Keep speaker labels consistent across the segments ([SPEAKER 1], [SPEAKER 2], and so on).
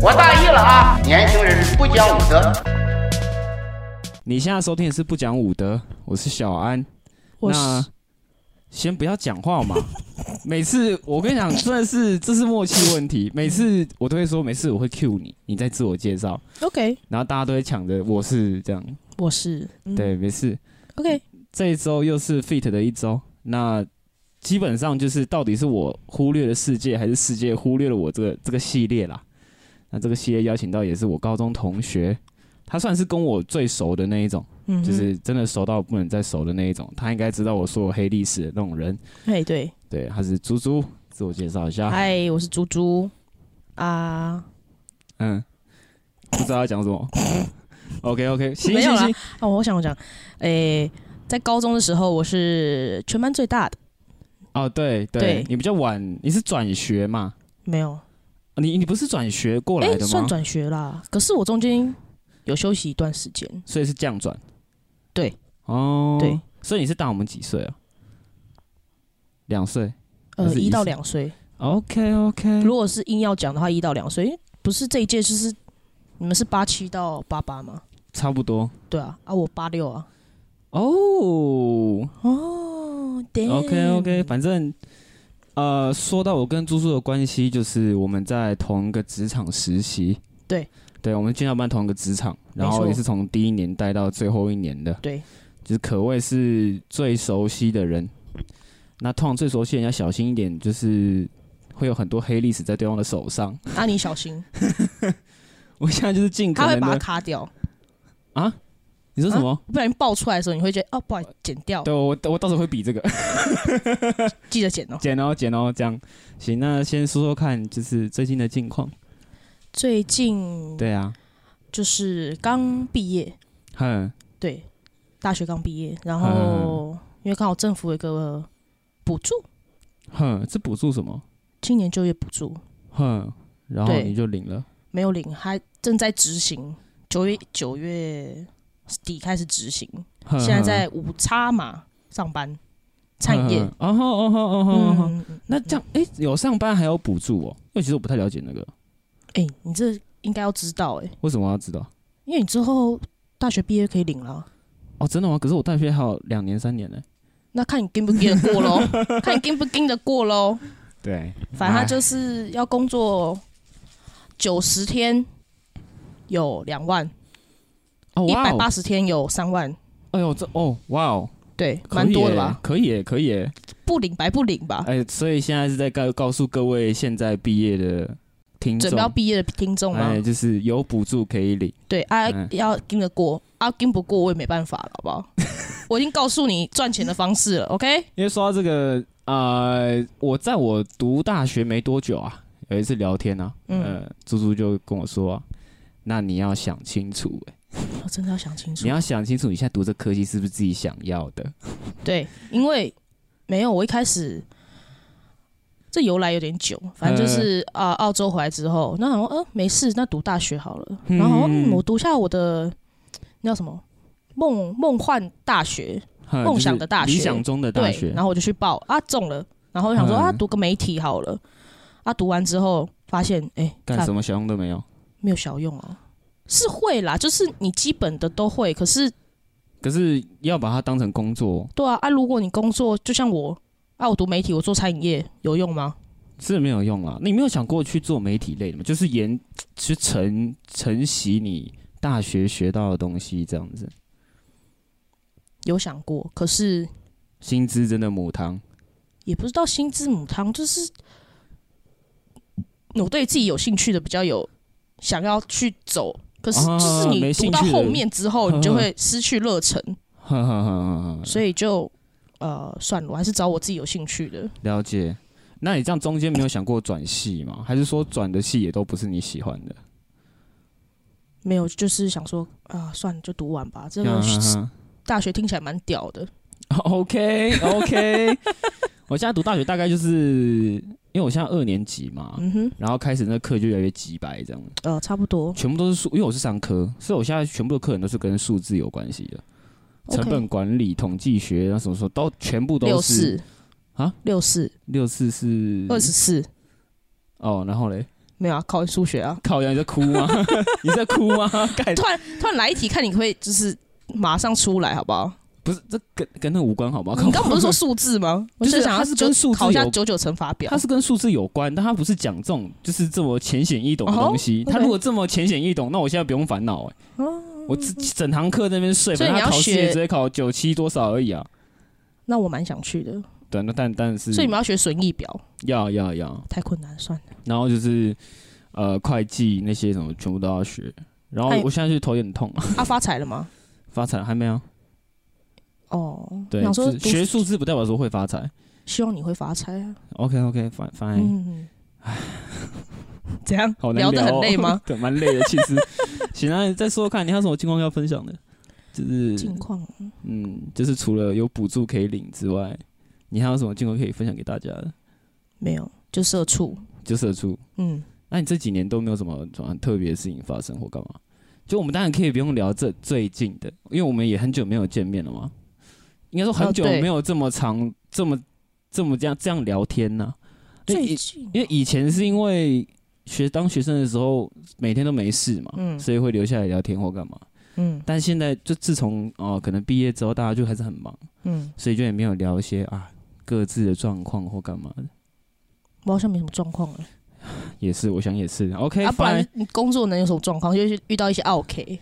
[SPEAKER 1] 我大意了啊！年轻人不讲武德。
[SPEAKER 2] 你现在收听的是不讲武德，我是小安。
[SPEAKER 3] 我
[SPEAKER 2] 那
[SPEAKER 3] 是
[SPEAKER 2] 先不要讲话 嘛。每次我跟你讲，真的是这是默契问题。每次我都会说没事，我会 cue 你，你再自我介绍，
[SPEAKER 3] OK，
[SPEAKER 2] 然后大家都会抢着我是这样。
[SPEAKER 3] 我是、嗯、
[SPEAKER 2] 对，没事。
[SPEAKER 3] OK，
[SPEAKER 2] 这一周又是 fit 的一周，那基本上就是到底是我忽略了世界，还是世界忽略了我这个这个系列啦？那这个系列邀请到也是我高中同学，他算是跟我最熟的那一种，
[SPEAKER 3] 嗯哼，
[SPEAKER 2] 就是真的熟到不能再熟的那一种。他应该知道我说我黑历史的那种人。
[SPEAKER 3] 哎对，
[SPEAKER 2] 对，他是猪猪，自我介绍一下。
[SPEAKER 3] 嗨，我是猪猪啊，
[SPEAKER 2] 嗯，不知道要讲什 么。OK OK，行
[SPEAKER 3] 没有
[SPEAKER 2] 行
[SPEAKER 3] 啦
[SPEAKER 2] 行，
[SPEAKER 3] 啊，我想我讲，诶、在高中的时候我是全班最大的，
[SPEAKER 2] 哦对对
[SPEAKER 3] 对，
[SPEAKER 2] 你比较晚，你是转学嘛？哦
[SPEAKER 3] 没有，
[SPEAKER 2] 你你不是转学过来
[SPEAKER 3] 哎、
[SPEAKER 2] 的吗
[SPEAKER 3] 算？转学啦，可是我中间有休息一段时间，
[SPEAKER 2] 所以是降转。
[SPEAKER 3] 对。
[SPEAKER 2] 哦。
[SPEAKER 3] 对。
[SPEAKER 2] 所以你是大我们几岁啊？两岁。还
[SPEAKER 3] 呃，
[SPEAKER 2] 是
[SPEAKER 3] 一
[SPEAKER 2] 一
[SPEAKER 3] 到
[SPEAKER 2] 四嗯
[SPEAKER 3] 两岁，
[SPEAKER 2] OK OK。
[SPEAKER 3] 如果是硬要讲的话，一到两岁，因为不是这一届就是你们是八七到八八吗？
[SPEAKER 2] 差不多。
[SPEAKER 3] 对啊，啊我八六啊，
[SPEAKER 2] 哦。
[SPEAKER 3] 哦，对
[SPEAKER 2] OK OK，反正。呃，说到我跟猪猪的关系，就是我们在同一个职场实习。
[SPEAKER 3] 对。
[SPEAKER 2] 对，我们进校班同一个职场，然
[SPEAKER 3] 没
[SPEAKER 2] 后
[SPEAKER 3] 错
[SPEAKER 2] 也是从第一年带到最后一年的。
[SPEAKER 3] 对，
[SPEAKER 2] 就是可谓是最熟悉的人。那通常最熟悉的人要小心一点，就是会有很多黑历史在对方的手上。
[SPEAKER 3] 那、啊你小心，
[SPEAKER 2] 我现在就是尽可
[SPEAKER 3] 他会
[SPEAKER 2] 能
[SPEAKER 3] 把它
[SPEAKER 2] 的
[SPEAKER 3] 卡掉。
[SPEAKER 2] 啊，你说什么？
[SPEAKER 3] 不然爆出来的时候，你会觉得哦，不好意思，剪掉，
[SPEAKER 2] 对我我到时候会比这个
[SPEAKER 3] 记得剪哦。
[SPEAKER 2] 剪哦剪哦这样。行，那先说说看，就是最近的近况。
[SPEAKER 3] 最近
[SPEAKER 2] 对啊，
[SPEAKER 3] 就是刚毕业，
[SPEAKER 2] 哼，
[SPEAKER 3] 对，大学刚毕业，然
[SPEAKER 2] 嗯
[SPEAKER 3] 后因为刚好政府有一个补助，
[SPEAKER 2] 哼，这补助什么？
[SPEAKER 3] 青年就业补助
[SPEAKER 2] 哼，然后
[SPEAKER 3] 对
[SPEAKER 2] 你就领了。
[SPEAKER 3] 没有领，还正在执行，九月九月底开始执行，
[SPEAKER 2] 哼
[SPEAKER 3] 现在在五叉马上班，
[SPEAKER 2] 哼
[SPEAKER 3] 餐饮业，
[SPEAKER 2] 哼哦吼哦吼哦吼哦吼。
[SPEAKER 3] 嗯，嗯
[SPEAKER 2] 那这样，哎，有上班还有补助哦？因为其实我不太了解那个，
[SPEAKER 3] 哎、你这应该要知道哎、
[SPEAKER 2] 为什么我要知道？
[SPEAKER 3] 因为你之后大学毕业可以领了。啊
[SPEAKER 2] 哦，真的吗？可是我大学还有两年三年呢。
[SPEAKER 3] 那看你跟不跟得过 喽，看你跟不跟得过喽。
[SPEAKER 2] 对，
[SPEAKER 3] 反正他就是要工作九十天，有两万；
[SPEAKER 2] 哦
[SPEAKER 3] 一
[SPEAKER 2] 哇
[SPEAKER 3] 百
[SPEAKER 2] 哦
[SPEAKER 3] 八，十天有三万，
[SPEAKER 2] 哎呦这哦哇哦，
[SPEAKER 3] 对，
[SPEAKER 2] 可以
[SPEAKER 3] 蛮多的
[SPEAKER 2] 耶
[SPEAKER 3] 吧？？啊
[SPEAKER 2] 可以耶，可以耶。
[SPEAKER 3] 不领白不领吧？
[SPEAKER 2] 哎，所以现在是在告告诉各位现在毕业的听众，
[SPEAKER 3] 准备要毕业的听众吗
[SPEAKER 2] 哎，？就是有补助可以领。
[SPEAKER 3] 对，啊
[SPEAKER 2] 嗯，
[SPEAKER 3] 要跟得过，啊，跟不过我也没办法了，好不 好？我已经告诉你赚钱的方式了，OK？
[SPEAKER 2] 因为说到这个，呃，我在我读大学没多久啊，有一次聊天啊，
[SPEAKER 3] 嗯
[SPEAKER 2] 呃，猪猪就跟我说、啊，那你要想清楚、哎
[SPEAKER 3] 我真的要想清楚
[SPEAKER 2] 你。要想清楚你现在读这科技是不是自己想要的。
[SPEAKER 3] 对，因为没有我一开始这由来有点久，反
[SPEAKER 2] 嗯
[SPEAKER 3] 正就是啊、澳洲回来之后，那好像呃没事，那读大学好了。然后
[SPEAKER 2] 嗯
[SPEAKER 3] 嗯，我读下我的那叫什么梦梦幻大学，
[SPEAKER 2] 哼
[SPEAKER 3] 梦
[SPEAKER 2] 就是
[SPEAKER 3] 想的大学
[SPEAKER 2] 理想中的大
[SPEAKER 3] 对，
[SPEAKER 2] 学
[SPEAKER 3] 然，后我就去报啊中了，然后我想说、
[SPEAKER 2] 嗯
[SPEAKER 3] 啊读个媒体好了，啊读完之后发现哎
[SPEAKER 2] 干
[SPEAKER 3] 看
[SPEAKER 2] 什么小用都没有。
[SPEAKER 3] 没有小用哦、是会啦，就是你基本的都会，可是
[SPEAKER 2] 可是要把它当成工作，
[SPEAKER 3] 对啊啊，如果你工作就像我啊，我读媒体，我做餐饮业有用吗？
[SPEAKER 2] 是没有用啊。你没有想过去做媒体类的吗？就是研去承承袭你大学学到的东西，这样子，
[SPEAKER 3] 有想过，可是
[SPEAKER 2] 薪资真的母汤。
[SPEAKER 3] 也不知道新字母汤，就是我对自己有兴趣的比较有想要去走，可是
[SPEAKER 2] 啊
[SPEAKER 3] 就是
[SPEAKER 2] 没
[SPEAKER 3] 你
[SPEAKER 2] 兴
[SPEAKER 3] 读
[SPEAKER 2] 趣
[SPEAKER 3] 到
[SPEAKER 2] 的嗯
[SPEAKER 3] 后面之后，你就
[SPEAKER 2] 呵呵
[SPEAKER 3] 会失去热忱，
[SPEAKER 2] 呵呵呵呵呵，
[SPEAKER 3] 所以就呃算了，我还是找我自己有兴趣的。
[SPEAKER 2] 了解。那你这样中间没有想过转系吗？还是说转的系也都不是你喜欢的？
[SPEAKER 3] 没有，就是想说啊、算了，就读完吧。这
[SPEAKER 2] 嗯
[SPEAKER 3] 个
[SPEAKER 2] 哼哼
[SPEAKER 3] 大学听起来蛮屌的，
[SPEAKER 2] OK OK，我 现在读大学大概就是因为我现在二年级嘛，
[SPEAKER 3] 嗯哼，
[SPEAKER 2] 然后开始那课就越来越几白这样，
[SPEAKER 3] 呃，差不多。
[SPEAKER 2] 全部都是数，因为我是商科，所以我现在全部的课程都是跟数字有关系的，
[SPEAKER 3] OK
[SPEAKER 2] 成本管理、统计学，那什么什么都全部
[SPEAKER 3] 六
[SPEAKER 2] 都是
[SPEAKER 3] 四
[SPEAKER 2] 啊，
[SPEAKER 3] 六四
[SPEAKER 2] 六四是
[SPEAKER 3] 二十四，
[SPEAKER 2] 哦，然后嘞，
[SPEAKER 3] 没有啊，考数学啊，
[SPEAKER 2] 靠呀，你在哭吗？ 你在哭吗？ 干
[SPEAKER 3] 突然突然来一题，看你可不可以就是马上出来，好不好？
[SPEAKER 2] 不是这跟跟那无关好吗？
[SPEAKER 3] 你刚不是说数字吗？我
[SPEAKER 2] 就是
[SPEAKER 3] 想要
[SPEAKER 2] 它是跟
[SPEAKER 3] 就
[SPEAKER 2] 数字
[SPEAKER 3] 考一下
[SPEAKER 2] 有
[SPEAKER 3] 九九乘法表
[SPEAKER 2] 它。是跟数字有关，但它不是讲这种就是这么浅显易懂的东西。
[SPEAKER 3] 哦
[SPEAKER 2] 它
[SPEAKER 3] OK 哦
[SPEAKER 2] 如果这么浅显易懂，那我现在不用烦恼哎。我整整堂课在那边睡，
[SPEAKER 3] 所以
[SPEAKER 2] 反正
[SPEAKER 3] 你要
[SPEAKER 2] 他考试
[SPEAKER 3] 学
[SPEAKER 2] 也只会考九七多少而已啊。
[SPEAKER 3] 那我蛮想去的，
[SPEAKER 2] 对，那但但是
[SPEAKER 3] 所以你们要学损益表，
[SPEAKER 2] 要要要，
[SPEAKER 3] 太困难，算 了。
[SPEAKER 2] 然后就是呃会计那些什么全部都要学。然后
[SPEAKER 3] 哎
[SPEAKER 2] 我现在就头有点痛啊，
[SPEAKER 3] 啊，发财了吗？
[SPEAKER 2] 发财了还没有？
[SPEAKER 3] 哦，
[SPEAKER 2] 对，
[SPEAKER 3] 想说
[SPEAKER 2] 是
[SPEAKER 3] 读
[SPEAKER 2] 学数字不代表说会发财。
[SPEAKER 3] 希望你会发财啊。
[SPEAKER 2] OK OK fine fine，
[SPEAKER 3] 嗯， 怎样？
[SPEAKER 2] 哎好难
[SPEAKER 3] 聊得
[SPEAKER 2] 哦
[SPEAKER 3] 很累吗？？
[SPEAKER 2] 对，蛮累的。其实，行啊，你再说说看，你还有什么情况要分享的？ 就是
[SPEAKER 3] 近况
[SPEAKER 2] 嗯，就是除了有补助可以领之外，你还有什么情况可以分享给大家的？
[SPEAKER 3] 没有，就社畜。
[SPEAKER 2] 就社畜，
[SPEAKER 3] 嗯，
[SPEAKER 2] 那你这几年都没有什么什么特别的事情发生或干嘛？就我们当然可以不用聊这最近的，因为我们也很久没有见面了嘛。应该说很
[SPEAKER 3] 哦
[SPEAKER 2] 久
[SPEAKER 3] 对
[SPEAKER 2] 没有这么长、这么这么这样这样聊天呐、因为
[SPEAKER 3] 最
[SPEAKER 2] 以
[SPEAKER 3] 近
[SPEAKER 2] 因为以前是因为学当学生的时候每天都没事嘛，
[SPEAKER 3] 嗯
[SPEAKER 2] 所以会留下来聊天或干嘛。
[SPEAKER 3] 嗯
[SPEAKER 2] 但现在就自从哦、可能毕业之后，大家就还是很忙，
[SPEAKER 3] 嗯，
[SPEAKER 2] 所以就也没有聊一些啊各自的状况或干嘛的。
[SPEAKER 3] 我好像没什么状况了。
[SPEAKER 2] 也是，我想也是。OK，、
[SPEAKER 3] 啊，不然
[SPEAKER 2] fine
[SPEAKER 3] 你工作能有什么状况？就是遇到一些 OK，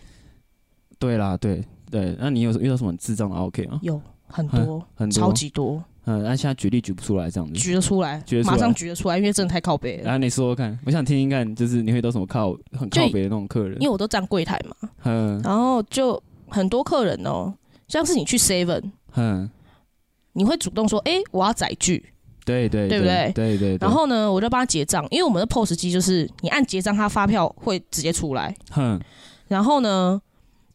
[SPEAKER 2] 对啦，对对。那你有遇到什么智障的 OK 吗？
[SPEAKER 3] 有很多，
[SPEAKER 2] 很多
[SPEAKER 3] 超级多，
[SPEAKER 2] 嗯，那、现在举例举不出来这样子。
[SPEAKER 3] 举得出来
[SPEAKER 2] 举得，出来
[SPEAKER 3] 马上举得出来，因为真的太靠北
[SPEAKER 2] 然
[SPEAKER 3] 了。
[SPEAKER 2] 后你说说看，我想听听看，就是你会遇到什么靠 很靠北的那种客人
[SPEAKER 3] 因为？我都站柜台嘛，
[SPEAKER 2] 嗯
[SPEAKER 3] 然后就很多客人哦，像是你去 Seven，
[SPEAKER 2] 嗯，
[SPEAKER 3] 你会主动说，哎，我要载具，
[SPEAKER 2] 对对
[SPEAKER 3] 对不
[SPEAKER 2] 对
[SPEAKER 3] 对
[SPEAKER 2] 对对。
[SPEAKER 3] 然后呢，我就帮他结账，因为我们的 POS 机就是你按结账，他发票会直接出来。
[SPEAKER 2] 哼
[SPEAKER 3] 然后呢，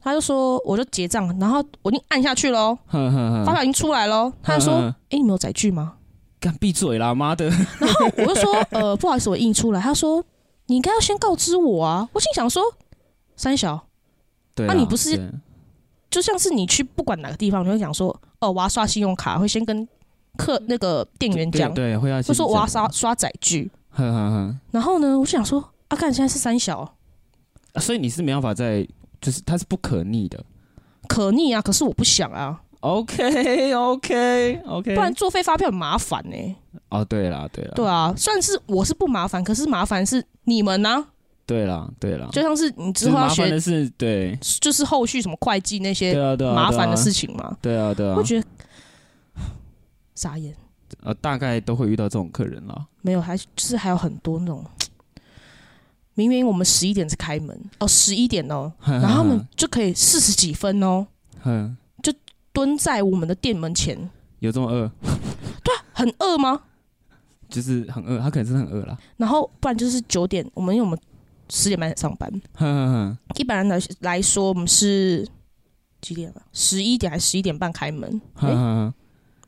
[SPEAKER 3] 他就说，我就结账，然后我已经按下去喽，
[SPEAKER 2] 哼哼
[SPEAKER 3] 发
[SPEAKER 2] 哼，
[SPEAKER 3] 票已经出来喽。他就说，
[SPEAKER 2] 嗯嗯嗯
[SPEAKER 3] 哎，你们有载具吗？
[SPEAKER 2] 干闭嘴啦，妈的！
[SPEAKER 3] 然后我就说，呃，不好意思，我印出来。他说，你应该要先告知我啊。我心想说，三小，
[SPEAKER 2] 对
[SPEAKER 3] 啊
[SPEAKER 2] 啦
[SPEAKER 3] 你不是
[SPEAKER 2] 对
[SPEAKER 3] 就像是你去不管哪个地方，你会讲说，哦，我要刷信用卡，会先跟客那个店员
[SPEAKER 2] 对
[SPEAKER 3] 讲，
[SPEAKER 2] 对，会要
[SPEAKER 3] 会说我要
[SPEAKER 2] 杀，
[SPEAKER 3] 刷刷载具。
[SPEAKER 2] 哼哼哼。
[SPEAKER 3] 然后呢，我就想说，啊，看现在是三小，
[SPEAKER 2] 啊所以你是没办法在，就是它是不可逆的。
[SPEAKER 3] 可逆啊，可是我不想啊，
[SPEAKER 2] OK OK
[SPEAKER 3] 不
[SPEAKER 2] OK。
[SPEAKER 3] 然作废发票很麻烦呢、
[SPEAKER 2] 哦，对啦嗯对啦，
[SPEAKER 3] 对啊，算是我是不麻烦，可是麻烦是你们呢、
[SPEAKER 2] 对啦对啦，
[SPEAKER 3] 就像是你
[SPEAKER 2] 啊只是
[SPEAKER 3] 之后要
[SPEAKER 2] 麻烦
[SPEAKER 3] 学
[SPEAKER 2] 的，是，对
[SPEAKER 3] 就是后续什么会计那
[SPEAKER 2] 对
[SPEAKER 3] 些
[SPEAKER 2] 啊对啊，
[SPEAKER 3] 麻烦的
[SPEAKER 2] 是，
[SPEAKER 3] 事情嘛。
[SPEAKER 2] 对啊对啊
[SPEAKER 3] 我，觉得 傻眼，
[SPEAKER 2] 呃，大概都会遇到这种客人啦。
[SPEAKER 3] 没有，还就是还有很多那种，明明我们十一点才开门哦，十一点哦，
[SPEAKER 2] 然
[SPEAKER 3] 然后他们就可以四十几分哦，
[SPEAKER 2] 哼，
[SPEAKER 3] 蹲在我们的店门前，
[SPEAKER 2] 有这么饿，
[SPEAKER 3] 很饿吗？
[SPEAKER 2] 就是很饿，他可能真的很饿啦。
[SPEAKER 3] 然后不然就是九点，我们因为我们十点半才上班，
[SPEAKER 2] 哼哼
[SPEAKER 3] 一般人来来说，我们是几点啊？十一点还是十一点半开门？
[SPEAKER 2] 哼哼
[SPEAKER 3] 诶
[SPEAKER 2] 哼，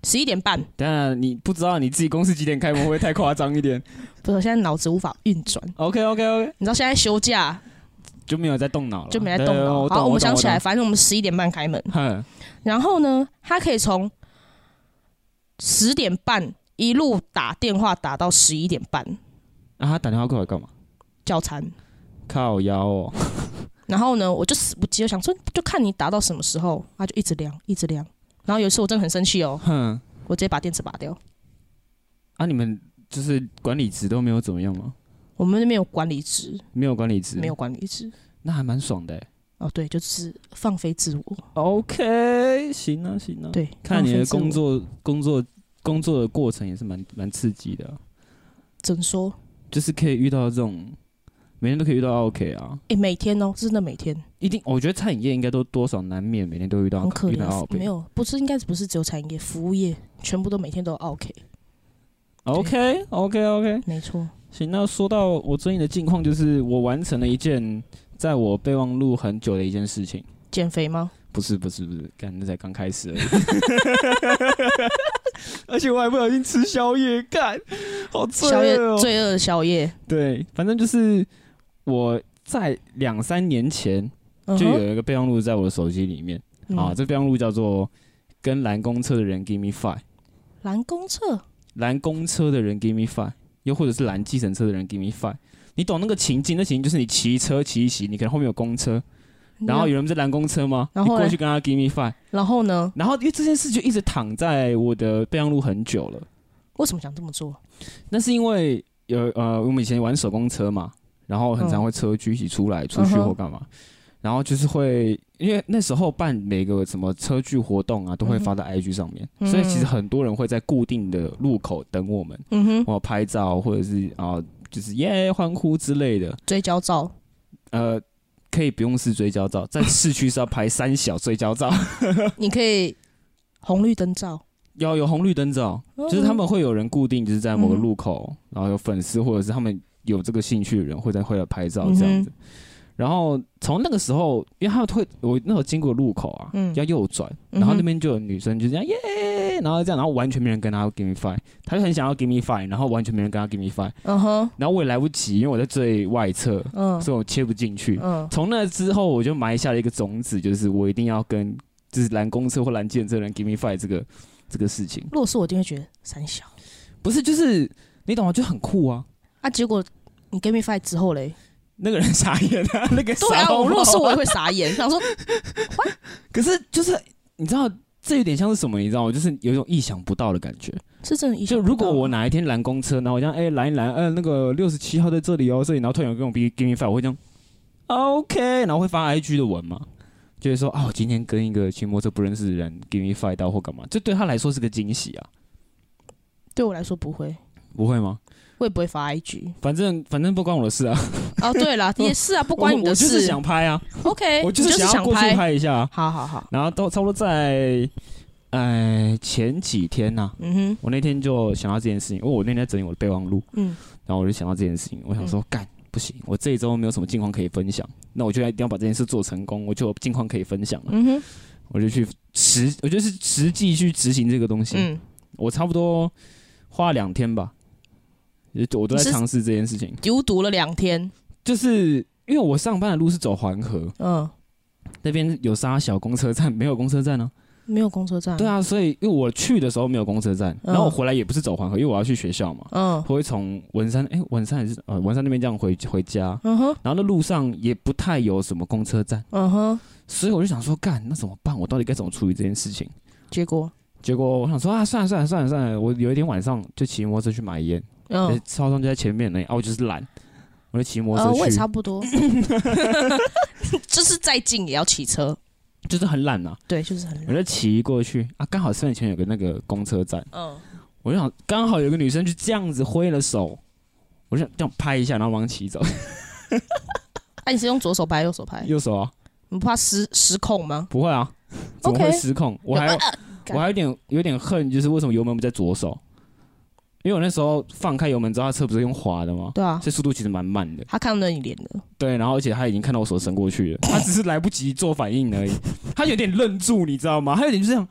[SPEAKER 3] 十一点半，
[SPEAKER 2] 当然你不知道你自己公司几点开门，会不会太夸张一点
[SPEAKER 3] 不是，我现在脑子无法运转。
[SPEAKER 2] ？OK OK OK，
[SPEAKER 3] 你知道现在休假
[SPEAKER 2] 就没有在动脑了，
[SPEAKER 3] 就没在
[SPEAKER 2] 对
[SPEAKER 3] 动
[SPEAKER 2] 对
[SPEAKER 3] 脑。
[SPEAKER 2] 我
[SPEAKER 3] 好，
[SPEAKER 2] 懂
[SPEAKER 3] 我们想起来，
[SPEAKER 2] 懂
[SPEAKER 3] 反正我们十一点半开门。
[SPEAKER 2] 哼，啊
[SPEAKER 3] 然后呢，他可以从十点半一路打电话打到十一点半
[SPEAKER 2] 那他打电话过来干嘛？
[SPEAKER 3] 叫餐。
[SPEAKER 2] 靠腰哦，
[SPEAKER 3] 然后呢，我就死不接，我想说就看你打到什么时候，他就一直量，一直量。然后有一次我真的很生气哦，
[SPEAKER 2] 哼，
[SPEAKER 3] 我直接把电池拔掉。
[SPEAKER 2] 啊，你们就是管理职都没有怎么样吗？
[SPEAKER 3] 我们那边有管理职，
[SPEAKER 2] 没有管理职，
[SPEAKER 3] 没有，管理职。
[SPEAKER 2] 那还蛮爽的欸。
[SPEAKER 3] 哦，对，就是放飞自我。
[SPEAKER 2] OK，行啊，行啊，
[SPEAKER 3] 对，
[SPEAKER 2] 哦看你的
[SPEAKER 3] 放飞自我
[SPEAKER 2] 工作、工作、工作的过程也是蛮蛮刺激的啊，
[SPEAKER 3] 怎说？
[SPEAKER 2] 就是可以遇到这种，每天都可以遇到 OK 啊，
[SPEAKER 3] 哎、每天哦，真的每天
[SPEAKER 2] 一定，我觉得餐饮业应该都多少难免每天都遇到
[SPEAKER 3] 很可
[SPEAKER 2] 遇到
[SPEAKER 3] 怜，
[SPEAKER 2] OK，
[SPEAKER 3] 没有，不是应该不是只有餐饮业，服务业全部都每天都有 OK，
[SPEAKER 2] OK OK OK，
[SPEAKER 3] 没错，
[SPEAKER 2] 行，那说到我最近的近况，就是我完成了一件在我备忘录很久的一件事情，
[SPEAKER 3] 减肥吗？
[SPEAKER 2] 不是不是不是，干那才刚开始而已， 而且我还不小心吃宵夜，干，好罪
[SPEAKER 3] 宵夜
[SPEAKER 2] 恶哦。
[SPEAKER 3] 罪恶的宵夜，
[SPEAKER 2] 对，反正就是我在两三年前
[SPEAKER 3] 嗯
[SPEAKER 2] 就
[SPEAKER 3] 哼
[SPEAKER 2] 有一个备忘录在我的手机里面、啊，
[SPEAKER 3] 嗯，
[SPEAKER 2] 这备忘录叫做“跟蓝公车的人 give me five”，
[SPEAKER 3] 蓝公厕
[SPEAKER 2] 蓝公车的人 give me five，又或者是拦计程车的人 give me five。你懂那个情境？那情境就是你骑车骑一骑，你可能后面有公车，然后有人在拦公车吗？
[SPEAKER 3] 然后
[SPEAKER 2] 你过
[SPEAKER 3] 嘞
[SPEAKER 2] 去跟他 give me five，
[SPEAKER 3] 然后呢？
[SPEAKER 2] 然后因为这件事就一直躺在我的备忘录很久了。
[SPEAKER 3] 为什么想这么做？
[SPEAKER 2] 那是因为有呃，我们以前玩手工车嘛，然后很常会车居一起出来、出去或干嘛，然后就是会因为那时候办每个什么车具活动啊，都会发到 IG 上面，
[SPEAKER 3] 嗯
[SPEAKER 2] 所以其实很多人会在固定的路口等我们，
[SPEAKER 3] 嗯哼，
[SPEAKER 2] 然后拍照或者是啊、就是耶欢呼之类的，
[SPEAKER 3] 追焦照，
[SPEAKER 2] 呃。可以不用试追焦照，在市区是要拍三小追焦照，
[SPEAKER 3] 你可以红绿灯照，
[SPEAKER 2] 要有红绿灯照，
[SPEAKER 3] 哦
[SPEAKER 2] 就是他们会有人固定就是在
[SPEAKER 3] 嗯
[SPEAKER 2] 某个路口，然后有粉丝或者是他们有这个兴趣的人会在会来拍照
[SPEAKER 3] 嗯
[SPEAKER 2] 这样子。然后从那个时候，因为他们会我那时候经过路口啊，
[SPEAKER 3] 嗯
[SPEAKER 2] 要右转，
[SPEAKER 3] 嗯哼
[SPEAKER 2] 然后那边就有女生就这样耶，然后这样，然后完全没人跟他 give me five，他就很想要 give me five，然后完全没人跟他 give me five，
[SPEAKER 3] 嗯哼，
[SPEAKER 2] 然后我也来不及，因为我在最外侧，
[SPEAKER 3] 嗯
[SPEAKER 2] 所以我切不进去。
[SPEAKER 3] 嗯
[SPEAKER 2] 从那之后，我就埋下了一个种子，就是我一定要跟就是拦公车或拦计程车的人 give me five 这个这个事情。
[SPEAKER 3] 如果是我，一定会觉得三小
[SPEAKER 2] 不是，就是你懂吗？就很酷啊。
[SPEAKER 3] 啊。结果你 give me five 之后嘞，
[SPEAKER 2] 那个人傻眼啊， 那个傻
[SPEAKER 3] 对啊，
[SPEAKER 2] 包包
[SPEAKER 3] 我如果是我也会傻 眼，想说
[SPEAKER 2] 可是就是你知道，这有点像是什么？你知道吗？就是有一种意想不到的感觉。
[SPEAKER 3] 是真的意想
[SPEAKER 2] 就
[SPEAKER 3] 不到。
[SPEAKER 2] 如果我哪一天拦公车，然后我这样哎、拦一拦，呃那个六十七号在这里哦，这里，然后突然有人跟我 give give me five，我会这样 OK，然后会发 IG 的文嘛，就是说啊我今天跟一个骑摩托车不认识的人 give me five 到或干嘛，这对他来说是个惊喜啊，
[SPEAKER 3] 对我来说不会，
[SPEAKER 2] 不会吗？
[SPEAKER 3] 我也不会 发 IG
[SPEAKER 2] 反正反正不关我的事啊，
[SPEAKER 3] 哦，对啦，也是啊，不
[SPEAKER 2] 不
[SPEAKER 3] 关你的
[SPEAKER 2] 我就是
[SPEAKER 3] 事。
[SPEAKER 2] 想拍啊，
[SPEAKER 3] OK，
[SPEAKER 2] 我
[SPEAKER 3] 你就是
[SPEAKER 2] 想要过去
[SPEAKER 3] 拍。
[SPEAKER 2] 拍一下、啊。
[SPEAKER 3] 好好好，
[SPEAKER 2] 然后都差不多在，呃，前几天呐、
[SPEAKER 3] 嗯
[SPEAKER 2] 我那天就想到这件事情，因为哦我那天在整理我的备忘录，
[SPEAKER 3] 哼，嗯
[SPEAKER 2] 然后我就想到这件事情，我想说干、不行，我这一周没有什么近况可以分享，那我就一定要把这件事做成功，我就有近况可以分享了，
[SPEAKER 3] 嗯哼，
[SPEAKER 2] 我就去实，我就是实际去执行这个东西，
[SPEAKER 3] 嗯，
[SPEAKER 2] 我差不多花了两天吧，就我都
[SPEAKER 3] 你
[SPEAKER 2] 在
[SPEAKER 3] 是
[SPEAKER 2] 尝试这件事情，
[SPEAKER 3] 丢读了两天，
[SPEAKER 2] 就是因为我上班的路是走环河，
[SPEAKER 3] 嗯，
[SPEAKER 2] 那边有啥小公车站，没有公车站呢、啊
[SPEAKER 3] 没有公车站。
[SPEAKER 2] 对，啊，所以因为我去的时候没有公车站，
[SPEAKER 3] 嗯
[SPEAKER 2] 然后我回来也不是走黄河，因为我要去学校嘛，
[SPEAKER 3] 嗯
[SPEAKER 2] 我会从文山，哎、文山还是呃文山那边这样回回家，
[SPEAKER 3] 嗯哼
[SPEAKER 2] 然后那路上也不太有什么公车站，
[SPEAKER 3] 嗯哼，
[SPEAKER 2] 所以我就想说，干那怎么办？我到底该怎么处理这件事情？
[SPEAKER 3] 结果
[SPEAKER 2] 结果我想说啊，算了算了算了算了，我有一天晚上就骑摩托车去买烟，
[SPEAKER 3] 嗯
[SPEAKER 2] 超商就在前面呢，啊，我就是懒，我就骑摩
[SPEAKER 3] 呃，
[SPEAKER 2] 托车
[SPEAKER 3] 我也
[SPEAKER 2] 去，
[SPEAKER 3] 差 不多， 就是再近也要骑车，
[SPEAKER 2] 就是很懒呐、
[SPEAKER 3] 对，就是很
[SPEAKER 2] 我
[SPEAKER 3] 累。
[SPEAKER 2] 就骑过去啊，刚好四面前有个那个公车站，
[SPEAKER 3] 嗯
[SPEAKER 2] 我就想，刚好有个女生就这样子挥了手，我就想这样拍一下，然后往上骑走，
[SPEAKER 3] 那、啊你是用左手拍，右手拍？
[SPEAKER 2] 右手啊，
[SPEAKER 3] 你不怕失失控吗？
[SPEAKER 2] 不会啊，怎么
[SPEAKER 3] OK
[SPEAKER 2] 会失控？我还
[SPEAKER 3] 有
[SPEAKER 2] 有
[SPEAKER 3] 呃干
[SPEAKER 2] 我还有点有点恨，就是为什么油门不在左手？因为我那时候放开油门之后，他车不是用滑的吗？
[SPEAKER 3] 对啊，
[SPEAKER 2] 所以速度其实蛮慢的，
[SPEAKER 3] 他看到你脸了，
[SPEAKER 2] 对，然后而且他已经看到我手伸过去了，他只是来不及做反应而已，他有点愣住，你知道吗？他有点就这样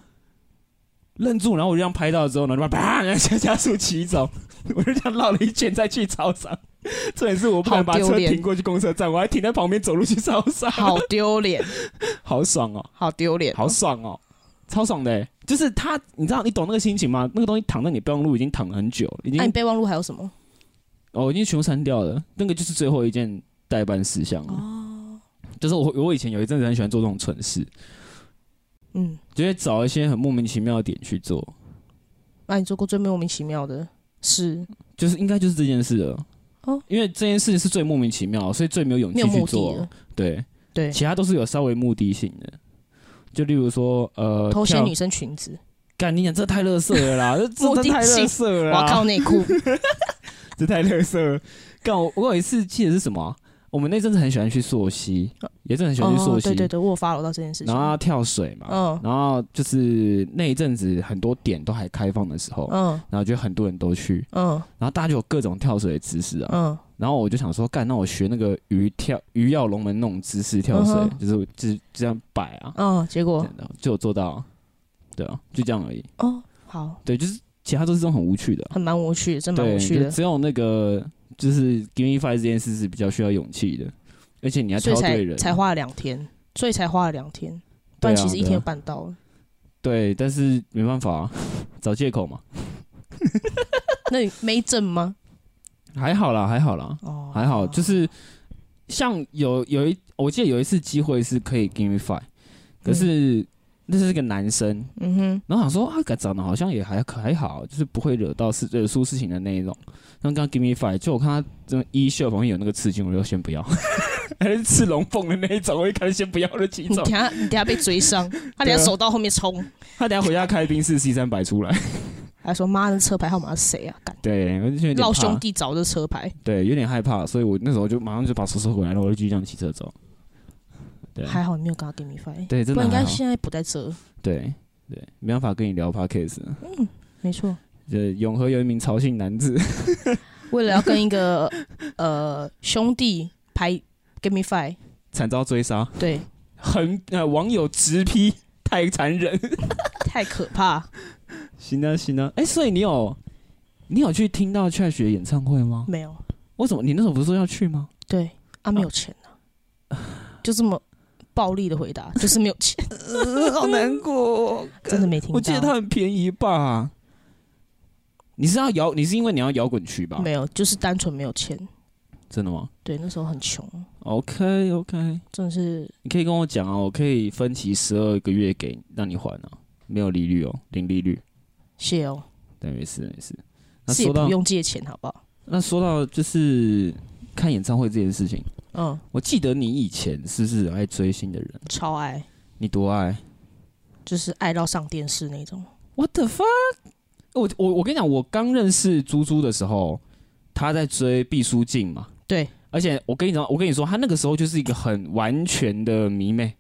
[SPEAKER 2] 愣住，然后我就这样拍到之后，然后就把啪，然后加加速骑走， 我就这样绕了一圈再去操场。这也是我不敢把
[SPEAKER 3] 好丢
[SPEAKER 2] 车
[SPEAKER 3] 脸
[SPEAKER 2] 停过去公车站，我还停在旁边走路去操场，
[SPEAKER 3] 好丢脸，
[SPEAKER 2] 好爽哦，
[SPEAKER 3] 好丢脸，
[SPEAKER 2] 好爽哦，超爽的欸！就是他，你知道你懂那个心情吗？那个东西躺在你备忘录已经躺了很久，已经
[SPEAKER 3] 啊那、你备忘录还有什么？
[SPEAKER 2] 哦，已经全部删掉了。那个就是最后一件代办事项了。
[SPEAKER 3] 哦，
[SPEAKER 2] 就是我我以前有一阵子很喜欢做这种蠢事，
[SPEAKER 3] 嗯，
[SPEAKER 2] 就会找一些很莫名其妙的点去做，
[SPEAKER 3] 那、啊你做过最莫名其妙的事？
[SPEAKER 2] 就是应该就是这件事了。
[SPEAKER 3] 哦
[SPEAKER 2] 因为这件事是最莫名其妙，所以最没有勇气
[SPEAKER 3] 没有
[SPEAKER 2] 去
[SPEAKER 3] 目的
[SPEAKER 2] 做
[SPEAKER 3] 的。，
[SPEAKER 2] 对，
[SPEAKER 3] 对，
[SPEAKER 2] 其他都是有稍微目的性的。就例如说，呃，
[SPEAKER 3] 偷掀
[SPEAKER 2] 跳
[SPEAKER 3] 女，生裙子，
[SPEAKER 2] 干你讲这太乐色了 啦，这
[SPEAKER 3] 目
[SPEAKER 2] 这
[SPEAKER 3] 的性
[SPEAKER 2] 太乐色了啦，
[SPEAKER 3] 我靠内 裤，
[SPEAKER 2] 这太乐色了。干我我有一次记得是什么啊、我们那阵子很喜欢去溯溪，也是很喜欢去溯
[SPEAKER 3] 哦，
[SPEAKER 2] 溪，
[SPEAKER 3] 对对对，我有 follow 到这件事情
[SPEAKER 2] 然，后啊跳水嘛，
[SPEAKER 3] 嗯
[SPEAKER 2] 然后就是那一阵子很多点都还开放的时候，
[SPEAKER 3] 嗯
[SPEAKER 2] 然后就很多人都去，
[SPEAKER 3] 嗯
[SPEAKER 2] 然后大家就有各种跳水的姿势啊。
[SPEAKER 3] 嗯
[SPEAKER 2] 然后我就想说，干，那我学那个鱼跳鱼跃龙门那种姿势跳水，
[SPEAKER 3] 嗯哼
[SPEAKER 2] 就是就是这样摆啊，
[SPEAKER 3] 嗯，结果
[SPEAKER 2] 真的就有做到啊，对啊，就这样而已。
[SPEAKER 3] 哦，好，
[SPEAKER 2] 对，就是其他都是这种很无趣的啊、
[SPEAKER 3] 很蛮无趣的，真蛮
[SPEAKER 2] 对，
[SPEAKER 3] 无趣
[SPEAKER 2] 就
[SPEAKER 3] 的，
[SPEAKER 2] 只有那个就是 give me five 这件事是比较需要勇气的，而且你要
[SPEAKER 3] 所
[SPEAKER 2] 挑
[SPEAKER 3] 以
[SPEAKER 2] 对
[SPEAKER 3] 才
[SPEAKER 2] 人，
[SPEAKER 3] 才花了两天，所以才花了两天，不
[SPEAKER 2] 对
[SPEAKER 3] 然
[SPEAKER 2] 啊，
[SPEAKER 3] 其实一
[SPEAKER 2] 对啊
[SPEAKER 3] 天就办到了。
[SPEAKER 2] 对，但是 没办法、啊，找借口嘛。
[SPEAKER 3] 那你没证吗？
[SPEAKER 2] 还好啦，还好啦，
[SPEAKER 3] 哦，
[SPEAKER 2] 还好，就是像有有一，我记得有一次机会是可以 give me five，可是那是个男生，
[SPEAKER 3] 嗯哼，
[SPEAKER 2] 然后想说啊，长得好像也还可还好，就是不会惹到事惹出事情的那一种。然后刚刚 give me five，就我看 E 他这种衣袖旁边有那个刺青，我就先不要，还是刺龙凤的那一种，我一看先不要的几
[SPEAKER 3] 你
[SPEAKER 2] 种啊
[SPEAKER 3] 等。下你等下被追 上，他等下手到后面冲，
[SPEAKER 2] 他等下回家开冰室 C 三百出来，
[SPEAKER 3] 还说妈那车牌号码是谁啊？干，
[SPEAKER 2] 对，我就觉得有点
[SPEAKER 3] 老
[SPEAKER 2] 怕
[SPEAKER 3] 兄，弟找的车牌，
[SPEAKER 2] 对，有点害怕，所以我那时候就马上就把手收回来了，我就继续这样骑车走。对，
[SPEAKER 3] 还好你没有跟他 give me five，
[SPEAKER 2] 对，真
[SPEAKER 3] 不
[SPEAKER 2] 的
[SPEAKER 3] 然应
[SPEAKER 2] 还
[SPEAKER 3] 该
[SPEAKER 2] 好，
[SPEAKER 3] 现在不在这。
[SPEAKER 2] 对对，没办法跟你聊 podcast。
[SPEAKER 3] 没错，
[SPEAKER 2] 呃，永和有一名曹姓男子，
[SPEAKER 3] 为了要跟一个 呃兄弟排 give me five，
[SPEAKER 2] 惨遭追杀，
[SPEAKER 3] 对，
[SPEAKER 2] 很呃网友直批太残忍。
[SPEAKER 3] 太可怕，
[SPEAKER 2] 行啊，行啊，哎、所以你有你有去听到 Trash 的演唱会吗？
[SPEAKER 3] 没有，
[SPEAKER 2] 为什么你那时候不是说要去吗？
[SPEAKER 3] 对，啊没有钱啊，就这么暴力的回答，就是没有钱，
[SPEAKER 2] 好难过，
[SPEAKER 3] 真的没听到。
[SPEAKER 2] 我记得它很便宜吧？你是要摇，你是因为你要摇滚区吧？
[SPEAKER 3] 没有，就是单纯没有钱。
[SPEAKER 2] 真的吗
[SPEAKER 3] 对，那时候很穷，
[SPEAKER 2] ？OK OK，
[SPEAKER 3] 真的是
[SPEAKER 2] 你可以跟我讲啊，我可以分期十二个月给让你还啊，没有利率哦，零利率，
[SPEAKER 3] 谢哦，
[SPEAKER 2] 对，没事没事。那
[SPEAKER 3] 是也
[SPEAKER 2] 说到
[SPEAKER 3] 不用借钱，好不好？
[SPEAKER 2] 那说到就是看演唱会这件事情，
[SPEAKER 3] 嗯，
[SPEAKER 2] 我记得你以前是不是很爱追星的人？
[SPEAKER 3] 超爱，
[SPEAKER 2] 你多爱？
[SPEAKER 3] 就是爱到上电视那种。
[SPEAKER 2] What the fuck？我我我跟你讲，我刚认识猪猪的时候，他在追毕书尽嘛。
[SPEAKER 3] 对，
[SPEAKER 2] 而且我跟你讲，我跟你说，他那个时候就是一个很完全的迷妹。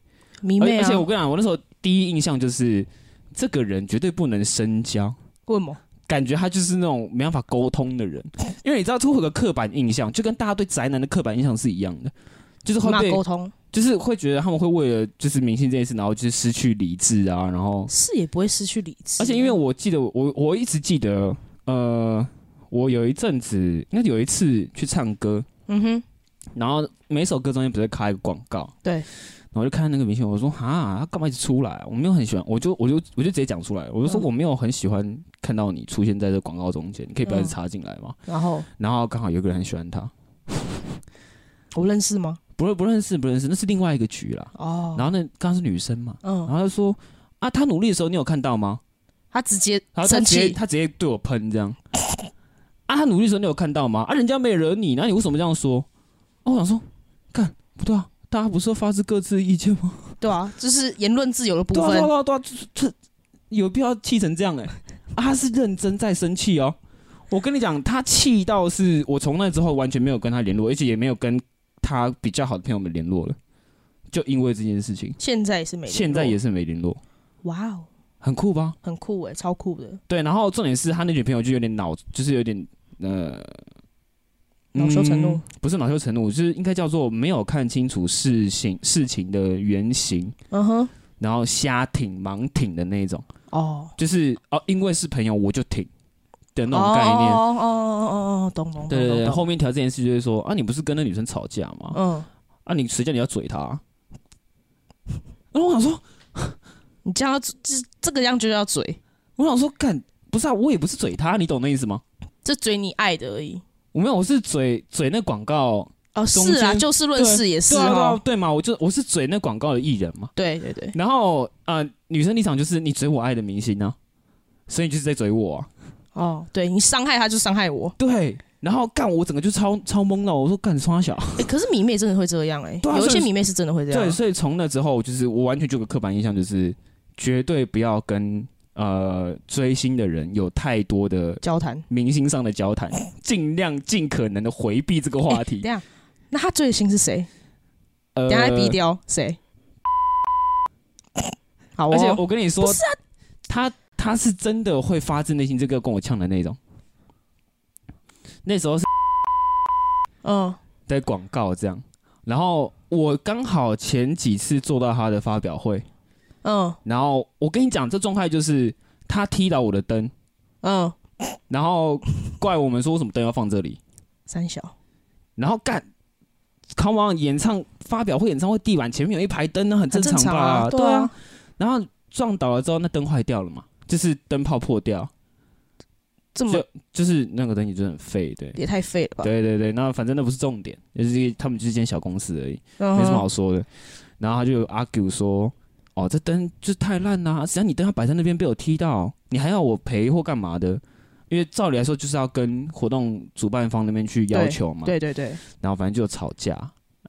[SPEAKER 3] 迷
[SPEAKER 2] 而
[SPEAKER 3] 妹
[SPEAKER 2] 而
[SPEAKER 3] 啊
[SPEAKER 2] 且，我跟你讲，我那时候第一印象就是，这个人绝对不能深交，
[SPEAKER 3] 为什么？
[SPEAKER 2] 感觉他就是那种没办法沟通的人。因为你知道，这会有个刻板印象，就跟大家对宅男的刻板印象是一样的，就是会
[SPEAKER 3] 骂
[SPEAKER 2] 被
[SPEAKER 3] 沟，通
[SPEAKER 2] 就是会觉得他们会为了就是明星这件事，然后就是失去理智啊，然后
[SPEAKER 3] 是也不会失去理智，
[SPEAKER 2] 而且因为我记得我我我一直记得，呃，我有一阵子应该有一次去唱歌，
[SPEAKER 3] 嗯哼，
[SPEAKER 2] 然后每首歌中间不是开一个广告，
[SPEAKER 3] 对
[SPEAKER 2] 然后我就看那个明星，我说哈，他干嘛一直出来啊？我没有很喜欢，我就我就我就直接讲出来，我就说
[SPEAKER 3] 嗯
[SPEAKER 2] 我没有很喜欢看到你出现在这广告中间，你可以不要一直插进来嘛。
[SPEAKER 3] 然后
[SPEAKER 2] 然后刚好有一个人很喜欢他，
[SPEAKER 3] 我认识吗？
[SPEAKER 2] 不认不认识不认识，那是另外一个局啦。
[SPEAKER 3] 哦，
[SPEAKER 2] 然后那刚刚是女生嘛，然后
[SPEAKER 3] 嗯，
[SPEAKER 2] 他就说啊，他努力的时候你有看到吗？
[SPEAKER 3] 他直接
[SPEAKER 2] 他他
[SPEAKER 3] 生
[SPEAKER 2] 直接
[SPEAKER 3] 气，
[SPEAKER 2] 他直接对我喷这样。 啊，他努力的时候你有看到吗？啊，人家没惹你，那你为什么这样说？哦，我想说，看不对啊，大家不是发自各自的意见吗？
[SPEAKER 3] 对啊，就是言论自由的部
[SPEAKER 2] 对啊，对啊，
[SPEAKER 3] 分，
[SPEAKER 2] 对啊，对啊，这这有必要气成这样哎、 啊，他是认真在生气哦。我跟你讲，他气到是我从那之后完全没有跟他联络，而且也没有跟他比较好的朋友们联络了，就因为这件事情，
[SPEAKER 3] 现在也是没联络，
[SPEAKER 2] 现在也是没联络，
[SPEAKER 3] 哇哦，
[SPEAKER 2] 很酷吧？
[SPEAKER 3] 很酷哎，超酷的，
[SPEAKER 2] 对，然后重点是他那女朋友就有点恼，就是有点呃，
[SPEAKER 3] 恼羞成怒
[SPEAKER 2] 嗯不是恼羞成怒，就是应该叫做没有看清楚事情事情的原型，
[SPEAKER 3] 嗯哼，
[SPEAKER 2] 然后瞎挺盲挺的那种，
[SPEAKER 3] 哦，
[SPEAKER 2] 就是哦，因为是朋友我就挺的那
[SPEAKER 3] 哦
[SPEAKER 2] 种概念。
[SPEAKER 3] 哦哦哦哦哦，懂懂懂
[SPEAKER 2] 对对
[SPEAKER 3] 懂
[SPEAKER 2] 对，
[SPEAKER 3] 懂，
[SPEAKER 2] 后面调这件事就是说啊，你不是跟那女生吵架吗？
[SPEAKER 3] 嗯，
[SPEAKER 2] 啊，你谁叫你要嘴她、然后我想说，
[SPEAKER 3] 你这样要这这个样就叫嘴，
[SPEAKER 2] 我想说，干不是啊，我也不是嘴她，你懂那意思吗？
[SPEAKER 3] 这嘴你爱的而已。
[SPEAKER 2] 我没有，我是嘴嘴那广告
[SPEAKER 3] 哦，
[SPEAKER 2] 中
[SPEAKER 3] 是啊，
[SPEAKER 2] 间
[SPEAKER 3] 就事论事也是
[SPEAKER 2] 对啊啊对啊
[SPEAKER 3] 哦。
[SPEAKER 2] 对嘛，我就我是嘴那广告的艺人嘛。
[SPEAKER 3] 对对对，
[SPEAKER 2] 然后呃，女生立场就是你嘴我爱的明星呢、所以你就是在嘴我、啊。
[SPEAKER 3] 哦，对你伤害他就伤害我。
[SPEAKER 2] 对，然后干我整个就超超懵了，我说干冲他小。
[SPEAKER 3] 哎，可是迷妹真的会这样哎，
[SPEAKER 2] 对啊
[SPEAKER 3] 有一
[SPEAKER 2] 所
[SPEAKER 3] 些
[SPEAKER 2] 以
[SPEAKER 3] 迷妹是真的会这
[SPEAKER 2] 对，
[SPEAKER 3] 样。
[SPEAKER 2] 所以从那之后，就是我完全就有个刻板印象，就是绝对不要跟呃追星的人有太多的
[SPEAKER 3] 交谈。
[SPEAKER 2] 明星上的交谈，尽量尽可能的回避这个话
[SPEAKER 3] 等
[SPEAKER 2] 题。
[SPEAKER 3] 一下，那他追的星是谁？
[SPEAKER 2] 呃
[SPEAKER 3] 等一下再逼掉 谁？好
[SPEAKER 2] 而且
[SPEAKER 3] 哦，
[SPEAKER 2] 我跟你说，他他是真的会发自内心这个跟我呛的那种。那时候是
[SPEAKER 3] 嗯，
[SPEAKER 2] 在广告这样，然后我刚好前几次做到他的发表会，
[SPEAKER 3] 嗯
[SPEAKER 2] 然后我跟你讲，这状态就是他踢倒我的灯，
[SPEAKER 3] 嗯，
[SPEAKER 2] 然后怪我们说为什么灯要放这里，
[SPEAKER 3] 三小，
[SPEAKER 2] 然后干。Come on，演唱发表会演唱会地板前面有一排灯，那很
[SPEAKER 3] 很
[SPEAKER 2] 正
[SPEAKER 3] 正
[SPEAKER 2] 常
[SPEAKER 3] 常啊
[SPEAKER 2] 吧？，
[SPEAKER 3] 对啊，，
[SPEAKER 2] 然后撞倒了之后，那灯坏掉了嘛，就是灯泡破掉，
[SPEAKER 3] 这么
[SPEAKER 2] 就是那个东西就很废，对，
[SPEAKER 3] 也太废了吧？
[SPEAKER 2] 对对对。那反正那不是重点，就是他们就是间小公司而已，
[SPEAKER 3] 嗯哼，
[SPEAKER 2] 没什么好说的。然后他就 argue 说，哦，这灯就是太烂啦、只要你灯要摆在那边被我踢到，你还要我赔或干嘛的？因为照理来说就是要跟活动主办方那边去要求嘛。
[SPEAKER 3] 对对对
[SPEAKER 2] 然后反正就吵架，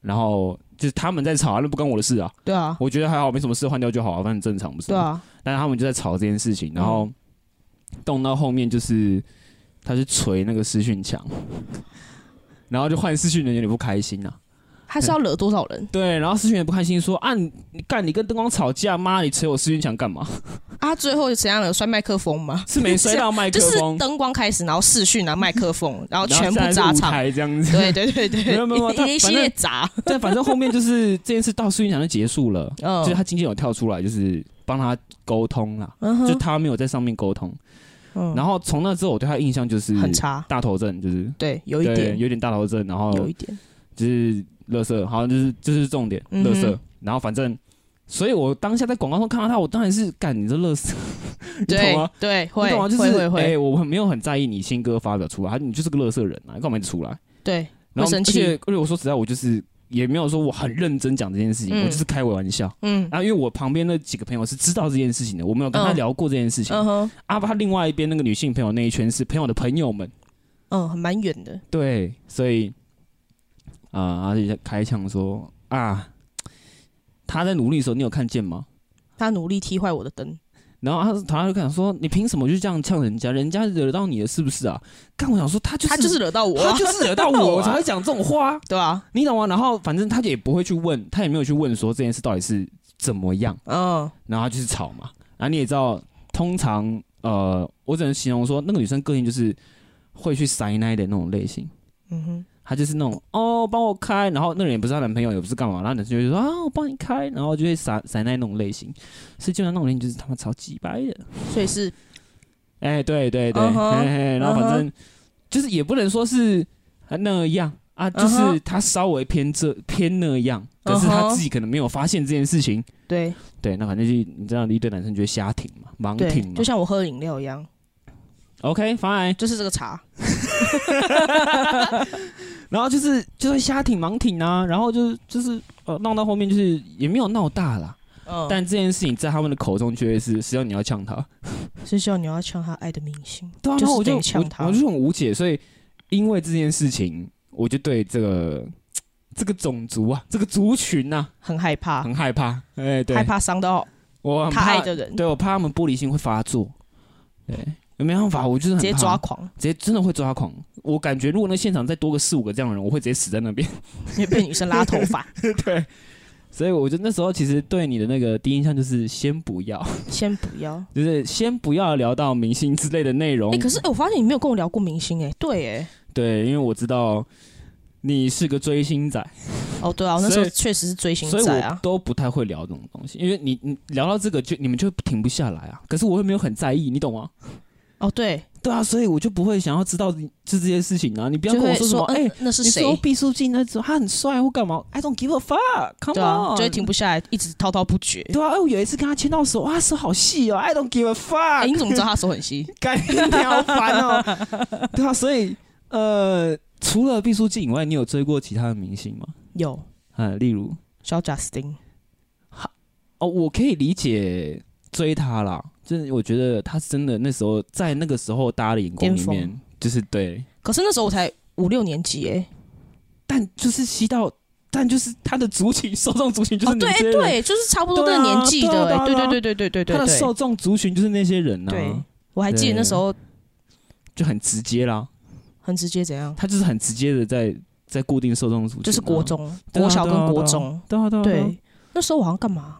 [SPEAKER 2] 然后就是他们在吵啊，那不关我的事啊。
[SPEAKER 3] 对啊，
[SPEAKER 2] 我觉得还好，没什么事，换掉就好啊，嗯反正正常不是
[SPEAKER 3] 对
[SPEAKER 2] 吗？
[SPEAKER 3] 啊，
[SPEAKER 2] 但是他们就在吵这件事情，然后动到后面就是他去捶那个视讯墙， 然后就换视讯人有点不开心啊。
[SPEAKER 3] 他是要惹多少 人
[SPEAKER 2] 对，然后视讯人不开心说啊，你你干你跟灯光吵架，妈你捶我视讯墙干嘛？
[SPEAKER 3] 啊？最后怎样了？摔麦克风吗？
[SPEAKER 2] 是没摔到麦克
[SPEAKER 3] 就是
[SPEAKER 2] 风，
[SPEAKER 3] 灯光开始，然后视讯，然后麦克风，然后
[SPEAKER 2] 然
[SPEAKER 3] 全部
[SPEAKER 2] 现在
[SPEAKER 3] 砸
[SPEAKER 2] 是舞
[SPEAKER 3] 场。
[SPEAKER 2] 台这样 子。
[SPEAKER 3] 对对对对，
[SPEAKER 2] 没有没有 啊没有他
[SPEAKER 3] 一一系
[SPEAKER 2] 反正
[SPEAKER 3] 列砸。
[SPEAKER 2] 但反正后面就是这件事到视讯墙就结束了，
[SPEAKER 3] 嗯
[SPEAKER 2] 就是他经纪人有跳出来，就是帮他沟通啦，
[SPEAKER 3] 嗯
[SPEAKER 2] 就
[SPEAKER 3] 哼，
[SPEAKER 2] 他没有在上面沟通。
[SPEAKER 3] 嗯
[SPEAKER 2] 然后从那之后，我对他的印象就是
[SPEAKER 3] 很差，
[SPEAKER 2] 大头症，就是
[SPEAKER 3] 对，有一
[SPEAKER 2] 对
[SPEAKER 3] 点，
[SPEAKER 2] 有点大头症，然后
[SPEAKER 3] 有一点，
[SPEAKER 2] 就是乐色，好像就是这、就是重点，
[SPEAKER 3] 嗯
[SPEAKER 2] 乐
[SPEAKER 3] 哼
[SPEAKER 2] 色、然后反正，所以我当下在广告上看到他，我当然是干你这乐色，你懂
[SPEAKER 3] 对
[SPEAKER 2] 吗？
[SPEAKER 3] 对，
[SPEAKER 2] 你
[SPEAKER 3] 会
[SPEAKER 2] 懂吗？就是
[SPEAKER 3] 会会
[SPEAKER 2] 哎、
[SPEAKER 3] 会，
[SPEAKER 2] 我很没有很在意你新歌发表出来，你就是个乐色人啊，你干嘛一直出来？
[SPEAKER 3] 对
[SPEAKER 2] 然后
[SPEAKER 3] 会
[SPEAKER 2] 而
[SPEAKER 3] 生气
[SPEAKER 2] 且而且我说实在，我就是也没有说我很认真讲这件事情，
[SPEAKER 3] 嗯
[SPEAKER 2] 我就是开玩笑。
[SPEAKER 3] 嗯
[SPEAKER 2] 啊，因为我旁边那几个朋友是知道这件事情的，我没有跟他
[SPEAKER 3] 嗯
[SPEAKER 2] 聊过这件事情。
[SPEAKER 3] 嗯哼
[SPEAKER 2] 啊，他另外一边那个女性朋友那一圈是朋友的朋友们，
[SPEAKER 3] 嗯，很蛮远的，
[SPEAKER 2] 对，所以啊、他就开枪说啊，他在努力的时候，你有看见吗？
[SPEAKER 3] 他努力踢坏我的灯，
[SPEAKER 2] 然后他他就跟我说，你凭什么就这样呛人家？人家惹到你了是不是啊？干，我想说他就是
[SPEAKER 3] 他就是惹到我
[SPEAKER 2] 他
[SPEAKER 3] 啊，
[SPEAKER 2] 就是惹到
[SPEAKER 3] 惹到
[SPEAKER 2] 我，
[SPEAKER 3] 我
[SPEAKER 2] 我
[SPEAKER 3] 啊
[SPEAKER 2] 才会讲这种话啊，
[SPEAKER 3] 对啊，
[SPEAKER 2] 你懂吗？然后反正他也不会去问，他也没有去问说这件事到底是怎么样，
[SPEAKER 3] 嗯
[SPEAKER 2] 然后他就是吵嘛。然后你也知道，通常呃，我只能形容说那个女生个性就是会去塞奶的那种类型。
[SPEAKER 3] 嗯哼，
[SPEAKER 2] 他就是那种哦，帮我开，然后那个人也不是她男朋友，也不是干嘛，然后男生就会说啊，我帮你开，然后就会撒撒那那种类型，所以基本上那种人就是他妈超鸡掰的，
[SPEAKER 3] 所以是
[SPEAKER 2] 哎、对对对
[SPEAKER 3] 嗯哼
[SPEAKER 2] 嘿嘿然后反正、
[SPEAKER 3] 嗯
[SPEAKER 2] 就是也不能说是那样啊，就
[SPEAKER 3] 嗯
[SPEAKER 2] 是
[SPEAKER 3] 哼
[SPEAKER 2] 他稍微偏这偏那样，可是
[SPEAKER 3] 嗯
[SPEAKER 2] 他
[SPEAKER 3] 哼
[SPEAKER 2] 自己可能没有发现这件事情，
[SPEAKER 3] 对
[SPEAKER 2] 对，那反正就你知道一堆男生就会瞎挺嘛，盲
[SPEAKER 3] 对
[SPEAKER 2] 挺，嘛啊
[SPEAKER 3] 就像我喝饮料一样，
[SPEAKER 2] ，OK fine，
[SPEAKER 3] 就是这个茶，
[SPEAKER 2] 然后就是就会瞎挺盲挺啊，然后就是就是呃闹到后面就是也没有闹大啦。
[SPEAKER 3] 嗯，
[SPEAKER 2] 但这件事情在他们的口中却是，实际上你要呛他，
[SPEAKER 3] 是希望你要呛他爱的明星，
[SPEAKER 2] 对啊，然
[SPEAKER 3] 就是
[SPEAKER 2] 后我就
[SPEAKER 3] 得呛
[SPEAKER 2] 我
[SPEAKER 3] 他
[SPEAKER 2] 我就很无解，所以因为这件事情，我就对这个这个种族啊，这个族群啊，
[SPEAKER 3] 很害怕，
[SPEAKER 2] 很害怕，哎、对，
[SPEAKER 3] 害，怕伤到
[SPEAKER 2] 我很
[SPEAKER 3] 他爱
[SPEAKER 2] 怕，
[SPEAKER 3] 的人，
[SPEAKER 2] 对我怕他们玻璃心会发作，对，没办法，我就是很
[SPEAKER 3] 直接抓
[SPEAKER 2] 怕，
[SPEAKER 3] 狂，
[SPEAKER 2] 直接真的会抓狂，我感觉如果那现场再多个四五个这样的人，我会直接死在那边，
[SPEAKER 3] 因为被女生拉头发，
[SPEAKER 2] 对，所以我觉得那时候其实对你的那个第一印象就是先不要，
[SPEAKER 3] 先不要。
[SPEAKER 2] 就是先不要聊到明星之类的内容，
[SPEAKER 3] 哎、可是、欸我发现你没有跟我聊过明星哎、对哎、
[SPEAKER 2] 对，因为我知道你是个追星仔，
[SPEAKER 3] 哦对啊，我那时候
[SPEAKER 2] 所以
[SPEAKER 3] 确实是追星
[SPEAKER 2] 所以
[SPEAKER 3] 仔
[SPEAKER 2] 我
[SPEAKER 3] 啊，
[SPEAKER 2] 都不太会聊这种东西，因为你你聊到这个就你们就停不下来啊。可是我又没有很在意，你懂吗？
[SPEAKER 3] 哦对，
[SPEAKER 2] 对啊，所以我就不会想要知道就这些事情啊。你不要
[SPEAKER 3] 就
[SPEAKER 2] 跟我
[SPEAKER 3] 会
[SPEAKER 2] 说什么，哎、
[SPEAKER 3] 嗯那是
[SPEAKER 2] 你
[SPEAKER 3] 谁？
[SPEAKER 2] 说毕书尽那种他很帅或干嘛？I don't give a fuck，come
[SPEAKER 3] 对啊，
[SPEAKER 2] on，
[SPEAKER 3] 就会停不下来，一直滔滔不绝。
[SPEAKER 2] 对啊，哎，我有一次跟他牵到手，哇，他手好细哦，I don't give a fuck，
[SPEAKER 3] 哎、你怎么知道他手很细？
[SPEAKER 2] 干你好烦哦。对啊，所以呃，除了毕书尽以外，你有追过其他的明星吗？
[SPEAKER 3] 有
[SPEAKER 2] 啊，例如。
[SPEAKER 3] 小贾斯汀，
[SPEAKER 2] 哦，我可以理解追他啦，就是我觉得他真的那时候在那个时候大家的眼光里
[SPEAKER 3] 巅
[SPEAKER 2] 面，就是对，
[SPEAKER 3] 可是那时候我才五六年级哎、
[SPEAKER 2] 但就是吸到，但就是他的族群受众族群就是
[SPEAKER 3] 哦对
[SPEAKER 2] 那
[SPEAKER 3] 哎、
[SPEAKER 2] 些人，
[SPEAKER 3] 对，就是差不多
[SPEAKER 2] 对
[SPEAKER 3] 那
[SPEAKER 2] 啊
[SPEAKER 3] 个年纪的哎、
[SPEAKER 2] 对
[SPEAKER 3] 对
[SPEAKER 2] 啊
[SPEAKER 3] 对
[SPEAKER 2] 对
[SPEAKER 3] 对对对对对
[SPEAKER 2] 他的
[SPEAKER 3] 对
[SPEAKER 2] 受众族群就是那些人呐、啊
[SPEAKER 3] 对，我还记得那时候
[SPEAKER 2] 就很直接啦，
[SPEAKER 3] 很直接怎样，
[SPEAKER 2] 他就是很直接的在在固定受众族群、
[SPEAKER 3] 就是国，中、
[SPEAKER 2] 对啊
[SPEAKER 3] 国小
[SPEAKER 2] 对啊
[SPEAKER 3] 跟国
[SPEAKER 2] 对啊
[SPEAKER 3] 中，
[SPEAKER 2] 对啊对啊，对啊
[SPEAKER 3] 对，那时候我好像干嘛？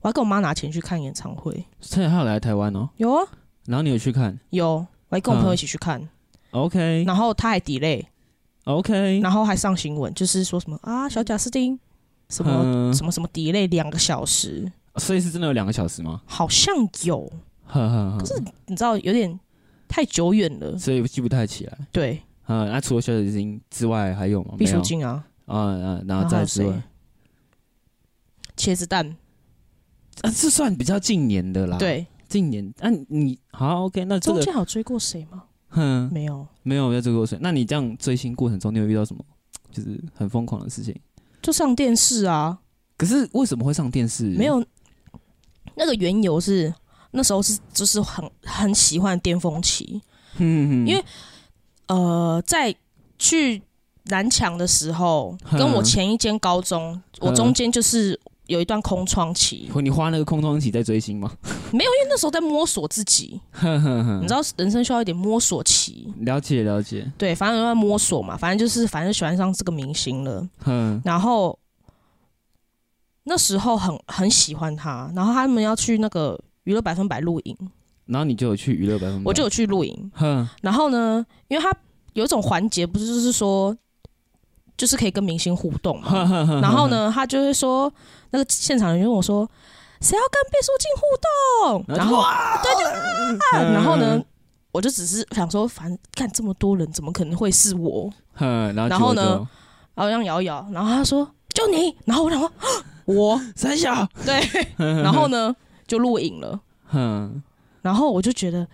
[SPEAKER 3] 我还跟我妈拿钱去看演唱会，
[SPEAKER 2] 所以他有来台湾哦，
[SPEAKER 3] 有啊，
[SPEAKER 2] 然后你有去看
[SPEAKER 3] 有，我还跟我朋
[SPEAKER 2] 嗯
[SPEAKER 3] 友一起去看，
[SPEAKER 2] ，OK
[SPEAKER 3] 然后他还 delay，
[SPEAKER 2] OK，
[SPEAKER 3] 然后还上新闻，就是说什么啊，小贾斯汀什么、
[SPEAKER 2] 嗯
[SPEAKER 3] 什么什么 delay 两个小时，
[SPEAKER 2] 所以是真的有两个小时吗？
[SPEAKER 3] 好像有，
[SPEAKER 2] 呵呵呵，
[SPEAKER 3] 你知道有点太久远了，
[SPEAKER 2] 所以记不太起来。
[SPEAKER 3] 对，
[SPEAKER 2] 嗯，那、除了小水晶之外还有吗？哦没
[SPEAKER 3] 毕书
[SPEAKER 2] 有
[SPEAKER 3] 尽啊，
[SPEAKER 2] 啊啊，然
[SPEAKER 3] 然
[SPEAKER 2] 后
[SPEAKER 3] 后还
[SPEAKER 2] 再
[SPEAKER 3] 有
[SPEAKER 2] 之
[SPEAKER 3] 谁
[SPEAKER 2] 外，？
[SPEAKER 3] 茄子蛋，
[SPEAKER 2] 啊，这算比较近年的啦。，啊
[SPEAKER 3] 对，
[SPEAKER 2] 近年，那、你好啊 OK，那这
[SPEAKER 3] 中
[SPEAKER 2] 个
[SPEAKER 3] 间还有追过谁吗？
[SPEAKER 2] 哼，
[SPEAKER 3] 没有，
[SPEAKER 2] 没有在追过谁？那你这样追星过程中，你有遇到什么就是很疯狂的事情？
[SPEAKER 3] 就上电视啊，
[SPEAKER 2] 可是为什么会上电视？
[SPEAKER 3] 没，有那个缘由是那时候是就是很很喜欢巅峰期，
[SPEAKER 2] 因
[SPEAKER 3] 因为呃，在去南墙的时候，
[SPEAKER 2] 嗯
[SPEAKER 3] 跟我前一间高中，我中间就是有一段空窗期，
[SPEAKER 2] 你花那个空窗期在追星吗？
[SPEAKER 3] 因为那时候在摸索自己，
[SPEAKER 2] 哼哼哼，
[SPEAKER 3] 你知道人生需要一点摸索期，
[SPEAKER 2] 了解了解，
[SPEAKER 3] 对，反正都在摸索嘛，反正就是反正喜欢上这个明星了，
[SPEAKER 2] 哼
[SPEAKER 3] 然后那时候很很喜欢他，然后他们要去那个娱乐百分百露营，
[SPEAKER 2] 然后你就有去娱乐百分百，
[SPEAKER 3] 我就有去露营，
[SPEAKER 2] 哼
[SPEAKER 3] 然后呢，因为他有一种环节不是就是说。就是可以跟明星互动 嘛，
[SPEAKER 2] 哼哼哼，
[SPEAKER 3] 然后呢，他就会说，那个现场人就问我说，谁要跟毕书尽互动？然
[SPEAKER 2] 然后
[SPEAKER 3] 后
[SPEAKER 2] 就
[SPEAKER 3] 啊
[SPEAKER 2] 嗯
[SPEAKER 3] 然后呢，我就只是想说，反正看这么多人，怎么可能会是我？
[SPEAKER 2] 哼，然后
[SPEAKER 3] 然
[SPEAKER 2] 结果
[SPEAKER 3] 后
[SPEAKER 2] 就
[SPEAKER 3] 呢？然后这样摇一摇，然后他说就你，然后我想说 啊我
[SPEAKER 2] 三小，
[SPEAKER 3] 对，然后呢就录影了，
[SPEAKER 2] 哼，
[SPEAKER 3] 然后我就觉得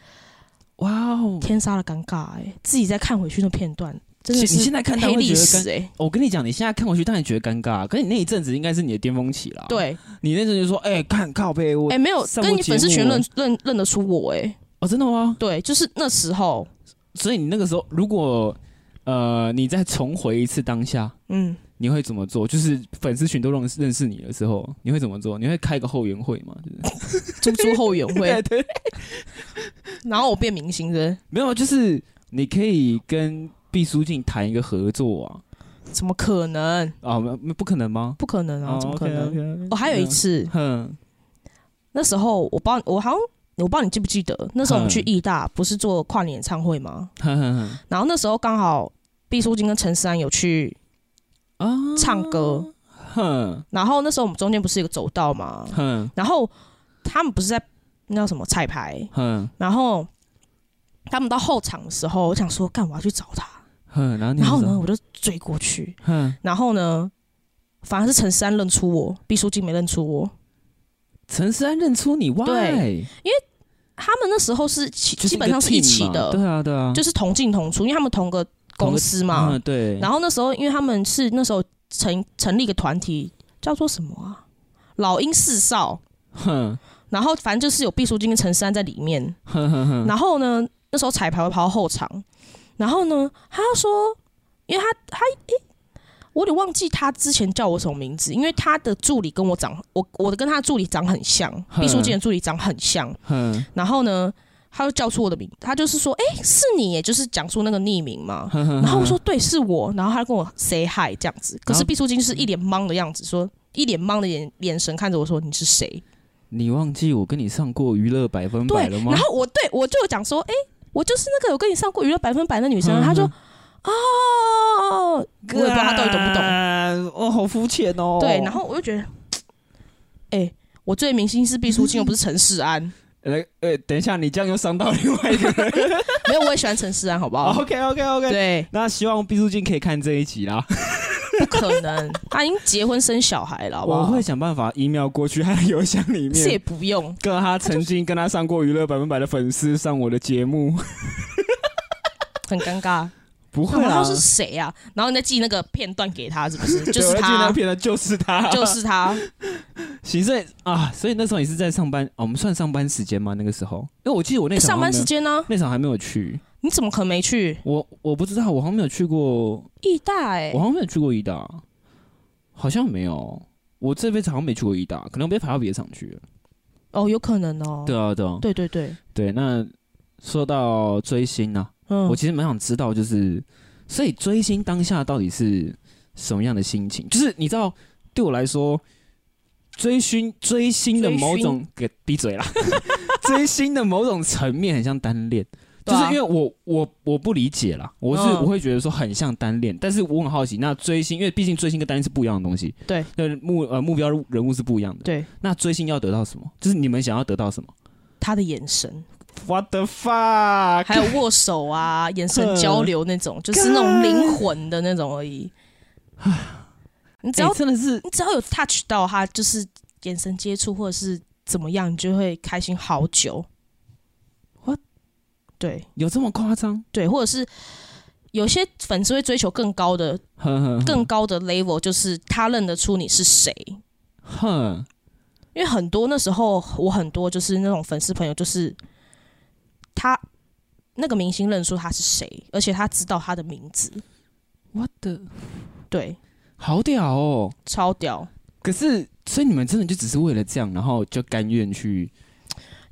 [SPEAKER 2] 哇哦！
[SPEAKER 3] 天杀的尴尬哎、自己再看回去那片段，真
[SPEAKER 2] 你
[SPEAKER 3] 的
[SPEAKER 2] 现
[SPEAKER 3] 是
[SPEAKER 2] 在看到
[SPEAKER 3] 黑
[SPEAKER 2] 会觉得
[SPEAKER 3] 历史
[SPEAKER 2] 尴，
[SPEAKER 3] 哎、
[SPEAKER 2] 我跟你讲，你现在看过去当然觉得尴尬，可是你那一阵子应该是你的巅峰期啦。，
[SPEAKER 3] 对，
[SPEAKER 2] 你那阵子就说，哎，看靠背我
[SPEAKER 3] 哎、，没有
[SPEAKER 2] 上过
[SPEAKER 3] 跟你粉丝群
[SPEAKER 2] 节目
[SPEAKER 3] 认认认得出我哎、
[SPEAKER 2] 哦，真的吗？
[SPEAKER 3] 对，就是那时候，
[SPEAKER 2] 所以你那个时候，如果呃你再重回一次当下，
[SPEAKER 3] 嗯，
[SPEAKER 2] 你会怎么做？就是粉丝群都认识认识你的时候，你会怎么做？你会开个后援会吗？就是
[SPEAKER 3] 猪猪后援 会，
[SPEAKER 2] 对，
[SPEAKER 3] 然后我变明星的，
[SPEAKER 2] 没有，啊就是你可以跟毕书尽谈一个合作啊
[SPEAKER 3] 怎么可能？
[SPEAKER 2] 啊，没不可能吗？
[SPEAKER 3] 不可能啊，怎么可能？嗯
[SPEAKER 2] 能
[SPEAKER 3] 我还有一，次，
[SPEAKER 2] 哦哼，
[SPEAKER 3] 那时候我帮我好像我不知道你记不记得，那时候我们去义大不是做跨年演唱会吗？
[SPEAKER 2] 哼哼哼
[SPEAKER 3] 然后那时候刚好毕书尽跟陈思安有去
[SPEAKER 2] 啊，
[SPEAKER 3] 唱歌，
[SPEAKER 2] 哼
[SPEAKER 3] 然后那时候我们中间不是有个走道吗？
[SPEAKER 2] 哼
[SPEAKER 3] 然后他们不是在那叫什么彩排，
[SPEAKER 2] 哼
[SPEAKER 3] 然后他们到后场的时候，我想说干嘛去找他，
[SPEAKER 2] 哼，然后你
[SPEAKER 3] 然后
[SPEAKER 2] 怎
[SPEAKER 3] 呢
[SPEAKER 2] 么
[SPEAKER 3] 我就追过去，
[SPEAKER 2] 走，哼，
[SPEAKER 3] 然后呢反而是陈思安认出我，毕书尽没认出我。
[SPEAKER 2] 陈思安认出你
[SPEAKER 3] 对
[SPEAKER 2] ，why？
[SPEAKER 3] 他们那时候是起
[SPEAKER 2] 就是
[SPEAKER 3] 基
[SPEAKER 2] 一个
[SPEAKER 3] 本上是一起
[SPEAKER 2] team 嘛
[SPEAKER 3] 的，
[SPEAKER 2] 对啊对啊，
[SPEAKER 3] 就是是同进同出，因为他们同个公司嘛。
[SPEAKER 2] 嗯对，
[SPEAKER 3] 然
[SPEAKER 2] 后
[SPEAKER 3] 后那时候，因为他们是那时候成成立一个团体，叫做什么啊？老鹰四少。
[SPEAKER 2] 哼
[SPEAKER 3] 然后反正就是有毕书尽跟陈珊在里面。
[SPEAKER 2] 哼哼哼，
[SPEAKER 3] 然后呢，那时候彩排会跑到后场，然后呢，他就说，因为他他诶、我有点忘记他之前叫我什么名字，因为他的助理跟我长，我我的跟他的助理长很像，毕书尽的助理长很像。
[SPEAKER 2] 哼
[SPEAKER 3] 然后呢，他就叫出我的名，他就是说，哎、是你耶，就是讲出那个匿名 嘛。
[SPEAKER 2] 哼哼，
[SPEAKER 3] 然后我说对，是我。然后他跟我 say hi 这样子，可
[SPEAKER 2] 然后
[SPEAKER 3] 是毕书尽是一脸懵的样子，说一脸懵的眼眼神看着我说你是谁？
[SPEAKER 2] 你忘记我跟你上过娱乐百分
[SPEAKER 3] 对
[SPEAKER 2] 百了，吗
[SPEAKER 3] 然？后我对我就有讲说，哎、我就是那个有跟你上过娱乐百分百的女生啊。
[SPEAKER 2] 嗯
[SPEAKER 3] 他说哦，我也不知道他到底懂不懂。
[SPEAKER 2] 懂。我好肤浅 哦
[SPEAKER 3] 对，然后我就觉得，哎、我最明星是毕 书尽，又不是陈世安。
[SPEAKER 2] 呃呃，等一下，你这样又伤到另外一个人。
[SPEAKER 3] 没有，我也喜欢陈世安，好 不好？
[SPEAKER 2] OK OK OK。
[SPEAKER 3] 哦对，
[SPEAKER 2] 那希望毕书尽可以看这一集啦，
[SPEAKER 3] 不可能，他已经结婚生小孩了，好不
[SPEAKER 2] 我
[SPEAKER 3] 好？
[SPEAKER 2] 会想办法 email 过去他的邮箱里
[SPEAKER 3] 是也
[SPEAKER 2] 面，
[SPEAKER 3] 不用，
[SPEAKER 2] 跟他曾经跟他上过娱乐百分百的粉丝上我的节目，
[SPEAKER 3] 很尴尬。
[SPEAKER 2] 不
[SPEAKER 3] 我
[SPEAKER 2] 会啦
[SPEAKER 3] 说，是谁啊？然后你再寄那个片段给他，是 不 是？就
[SPEAKER 2] 对
[SPEAKER 3] 是
[SPEAKER 2] 我记得那
[SPEAKER 3] 他，
[SPEAKER 2] 片的就是他，
[SPEAKER 3] 就是他。
[SPEAKER 2] 行，所以啊，所以那时候你是在上班，啊我们算上班时间吗？那个时候，因为我记得我那场
[SPEAKER 3] 上
[SPEAKER 2] 好像
[SPEAKER 3] 班
[SPEAKER 2] 没有
[SPEAKER 3] 时间呢？
[SPEAKER 2] 那场还没有去，
[SPEAKER 3] 你怎么可能没去？
[SPEAKER 2] 我我不知道，我好像没有去过
[SPEAKER 3] 义大哎
[SPEAKER 2] 我，好像没有去过伊大，好像没有。我这辈子好像没去过伊大，可能被排到别的场去了。
[SPEAKER 3] 哦，有可能哦。
[SPEAKER 2] 对啊，对啊，
[SPEAKER 3] 对对对，
[SPEAKER 2] 对。那说到追星呢、
[SPEAKER 3] 嗯
[SPEAKER 2] 我，其实蛮想知道，就是所以追星当下到底是什么样的心情？就是你知道，对我来说，追星追星的某种给闭嘴啦， 追星的某种层面很像单恋，就
[SPEAKER 3] 对
[SPEAKER 2] 是
[SPEAKER 3] 啊
[SPEAKER 2] 因为我我我不理解啦，我是、
[SPEAKER 3] 嗯
[SPEAKER 2] 我会觉得说很像单恋，但是我很好奇，那追星因为毕竟追星跟单恋是不一样的东西，
[SPEAKER 3] 对，
[SPEAKER 2] 那目呃目标人物是不一样的，
[SPEAKER 3] 对
[SPEAKER 2] 那追星要得到什么？就是你们想要得到什么
[SPEAKER 3] 他的眼神，
[SPEAKER 2] ？What the fuck？
[SPEAKER 3] 还有握 手啊，眼神交流那种，就是那种灵魂的那种而已。你只
[SPEAKER 2] 哎
[SPEAKER 3] 要
[SPEAKER 2] 真的是
[SPEAKER 3] 你只要有 touch 到他，就是眼神接触或者是怎么样，你就会开心好久。
[SPEAKER 2] What？
[SPEAKER 3] 对
[SPEAKER 2] 有这么夸张？
[SPEAKER 3] 对，或者是有些粉丝会追求更高的、
[SPEAKER 2] 哼哼，
[SPEAKER 3] 更高的 level，就是他认得出你是谁。
[SPEAKER 2] 哼，
[SPEAKER 3] 因为很多那时候我很多就是那种粉丝朋友，就是他那个明星认出他是谁，而且他知道他的名字，
[SPEAKER 2] 我的
[SPEAKER 3] 对，
[SPEAKER 2] 好屌哦！
[SPEAKER 3] 超屌。
[SPEAKER 2] 可是，所以你们真的就只是为了这样，然后就甘愿去？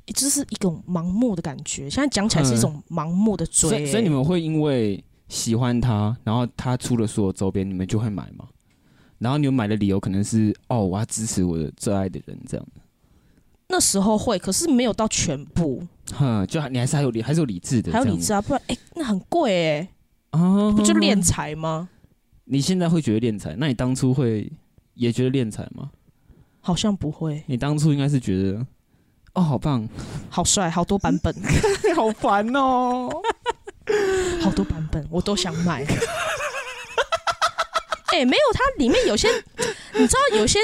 [SPEAKER 3] 欸就是一种盲目的感觉，现在讲起来是一种盲目的追、
[SPEAKER 2] 嗯所以，所以你们会因为喜欢他，然后他出了所有周边，你们就会买吗？然后你们买的理由可能是哦，我要支持我的最爱的人这样。
[SPEAKER 3] 那时候会，可是没有到全部，
[SPEAKER 2] 哼，就还你还是还有理，还是有理智的这
[SPEAKER 3] 还有
[SPEAKER 2] 样子，
[SPEAKER 3] 理智啊，不然哎、欸那很贵哎、
[SPEAKER 2] 啊，
[SPEAKER 3] 不就敛财吗？
[SPEAKER 2] 你现在会觉得练财，那你当初会也觉得练财吗？
[SPEAKER 3] 好像不会，
[SPEAKER 2] 你当初应该是觉得，哦，好棒，
[SPEAKER 3] 好帅，好多版本，
[SPEAKER 2] 好烦哦。
[SPEAKER 3] 好多版本，我都想买。 哎、没有，它里面有些，你知道有些，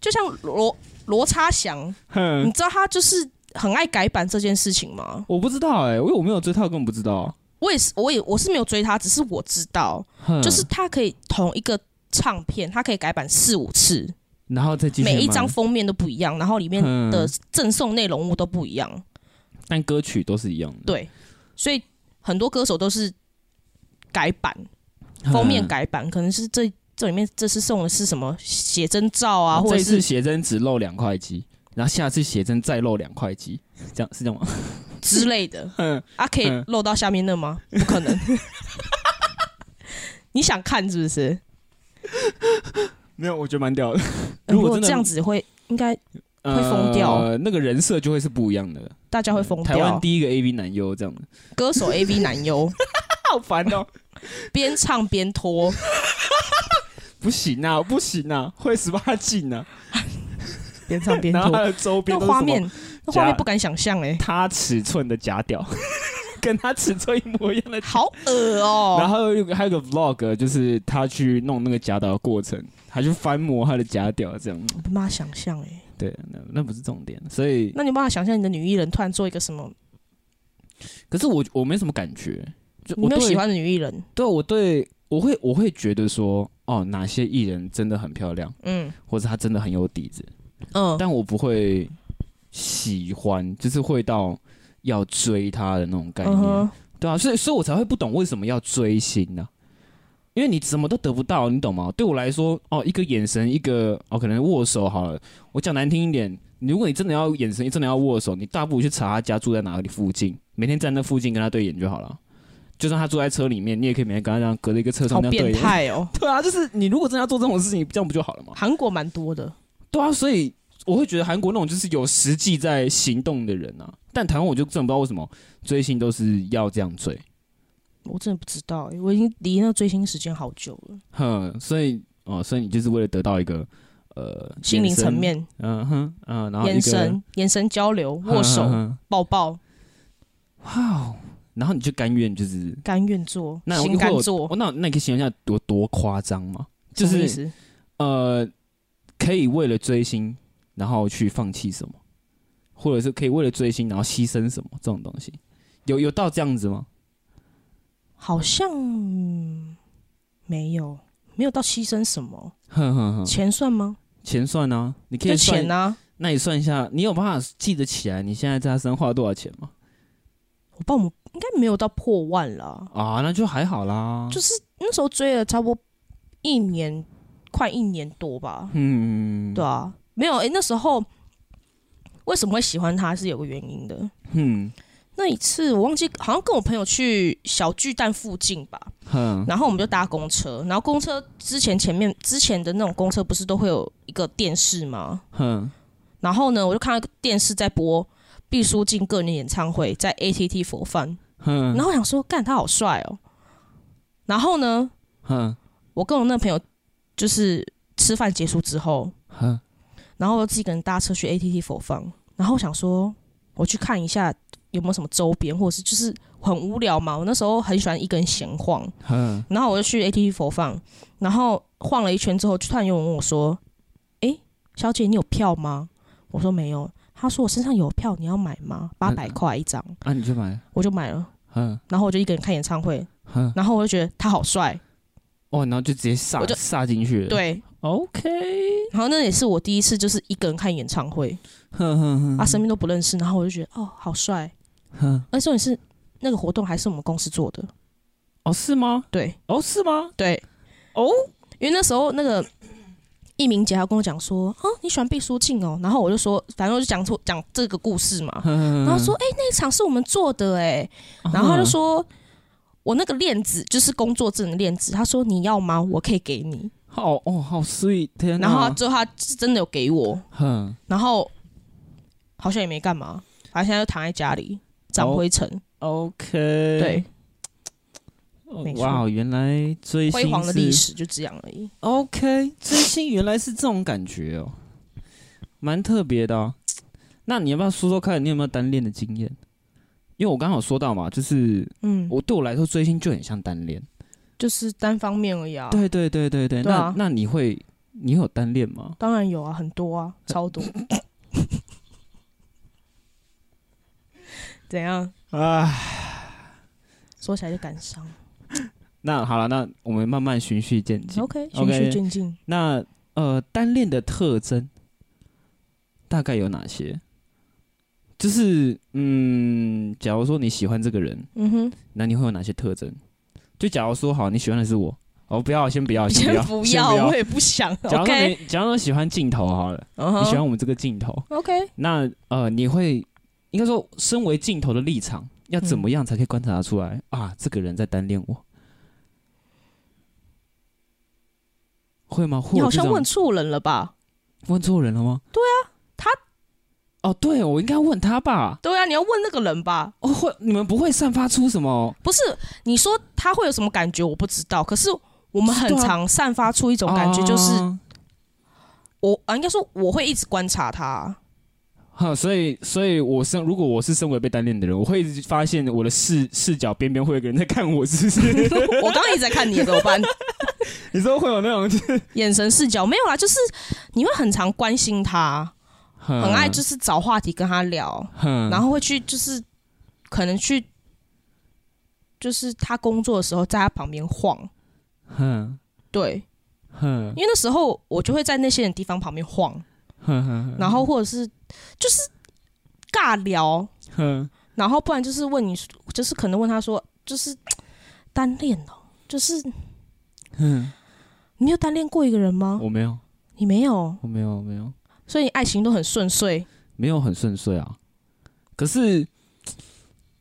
[SPEAKER 3] 就像罗罗差祥，你
[SPEAKER 2] 哼，
[SPEAKER 3] 知道他就是很爱改版这件事情吗？
[SPEAKER 2] 我不知道哎、我我没有追他，我根本不知道。
[SPEAKER 3] 我也是，我也我是没有追他，只是我知道，
[SPEAKER 2] 哼
[SPEAKER 3] 就是，它可以同一个唱片，它可以改版四五次，
[SPEAKER 2] 然后再继续
[SPEAKER 3] 每一
[SPEAKER 2] 买
[SPEAKER 3] 张，封面都不一样，然后里面
[SPEAKER 2] 嗯
[SPEAKER 3] 的赠送内容物都不一样。
[SPEAKER 2] 但歌曲都是一样的。
[SPEAKER 3] 对，所以很多歌手都是改版
[SPEAKER 2] 哼
[SPEAKER 3] 封面改版，可能是这这里面这次送的是什么写真照啊，或
[SPEAKER 2] 哦这
[SPEAKER 3] 者
[SPEAKER 2] 一次
[SPEAKER 3] 是
[SPEAKER 2] 写真只露两块肌，然后下次写真再露两块肌，这样是这样吗？
[SPEAKER 3] 之类的
[SPEAKER 2] 哼，
[SPEAKER 3] 啊，可以
[SPEAKER 2] 嗯
[SPEAKER 3] 漏到下面那吗？不可能。 你想看是不是？
[SPEAKER 2] 没有，我觉得蛮屌的。
[SPEAKER 3] 呃
[SPEAKER 2] 如果真的
[SPEAKER 3] 这样子 会，应该
[SPEAKER 2] 会
[SPEAKER 3] 疯掉
[SPEAKER 2] 呃那个人设就会是不一样的。
[SPEAKER 3] 大家会疯
[SPEAKER 2] 台湾
[SPEAKER 3] 掉。
[SPEAKER 2] 第一个 A V 男优这样的，
[SPEAKER 3] 歌手 A V 男优
[SPEAKER 2] 好烦哦。
[SPEAKER 3] 边唱边 脱，
[SPEAKER 2] 不行啊，不行啊，会十八禁啊。
[SPEAKER 3] 边唱边
[SPEAKER 2] 然后
[SPEAKER 3] 脱
[SPEAKER 2] 它。的周边
[SPEAKER 3] 那
[SPEAKER 2] 都是
[SPEAKER 3] 画
[SPEAKER 2] 什么
[SPEAKER 3] 面，那画面
[SPEAKER 2] 假
[SPEAKER 3] 不敢想象 哎、
[SPEAKER 2] 他尺寸的假屌， 跟他尺寸一模一样的。
[SPEAKER 3] 好恶哦、
[SPEAKER 2] 然后有个还有个 vlog，就是他去弄那个假屌的过程，他去翻模他的假屌，这样。
[SPEAKER 3] 没办法想象哎、
[SPEAKER 2] 对，那那不是重点。所以，
[SPEAKER 3] 那你有办法想象你的女艺人突然做一个什么？
[SPEAKER 2] 可是我我没什么感觉，就
[SPEAKER 3] 你
[SPEAKER 2] 我
[SPEAKER 3] 没有
[SPEAKER 2] 对
[SPEAKER 3] 喜欢的女艺人？
[SPEAKER 2] 对我对我会我会觉得说，哦，哪些艺人真的很漂亮，
[SPEAKER 3] 嗯
[SPEAKER 2] 或者她真的很有底子，
[SPEAKER 3] 嗯，
[SPEAKER 2] 但我不会喜欢，就是会到要追她的那种概
[SPEAKER 3] 嗯
[SPEAKER 2] 念。
[SPEAKER 3] 哼，
[SPEAKER 2] 对啊，所以所以我才会不懂为什么要追星呢、因为你什么都得不到，你懂吗？对我来说，哦，一个眼神，一个哦，可能握手好了。我讲难听一点，如果你真的要眼神，真的要握手，你大不如去查他家住在哪里附近，每天在那附近跟他对眼就好了。就算他坐在车里面，你也可以每天跟他这样隔着一个车
[SPEAKER 3] 好
[SPEAKER 2] 窗这样对
[SPEAKER 3] 变
[SPEAKER 2] 眼。
[SPEAKER 3] 态 哦、
[SPEAKER 2] 对啊，就是你如果真的要做这种事情，这样不就好了吗？
[SPEAKER 3] 韩国蛮多的，
[SPEAKER 2] 对啊，所以我会觉得韩国那种就是有实际在行动的人啊，但台湾我就真的不知道为什么追星都是要这样追。
[SPEAKER 3] 我真的不知道哎、我已经离那个追星时间好久了，
[SPEAKER 2] 哼，所以哦，所以你就是为了得到一个呃
[SPEAKER 3] 心灵层，
[SPEAKER 2] 眼
[SPEAKER 3] 面、
[SPEAKER 2] 神嗯哼，嗯，然后一个
[SPEAKER 3] 眼神、眼神交流、握手、
[SPEAKER 2] 哼哼
[SPEAKER 3] 抱抱，
[SPEAKER 2] 哼哇哦，然后你就甘愿就是
[SPEAKER 3] 甘愿做、
[SPEAKER 2] 那
[SPEAKER 3] 心甘
[SPEAKER 2] 我
[SPEAKER 3] 做
[SPEAKER 2] 我，那那你可以形容一下多多夸张吗？就
[SPEAKER 3] 什么意
[SPEAKER 2] 是
[SPEAKER 3] 思
[SPEAKER 2] 呃，可以为了追星然后去放弃什么，或者是可以为了追星然后牺牲什么这种东西，有有到这样子吗？
[SPEAKER 3] 好像、嗯没有，没有到牺牲什么，
[SPEAKER 2] 哼哼哼，
[SPEAKER 3] 钱算吗？
[SPEAKER 2] 钱算啊，你嗯可
[SPEAKER 3] 就
[SPEAKER 2] 以算
[SPEAKER 3] 钱啊，
[SPEAKER 2] 那你算一下，你有办法记得起来你现在在他身上花了多少钱吗？
[SPEAKER 3] 我爸我们应该没有到破万啦，
[SPEAKER 2] 啊，那就还好啦。
[SPEAKER 3] 就是那时候追了差不多一年，快一年多吧。
[SPEAKER 2] 嗯，
[SPEAKER 3] 对啊，没有诶、那时候为什么会喜欢他是有个原因的。
[SPEAKER 2] 嗯
[SPEAKER 3] 那一次我忘记，好像跟我朋友去小巨蛋附近吧，
[SPEAKER 2] 嗯哼，
[SPEAKER 3] 然后我们就搭公车，然后公车之前前面之前的那种公车不是都会有一个电视吗？
[SPEAKER 2] 哼，
[SPEAKER 3] 然后呢，我就看到一个电视在播毕书尽个人演唱会，在 ATT 佛饭，
[SPEAKER 2] 哼，
[SPEAKER 3] 然后我想说，干他好帅哦。然后呢，
[SPEAKER 2] 哼
[SPEAKER 3] 我跟我那个朋友就是吃饭结束之后，
[SPEAKER 2] 哼，
[SPEAKER 3] 然后我自己一个人搭车去 ATT 佛放，然后我想说我去看一下有没有什么周边，或者是就是很无聊嘛，我那时候很喜欢一个人闲晃，
[SPEAKER 2] 哼，
[SPEAKER 3] 然后我就去 ATT 佛放，然后晃了一圈之后，就突然有人问我说：“诶，小姐，你有票吗？”我说没有。他说我身上有票，你要买吗？八百块一张，
[SPEAKER 2] 啊，你去买
[SPEAKER 3] 我就买了。
[SPEAKER 2] 嗯
[SPEAKER 3] 然后我就一个人看演唱会，
[SPEAKER 2] 嗯，
[SPEAKER 3] 然后我就觉得他好帅，
[SPEAKER 2] 哦，然后就直接煞
[SPEAKER 3] 我就
[SPEAKER 2] 煞进去了。
[SPEAKER 3] 对，
[SPEAKER 2] ，OK，
[SPEAKER 3] 然后那也是我第一次就是一个人看演唱会，
[SPEAKER 2] 哼哼
[SPEAKER 3] 啊，
[SPEAKER 2] 哼，
[SPEAKER 3] 身边都不认识，然后我就觉得哦，好帅，
[SPEAKER 2] 哼
[SPEAKER 3] 而且重点是那个活动还是我们公司做的，
[SPEAKER 2] 哦是吗？
[SPEAKER 3] 对
[SPEAKER 2] 哦是吗？
[SPEAKER 3] 对，
[SPEAKER 2] 哦，
[SPEAKER 3] 因为那时候那个一鸣姐还跟我讲说，哦，你喜欢毕书尽哦，然后我就说，反正我就讲出讲这个故事嘛，
[SPEAKER 2] 然
[SPEAKER 3] 然后说，哎、那一场是我们做的哎、
[SPEAKER 2] 嗯
[SPEAKER 3] 然后他就说。我那个链子就是工作证的链子，他说你要吗？我可以给你。
[SPEAKER 2] 好哦好 sweet，天哪
[SPEAKER 3] 然后他最后他真的有给我，
[SPEAKER 2] 哼，
[SPEAKER 3] 然后好像也没干嘛，反正现在就躺在家里长
[SPEAKER 2] 哦
[SPEAKER 3] 灰尘。
[SPEAKER 2] OK，
[SPEAKER 3] 对，
[SPEAKER 2] 哦
[SPEAKER 3] 没错
[SPEAKER 2] 哇，原来追星
[SPEAKER 3] 辉煌的
[SPEAKER 2] 是
[SPEAKER 3] 历史就这样而已。
[SPEAKER 2] OK，追星原来是这种感觉哦，蛮特别的、啊。那你要不要说说看，你有没有单恋的经验？因为我刚好说到嘛，就是
[SPEAKER 3] 嗯，
[SPEAKER 2] 我对我来说追星就很像单恋。
[SPEAKER 3] 就是单方面而已啊。，
[SPEAKER 2] 对对对对对，
[SPEAKER 3] 对啊
[SPEAKER 2] 那那你会你有单恋吗？
[SPEAKER 3] 当然有啊，很多 啊，超多。怎样？
[SPEAKER 2] 啊，
[SPEAKER 3] 说起来就感伤。
[SPEAKER 2] 那好了，那我们慢慢循序渐进。
[SPEAKER 3] OK，循
[SPEAKER 2] OK
[SPEAKER 3] 序渐进。
[SPEAKER 2] 那呃，单恋的特征大概有哪些？就是嗯，假如说你喜欢这个人，
[SPEAKER 3] 嗯哼，
[SPEAKER 2] 那你会有哪些特征？就假如说好，你喜欢的是我，哦，不要，先不要，不
[SPEAKER 3] 先
[SPEAKER 2] 要，
[SPEAKER 3] 不
[SPEAKER 2] 先
[SPEAKER 3] 要，
[SPEAKER 2] 不
[SPEAKER 3] 我也不想。
[SPEAKER 2] 假如说
[SPEAKER 3] OK，
[SPEAKER 2] 你，假如说喜欢镜头好了，
[SPEAKER 3] 嗯
[SPEAKER 2] 你喜欢
[SPEAKER 3] 哼
[SPEAKER 2] 我们这个镜头，
[SPEAKER 3] OK，
[SPEAKER 2] 那呃，你会应该说，身为镜头的立场，要怎
[SPEAKER 3] 嗯
[SPEAKER 2] 么样才可以观察得出来、啊？这个人在单恋我，会吗？会
[SPEAKER 3] 你
[SPEAKER 2] 有
[SPEAKER 3] 好
[SPEAKER 2] 这
[SPEAKER 3] 像
[SPEAKER 2] 种
[SPEAKER 3] 问错人了吧？
[SPEAKER 2] 问错人了吗？对啊，
[SPEAKER 3] 他。
[SPEAKER 2] 哦，对，我应该问他吧。
[SPEAKER 3] 对啊，你要问那个人吧。
[SPEAKER 2] 哦，会，你们不会散发出什么
[SPEAKER 3] 不是，你说他会有什么感觉？我不知道。可是我们很
[SPEAKER 2] 对啊
[SPEAKER 3] 常散发出一种感觉，就是
[SPEAKER 2] 啊
[SPEAKER 3] 我啊，应该说我会一直观察他啊。
[SPEAKER 2] 哈，所以，所以我身如果我是身为被单恋的人，我会一直发现我的视视角边边会有一个人在看我，是不是？
[SPEAKER 3] 我刚刚一直在看你，怎么办？
[SPEAKER 2] 你说会有那种就是
[SPEAKER 3] 眼神视角没有啦，就是你会很常关心他，啊
[SPEAKER 2] 很
[SPEAKER 3] 很爱就是找话题跟他聊，然
[SPEAKER 2] 然
[SPEAKER 3] 后会去就是可能去就是他工作的时候在他旁边晃，
[SPEAKER 2] 哼
[SPEAKER 3] 对，
[SPEAKER 2] 哼
[SPEAKER 3] 因为那时候我就会在那些人地方旁边晃，
[SPEAKER 2] 哼哼
[SPEAKER 3] 然后或者是就是尬聊，
[SPEAKER 2] 哼，
[SPEAKER 3] 然后不然就是问你，就是可能问他说，就是单恋哦，就是
[SPEAKER 2] 嗯，
[SPEAKER 3] 你没有单恋过一个人吗？
[SPEAKER 2] 我没有，
[SPEAKER 3] 你没有，
[SPEAKER 2] 我哦没有，我没有，
[SPEAKER 3] 所以你爱情都很顺遂。
[SPEAKER 2] 没有很顺遂啊。可是，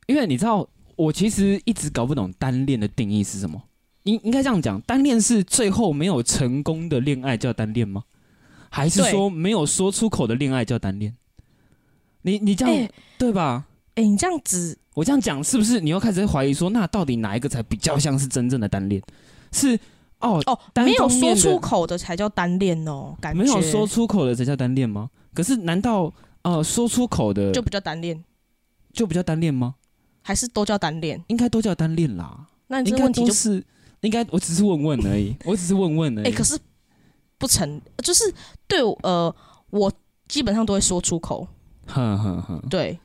[SPEAKER 2] 因为你知道，我其实一直搞不懂单恋的定义是什么。应应该这样讲，单恋是最后没有成功的恋爱叫单恋吗？还是
[SPEAKER 3] 对
[SPEAKER 2] 说没有说出口的恋爱叫单恋？你你这样、
[SPEAKER 3] 哎、
[SPEAKER 2] 对吧？
[SPEAKER 3] 哎、你这样子，
[SPEAKER 2] 我这样讲是不是你又开始怀疑说，那到底哪一个才比较像是真正的单恋？是哦，
[SPEAKER 3] 哦，
[SPEAKER 2] 单
[SPEAKER 3] 没有
[SPEAKER 2] 方面
[SPEAKER 3] 说
[SPEAKER 2] 的
[SPEAKER 3] 出口的才叫单恋哦，感觉
[SPEAKER 2] 没有说出口的才叫单恋吗？可是难道呃说出口的
[SPEAKER 3] 就
[SPEAKER 2] 就
[SPEAKER 3] 不叫单恋，
[SPEAKER 2] 就不叫单恋吗？
[SPEAKER 3] 还是都叫单恋？
[SPEAKER 2] 应该都叫单恋啦，
[SPEAKER 3] 那你
[SPEAKER 2] 应
[SPEAKER 3] 这个
[SPEAKER 2] 该
[SPEAKER 3] 问题
[SPEAKER 2] 都
[SPEAKER 3] 就是
[SPEAKER 2] 应该我只是问问 而已，我只是问问而
[SPEAKER 3] 哎、
[SPEAKER 2] 已。
[SPEAKER 3] 可是不成，就是对我呃，我基本上都会说出口。
[SPEAKER 2] 哼哼哼，
[SPEAKER 3] 对，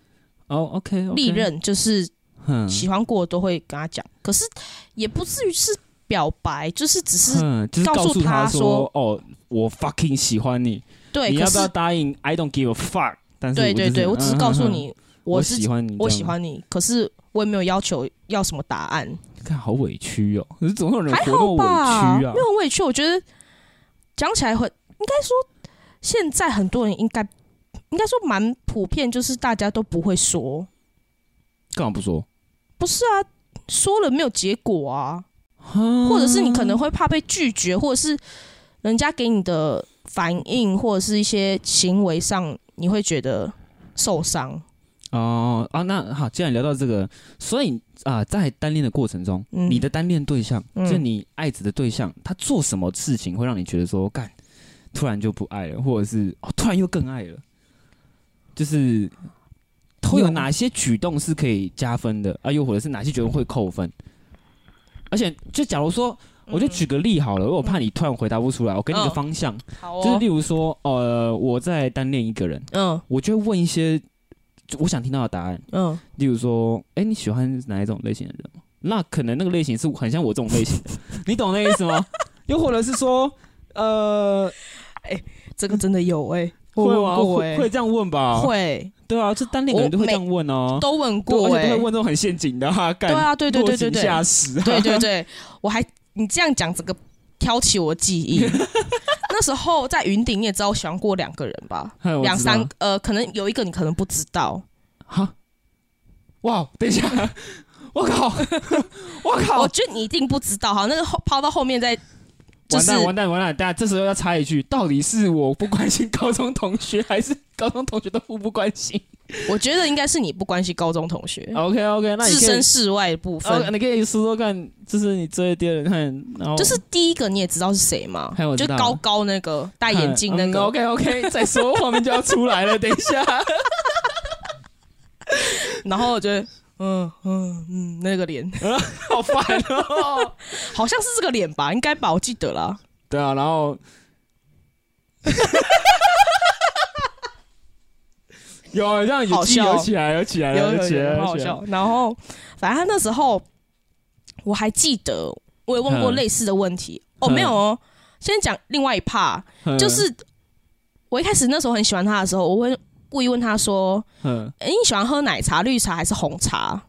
[SPEAKER 2] 哦，OK，嗯
[SPEAKER 3] 历任就是
[SPEAKER 2] 哼
[SPEAKER 3] 喜欢过的都会跟他讲，可是也不至于是表白，就是只是
[SPEAKER 2] 哼，就是告
[SPEAKER 3] 告诉
[SPEAKER 2] 诉
[SPEAKER 3] 他
[SPEAKER 2] 说
[SPEAKER 3] 说
[SPEAKER 2] 哦，我 fucking 喜欢你，
[SPEAKER 3] 对，
[SPEAKER 2] 你
[SPEAKER 3] 可
[SPEAKER 2] 要不
[SPEAKER 3] 是
[SPEAKER 2] 要答应？I don't give a fuck。但是
[SPEAKER 3] 对
[SPEAKER 2] 就是
[SPEAKER 3] 对对，我只是
[SPEAKER 2] 嗯
[SPEAKER 3] 告诉
[SPEAKER 2] 哼哼
[SPEAKER 3] 你，
[SPEAKER 2] 我
[SPEAKER 3] 是
[SPEAKER 2] 喜欢你，
[SPEAKER 3] 我
[SPEAKER 2] 这样
[SPEAKER 3] 喜。欢你，可是我也没有要求要什么答案。
[SPEAKER 2] 看好委屈哦， 可是总有人
[SPEAKER 3] 还
[SPEAKER 2] 活那
[SPEAKER 3] 好
[SPEAKER 2] 么委
[SPEAKER 3] 吧，
[SPEAKER 2] 屈
[SPEAKER 3] 没
[SPEAKER 2] 啊。
[SPEAKER 3] 有很委屈。我觉得讲起来很，应该说现在很多人应该应该说蛮普遍，就是大家都不会说，
[SPEAKER 2] 干嘛不说？
[SPEAKER 3] 不是啊，说了没有结果啊，
[SPEAKER 2] 嗯
[SPEAKER 3] 或者是你可能会怕被拒绝，或者是人家给你的反应或者是一些行为上，你会觉得受伤。
[SPEAKER 2] 哦啊，那好，既然聊到这个，所以啊、在单恋的过程中，
[SPEAKER 3] 嗯
[SPEAKER 2] 你的单恋对象，
[SPEAKER 3] 嗯
[SPEAKER 2] 就你爱着的对象，他做什么事情会让你觉得说，干，突然就不爱了，或者是哦，突然又更爱了，就是会有
[SPEAKER 3] 有
[SPEAKER 2] 哪些举动是可以加分的啊？又或者是哪些举动会扣分？而且，就假如说，我就举个例好了，因为我怕你突然回答不出来，我给你个
[SPEAKER 3] 嗯
[SPEAKER 2] 方向，
[SPEAKER 3] 好哦，
[SPEAKER 2] 就是例如说，呃，我在单恋一个人，
[SPEAKER 3] 嗯
[SPEAKER 2] 我就会问一些我想听到的答案。
[SPEAKER 3] 嗯，
[SPEAKER 2] 例如说，哎、你喜欢哪一种类型的人吗？那可能那个类型是很像我这种类型的，你懂那意思 吗？又或者是说，呃，
[SPEAKER 3] 这个真的有哎、我
[SPEAKER 2] 会
[SPEAKER 3] 问
[SPEAKER 2] 吗？
[SPEAKER 3] 过
[SPEAKER 2] 会
[SPEAKER 3] 哎、
[SPEAKER 2] 会这样问吧？，
[SPEAKER 3] 会
[SPEAKER 2] 对啊，就单恋可能都会这样问哦、
[SPEAKER 3] 都问
[SPEAKER 2] 对
[SPEAKER 3] 过
[SPEAKER 2] 而
[SPEAKER 3] 哎、
[SPEAKER 2] 且都会问这种很陷阱的哈、啊，干
[SPEAKER 3] 对啊，对对
[SPEAKER 2] 落
[SPEAKER 3] 对对
[SPEAKER 2] 井
[SPEAKER 3] 对，
[SPEAKER 2] 下石 啊，
[SPEAKER 3] 对对对，我还你这样讲，整个挑起我记忆。那时候在云顶，你也知道我喜欢过两个人吧，
[SPEAKER 2] 嗨我
[SPEAKER 3] 两
[SPEAKER 2] 知道
[SPEAKER 3] 三呃，可能有一个你可能不知道，
[SPEAKER 2] 哈，哇，等一下， 我靠， 我靠
[SPEAKER 3] 我，觉得你一定不知道。好，那个后抛到后面再，就
[SPEAKER 2] 完
[SPEAKER 3] 是
[SPEAKER 2] 蛋完蛋完蛋！大家这时候要插一句，到底是我不关心高中同学，还是高中同学都互不关心
[SPEAKER 3] 我觉得应该是你不关心高中同学，
[SPEAKER 2] ？OK OK，那你哦
[SPEAKER 3] 置
[SPEAKER 2] 可以
[SPEAKER 3] 身，事外的部
[SPEAKER 2] 呃，
[SPEAKER 3] 分。
[SPEAKER 2] 你可以说说看，就是你追的第二人看，然后
[SPEAKER 3] 就是第一个你也知道是谁嘛
[SPEAKER 2] 嗨我，知
[SPEAKER 3] 就
[SPEAKER 2] 道嗯
[SPEAKER 3] 高高那个戴眼镜那个，
[SPEAKER 2] OK OK，再说画面就要出来了，等一下，
[SPEAKER 3] 然后我觉得嗯嗯嗯那个脸，
[SPEAKER 2] 好烦哦。
[SPEAKER 3] 好像是这个脸吧，应该吧，我记得啦。
[SPEAKER 2] 对啊，然 后。有这样有记忆
[SPEAKER 3] 好笑
[SPEAKER 2] 有起来，有起来，
[SPEAKER 3] 有有
[SPEAKER 2] 起来，
[SPEAKER 3] 有，很好
[SPEAKER 2] 起来
[SPEAKER 3] 笑。然后，反正他那时候我还记得，我也问过
[SPEAKER 2] 嗯
[SPEAKER 3] 类似的问题。哦，
[SPEAKER 2] 嗯
[SPEAKER 3] 没有哦，先讲另外一 part，
[SPEAKER 2] 嗯
[SPEAKER 3] 就是我一开始那时候很喜欢他的时候，我会故意问他说
[SPEAKER 2] 嗯：“
[SPEAKER 3] 诶你喜欢喝奶茶、绿茶还是红茶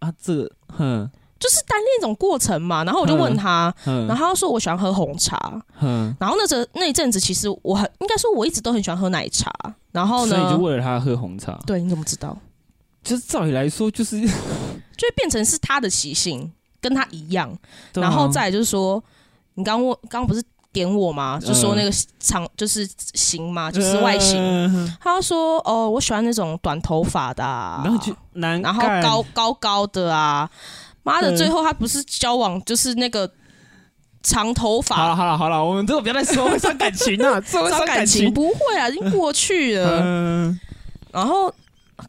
[SPEAKER 2] 啊，这个哼？”
[SPEAKER 3] 就是单恋一种过程嘛。然后我就
[SPEAKER 2] 嗯
[SPEAKER 3] 问他，
[SPEAKER 2] 哼，
[SPEAKER 3] 然后他说我喜欢喝红茶。
[SPEAKER 2] 哼，
[SPEAKER 3] 然后那阵那一阵子，其实我很应该说我一直都很喜欢喝奶茶。然后
[SPEAKER 2] 所以你就
[SPEAKER 3] 呢，
[SPEAKER 2] 为了他喝红 茶，
[SPEAKER 3] 对，你怎么知道？
[SPEAKER 2] 就是照理来说就是，
[SPEAKER 3] 就会变成是他的习性，跟他一样。
[SPEAKER 2] 对啊
[SPEAKER 3] 然后再来就是说，你刚问，刚刚不是点我吗？就说
[SPEAKER 2] 嗯
[SPEAKER 3] 那个长就是型嘛，就是外形。
[SPEAKER 2] 嗯
[SPEAKER 3] 他说：“哦，我喜欢那种短头发的、啊，
[SPEAKER 2] 然后就难，
[SPEAKER 3] 然后高，高高的啊。妈的，
[SPEAKER 2] 嗯
[SPEAKER 3] 最后他不是交往就是那个长头
[SPEAKER 2] 好了
[SPEAKER 3] 发，
[SPEAKER 2] 好了好了，我们这个不要再说会伤感情 啊，这会
[SPEAKER 3] 伤
[SPEAKER 2] 感
[SPEAKER 3] 情，不会啊，已经过去了。
[SPEAKER 2] 嗯，
[SPEAKER 3] 然后，